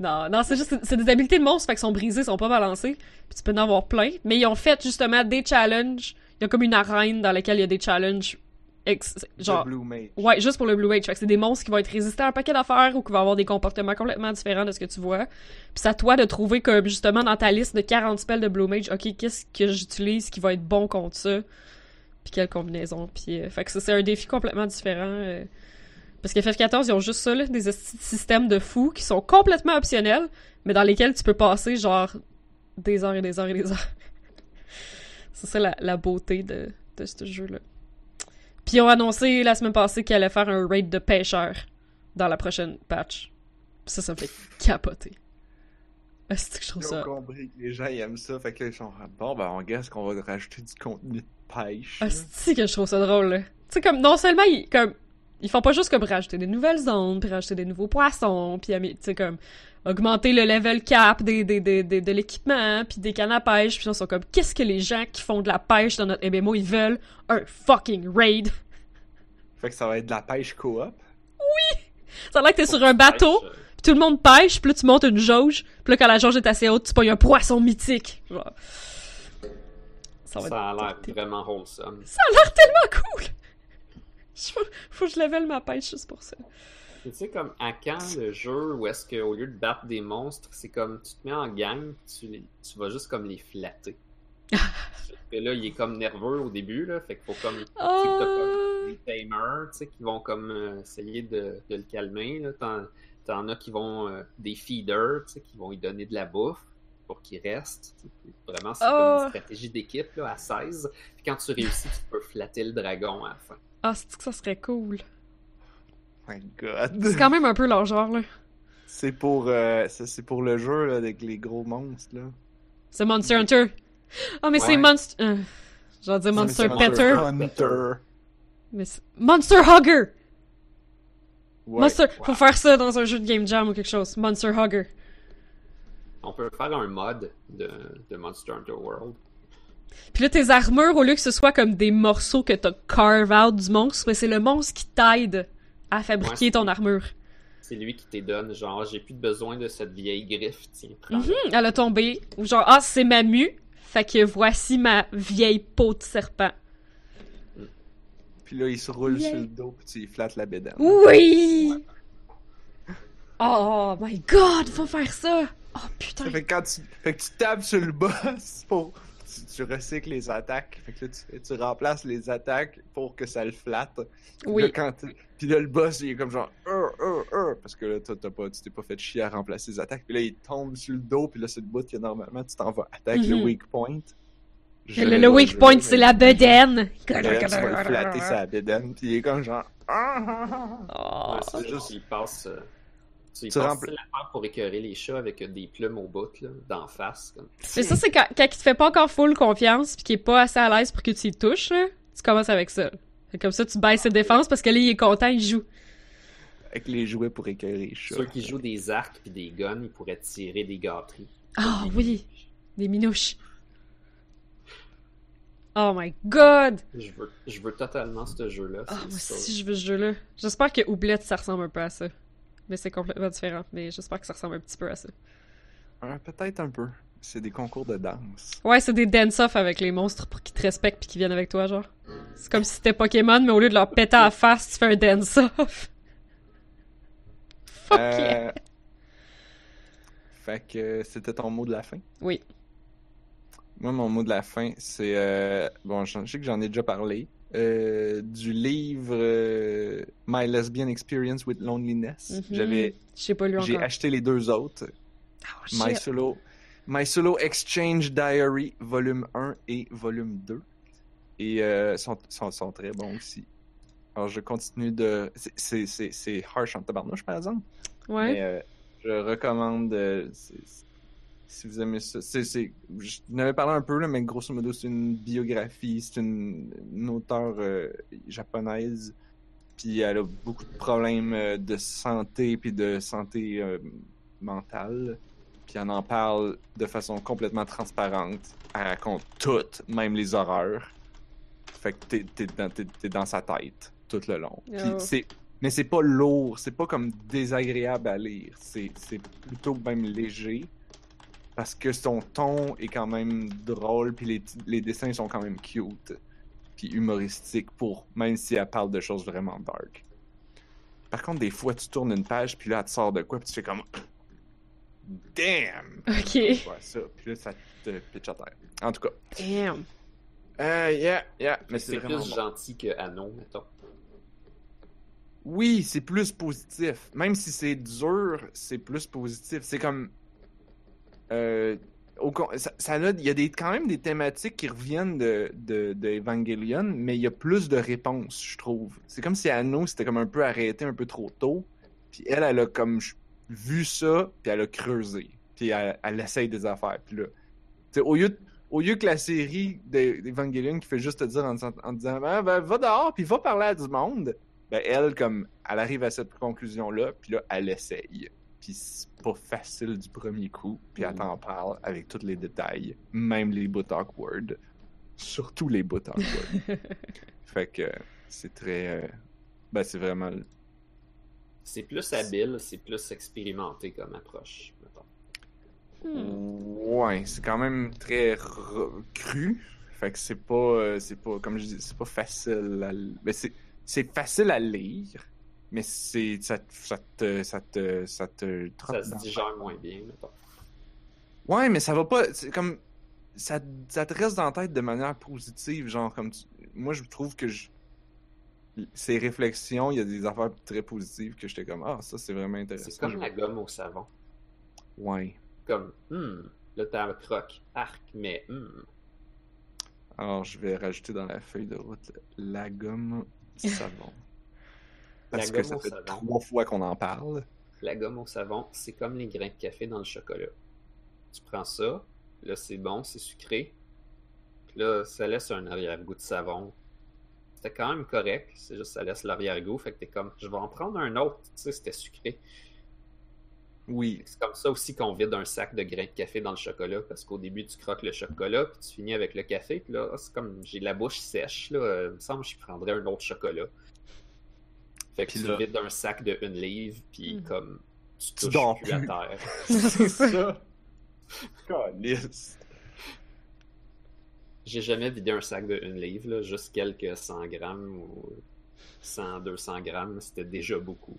Non, non, c'est juste, c'est des habilités de monstres, fait qu'ils sont brisés, sont pas balancés. Puis tu peux en avoir plein. Mais ils ont fait, justement, des challenges. Il y a comme une arène dans laquelle il y a des challenges. ex- Genre... genre, Blue Mage. Ouais, juste pour le Blue Mage. Fait que c'est des monstres qui vont être résistants à un paquet d'affaires ou qui vont avoir des comportements complètement différents de ce que tu vois. Puis c'est à toi de trouver comme justement dans ta liste de 40 spells de Blue Mage, ok, qu'est-ce que j'utilise qui va être bon contre ça? Puis quelle combinaison. Puis euh, fait que ça, c'est un défi complètement différent. euh. parce que FF14, ils ont juste ça, là, des esti de systèmes de fous qui sont complètement optionnels, mais dans lesquels tu peux passer genre des heures et des heures et des heures. c'est ça la, la beauté de, de ce jeu-là. Puis ils ont annoncé la semaine passée qu'ils allaient faire un raid de pêcheurs dans la prochaine patch. Ça, ça me fait capoter. Ah, c'est que je trouve Ils ont ça. compris que les gens ils aiment ça. Fait que là, ils sont ah, bon, ben, on guess qu'on va rajouter du contenu de pêche. Ah, c'est que je trouve ça drôle, là. Tu sais, comme, non seulement ils, comme, ils font pas juste comme rajouter des nouvelles zones, puis rajouter des nouveaux poissons, puis, ami- tu sais, comme, augmenter le level cap des, des, des, des- de l'équipement, puis des cannes à pêche, puis ils sont comme, qu'est-ce que les gens qui font de la pêche dans notre MMO, ils veulent? Un fucking raid! Fait que ça va être de la pêche coop. Ça a l'air que t'es sur un bateau, Pêche, euh, Puis tout le monde pêche, puis là tu montes une jauge, puis là quand la jauge est assez haute, tu pognes un poisson mythique. Genre. Ça va Ça a être l'air vraiment wholesome. Ça a l'air tellement cool! Faut, faut que je level ma pêche juste pour ça. Mais Tu sais, comme à quand le jeu où est-ce qu'au lieu de battre des monstres, c'est comme tu te mets en gang, tu, les- tu vas juste comme les flatter. Et là, il est comme nerveux au début, là, fait qu'il faut comme Oh! des tamers, tu sais, qui vont comme euh, essayer de, de le calmer. Là. T'en, t'en as qui vont, euh, des feeders, tu sais, qui vont lui donner de la bouffe pour qu'il reste. tu sais. Vraiment, c'est Oh. comme une stratégie d'équipe là, à 16. Puis quand tu réussis, tu peux flatter le dragon à la fin. Ah, c'est que ça serait cool. My God. C'est quand même un peu leur genre, là. C'est pour, euh, ça, c'est pour le jeu là, avec les gros monstres. Là. C'est Monster Hunter. Ah, mais c'est Ouais. Monster. euh, J'allais dire Monster C'est Petter. Hunter. Mais c'est- Monster Hugger! Ouais. Monster. Faut Wow. faire ça dans un jeu de Game Jam ou quelque chose. Monster Hugger. On peut faire un mod de, de Monster Hunter World. Puis là, tes armures, au lieu que ce soit comme des morceaux que t'as carve out du monstre, mais c'est le monstre qui t'aide à fabriquer Ouais. ton armure. C'est lui qui te donne, genre, j'ai plus besoin de cette vieille griffe, tiens, prends. Mhm, elle a tombé. Ou genre, ah, c'est ma mue. Fait que voici ma vieille peau de serpent. Puis là, il se roule Yay. sur le dos, puis tu lui flattes la bédane. Oui! Oh my god, faut faire ça! Oh putain! Ça fait que quand tu, fait que tu tapes sur le boss pour. Tu, tu recycles les attaques. Fait que là, tu, fais- tu remplaces les attaques pour que ça le flatte. Puis Oui. Là, quand tu- puis là, le boss, il est comme genre. Euh, euh, euh, parce que là, toi, t'as pas, tu t'es pas fait chier à remplacer les attaques. Puis là, il tombe sur le dos. Puis là, c'est le bout que normalement, tu t'en vas attaquer Mhm. le weak point. Je Le, l'ai le pas weak joué, point, mais- c'est la bedaine! Mais là, tu vas le flatter sa bédaine. Puis il est comme genre. Ah, ah, ah. Oh. Ouais, c'est c'est juste, juste- il passe. euh, tu y Tu passes remplis- l'affaire pour écœurer les chats avec euh, des plumes au bout, là, d'en face. Comme... Mais ça, c'est quand, quand il te fait pas encore full confiance pis qu'il est pas assez à l'aise pour que tu y touches, là, tu commences avec ça. Fait Comme ça, tu baisses ses défenses parce que là, il est content, il joue. Avec les jouets pour écœurer les chats. Ceux qui jouent des arcs puis des guns, ils pourraient tirer des gâteries. Ah oui! Des minouches. Oh my god! Je veux, je veux totalement ce jeu-là. Ah, c'est moi ça. aussi, je veux ce jeu-là. J'espère que Oublette, ça ressemble un peu à ça. Mais c'est complètement différent. Mais j'espère que ça ressemble un petit peu à ça. Ouais, Euh, Peut-être un peu. C'est des concours de danse. Ouais, c'est des dance-off avec les monstres pour qu'ils te respectent puis qu'ils viennent avec toi, genre. C'est comme si c'était Pokémon, mais au lieu de leur péter à la face, tu fais un dance-off. Fuck yeah. Euh, Fait que c'était ton mot de la fin. Oui. Moi, mon mot de la fin, c'est. euh, Bon, je je sais que j'en ai déjà parlé. euh, du livre euh, My Lesbian Experience with Loneliness. Mhm. J'avais, J'ai pas lu j'ai encore. acheté les deux autres. Oh, shit. My Solo, My Solo Exchange Diary, volume 1 et volume 2. Et euh, sont, sont, sont très bons aussi. Alors, je continue de. c'est- C'est, c'est, c'est harsh en tabarnouche, par exemple. Ouais. Mais euh, je recommande euh, c'est- c'est- si vous aimez ça. C'est, c'est, je n'avais parlé un peu, là, mais grosso modo, c'est une biographie, c'est une, une auteure euh, japonaise. Puis elle a beaucoup de problèmes euh, de santé, puis de santé euh, mentale. Puis elle en parle de façon complètement transparente. Elle raconte tout, même les horreurs. Fait que t'es, t'es, dans, t'es- t'es dans sa tête tout le long. Puis Oh. c'est mais c'est pas lourd, c'est pas comme désagréable à lire, c'est c'est plutôt même léger parce que son ton est quand même drôle puis les, les dessins sont quand même cute puis humoristiques pour même si elle parle de choses vraiment dark. Par contre, des fois tu tournes une page puis là elle te sort de quoi puis tu fais comme damn. Ok. Ouais, ça, puis là ça te pitch à terre. En tout cas, Damn. euh, yeah, yeah, mais c'est C'est vraiment plus bon. gentil que Anno, mettons. Oui, c'est plus positif. Même si c'est dur, c'est plus positif. C'est comme. Euh, au con- ça, ça a- il y a des, quand même des thématiques qui reviennent de, de, de Evangelion, mais il y a plus de réponses, je trouve. C'est comme si Anno, c'était comme un peu arrêté un peu trop tôt. Puis elle, elle a comme ch- vu ça, puis elle a creusé. Puis elle, elle essaye des affaires. Puis là, tu sais, au lieu de- au lieu que la série d'E- d'Evangelion qui fait juste te dire en, disant- en disant Ah, ben, va dehors puis va parler à du monde, ben elle comme elle arrive à cette conclusion là puis là elle essaye puis c'est pas facile du premier coup puis Mm. elle t'en parle avec tous les détails même les bouts awkward surtout les bouts awkward fait que c'est très euh, ben c'est vraiment C'est plus habile, c'est plus expérimenté comme approche, mettons. Hmm. Ouais, c'est quand même très r- cru. Fait que c'est pas, euh, c'est pas, comme je dis, c'est pas facile. à l- Mais c'est, c'est facile à lire, mais c'est ça, te- ça te ça te ça te Ça trotte se dans- digère moins bien, mettons. Ouais, mais ça va pas. C'est comme. Ça, ça te reste dans la tête de manière positive. Genre, comme. tu- Moi, je trouve que je. Ces réflexions, il y a des affaires très positives que j'étais comme, ah, ça, c'est vraiment intéressant. C'est comme la gomme au savon. Ouais. Comme, hum, là t'as un croc, arc, mais hum. Alors, je vais rajouter dans la feuille de route la gomme savon. Parce La que gomme ça au fait savon. trois fois qu'on en parle. La gomme au savon, c'est comme les grains de café dans le chocolat. Tu prends ça, là c'est bon, c'est sucré. Puis là, ça laisse un arrière-goût de savon. C'était quand même correct, c'est juste que ça laisse l'arrière-goût, fait que t'es comme, je vais en prendre un autre, tu sais, c'était sucré. Oui. C'est comme ça aussi qu'on vide un sac de grains de café dans le chocolat, parce qu'au début, tu croques le chocolat, puis tu finis avec le café, puis là, ah, c'est comme j'ai la bouche sèche, là, euh, il me semble que je prendrais un autre chocolat. Fait que Puis tu là- vides un sac de une livre, puis Mm. comme tu Tu touches dors plus à plus. terre. c'est ça. Calisse. J'ai jamais vidé un sac de une livre, là, juste quelques 100 grammes ou 100, 200 grammes, c'était déjà beaucoup.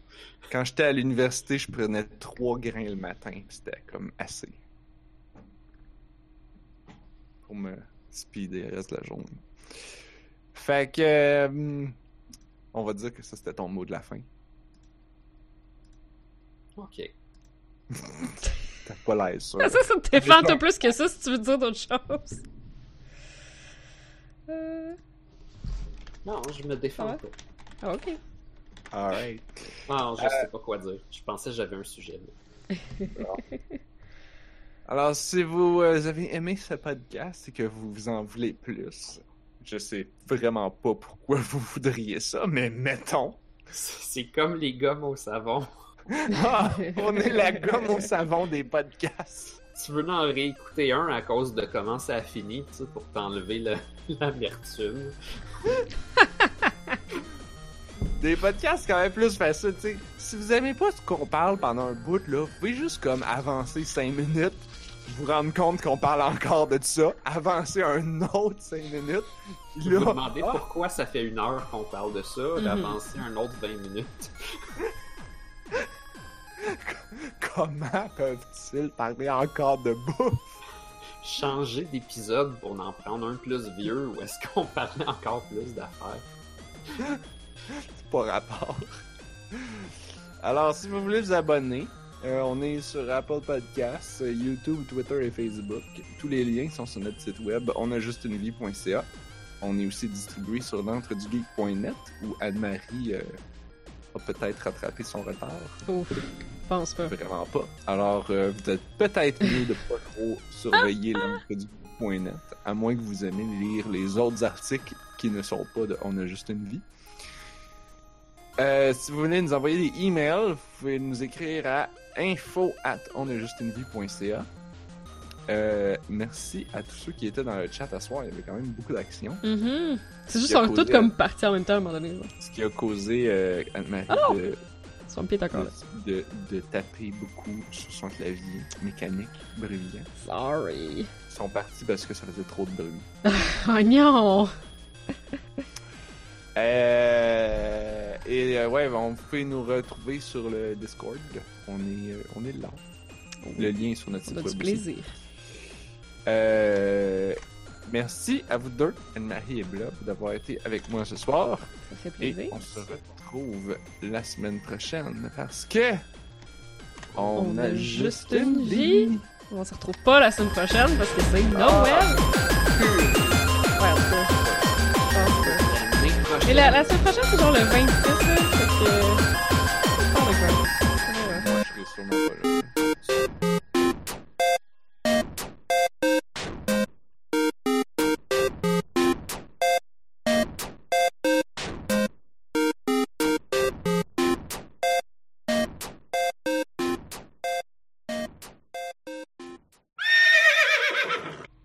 Quand j'étais à l'université, je prenais trois grains le matin. puis C'était comme assez. Pour me speeder le reste de la journée. Fait que. euh, hum, on va dire que ça, c'était ton mot de la fin. Ok. T'as pas l'air sûr. Ça, ça te défend un peu plus que ça si tu veux dire d'autres choses. Euh... Non, je me défends Ouais. pas. Ah, ok. Alright. Non, Euh. je sais pas quoi dire. Je pensais que j'avais un sujet. mais- Alors, si vous euh, avez aimé ce podcast et que vous vous en voulez plus, je sais vraiment pas pourquoi vous voudriez ça, mais mettons. C'est comme les gommes au savon. Ah, on est la gomme au savon des podcasts. Tu veux en réécouter un à cause de comment ça a fini, tu sais, pour t'enlever le- l'amertume. Des podcasts, c'est quand même plus facile, tu sais. Si vous aimez pas ce qu'on parle pendant un bout, là, vous pouvez juste comme avancer 5 minutes, vous rendre compte qu'on parle encore de ça, avancer un autre 5 minutes, Je puis me là, demandais ah, pourquoi ça fait une heure qu'on parle de ça, Mhm. d'avancer un autre 20 minutes. comment peuvent-ils parler encore de bouffe? Changer d'épisode pour en prendre un plus vieux, ou est-ce qu'on parlait encore plus d'affaires? C'est Pas rapport. Alors, si vous voulez vous abonner, euh, on est sur Apple Podcasts, euh, YouTube, Twitter et Facebook. Tous les liens sont sur notre site web onajustunevie.ca. On est aussi distribué sur l'entredugeek.net où Anne-Marie euh, a peut-être rattrapé son retard. Ouf. Pense pas. Vraiment pas. Alors, euh, vous êtes peut-être mieux de pas trop surveiller l'entredugeek.net, à moins que vous aimez lire les autres articles qui ne sont pas de On a juste une vie. Euh, si vous venez nous envoyer des emails, vous pouvez nous écrire à info at onajustunevie.ca. Euh, merci à tous ceux qui étaient dans le chat à soir. Il y avait quand même beaucoup d'action. Mhm. C'est juste Il a qu'on est causé- tous comme partis en même temps à un moment donné. là. Ce qui a causé euh, Anne-Marie de, Son pied est encore là. de, de taper beaucoup sur son clavier mécanique brillant. Sorry. Ils sont partis parce que ça faisait trop de bruit. Oh non! Euh, et euh, ouais, on vous pouvez nous retrouver sur le Discord. On est, euh, on est là. Le lien est sur notre Ça site a web. du aussi. plaisir. Euh, merci à vous deux, Anne-Marie et Blob, d'avoir été avec moi ce soir. Ça fait Et plaisir. on se retrouve la semaine prochaine parce que. On, On a, juste une une vie. vie. On se retrouve pas la semaine prochaine parce que c'est Noël. Ouais, en tout cas, je pense que- Mais la, la semaine prochaine, c'est genre le 26, là. Fait que. c'est pas d'accord. Ouais, ouais. Moi, je serai sûrement pas là.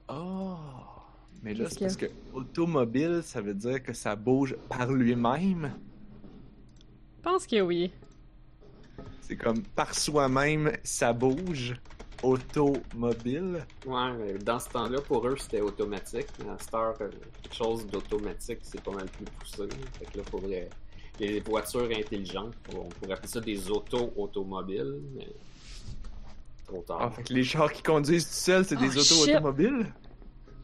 Ah, Mais là, Qu'est-ce c'est qu'il y a? parce que automobile, ça veut dire que ça bouge par lui-même. Je pense que oui. C'est comme par soi-même, ça bouge. Automobile. Ouais, mais dans ce temps-là, pour eux, c'était automatique. Mais à cette heure, euh, quelque chose d'automatique, c'est pas mal plus poussé. Fait que là, faudrait des voitures intelligentes. On pourrait appeler ça des auto-automobiles, mais trop tard. Ah, fait que les chars qui conduisent tout seuls, c'est des Oh, autos shit. automobiles?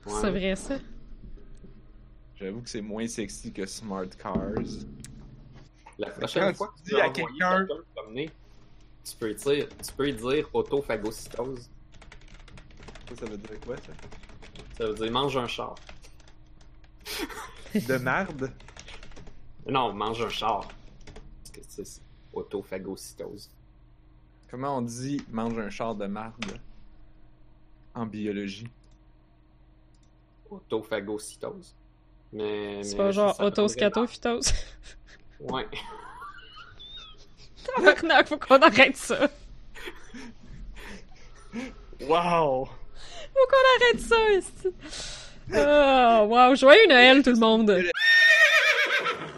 Ouais. C'est vrai ça. J'avoue que c'est moins sexy que Smart Cars. La prochaine Quand fois que tu tu dis vas à envoyer quelqu'un- quelqu'un te promener, tu peux dire, tu peux dire autophagocytose. Ça, ça veut dire quoi, ça? Ça veut dire mange un char. De marde? Non, mange un char. Parce que c'est c'est autophagocytose. Comment on dit mange un char de marde en biologie? Autophagocytose. Mais, C'est mais pas ça genre s'appelle vraiment- autoscatophytose. Ouais. Tabarnak, faut qu'on arrête ça. Wow! Faut qu'on arrête ça, ici. Oh, wow, joyeux Ah, Noël, tout le monde.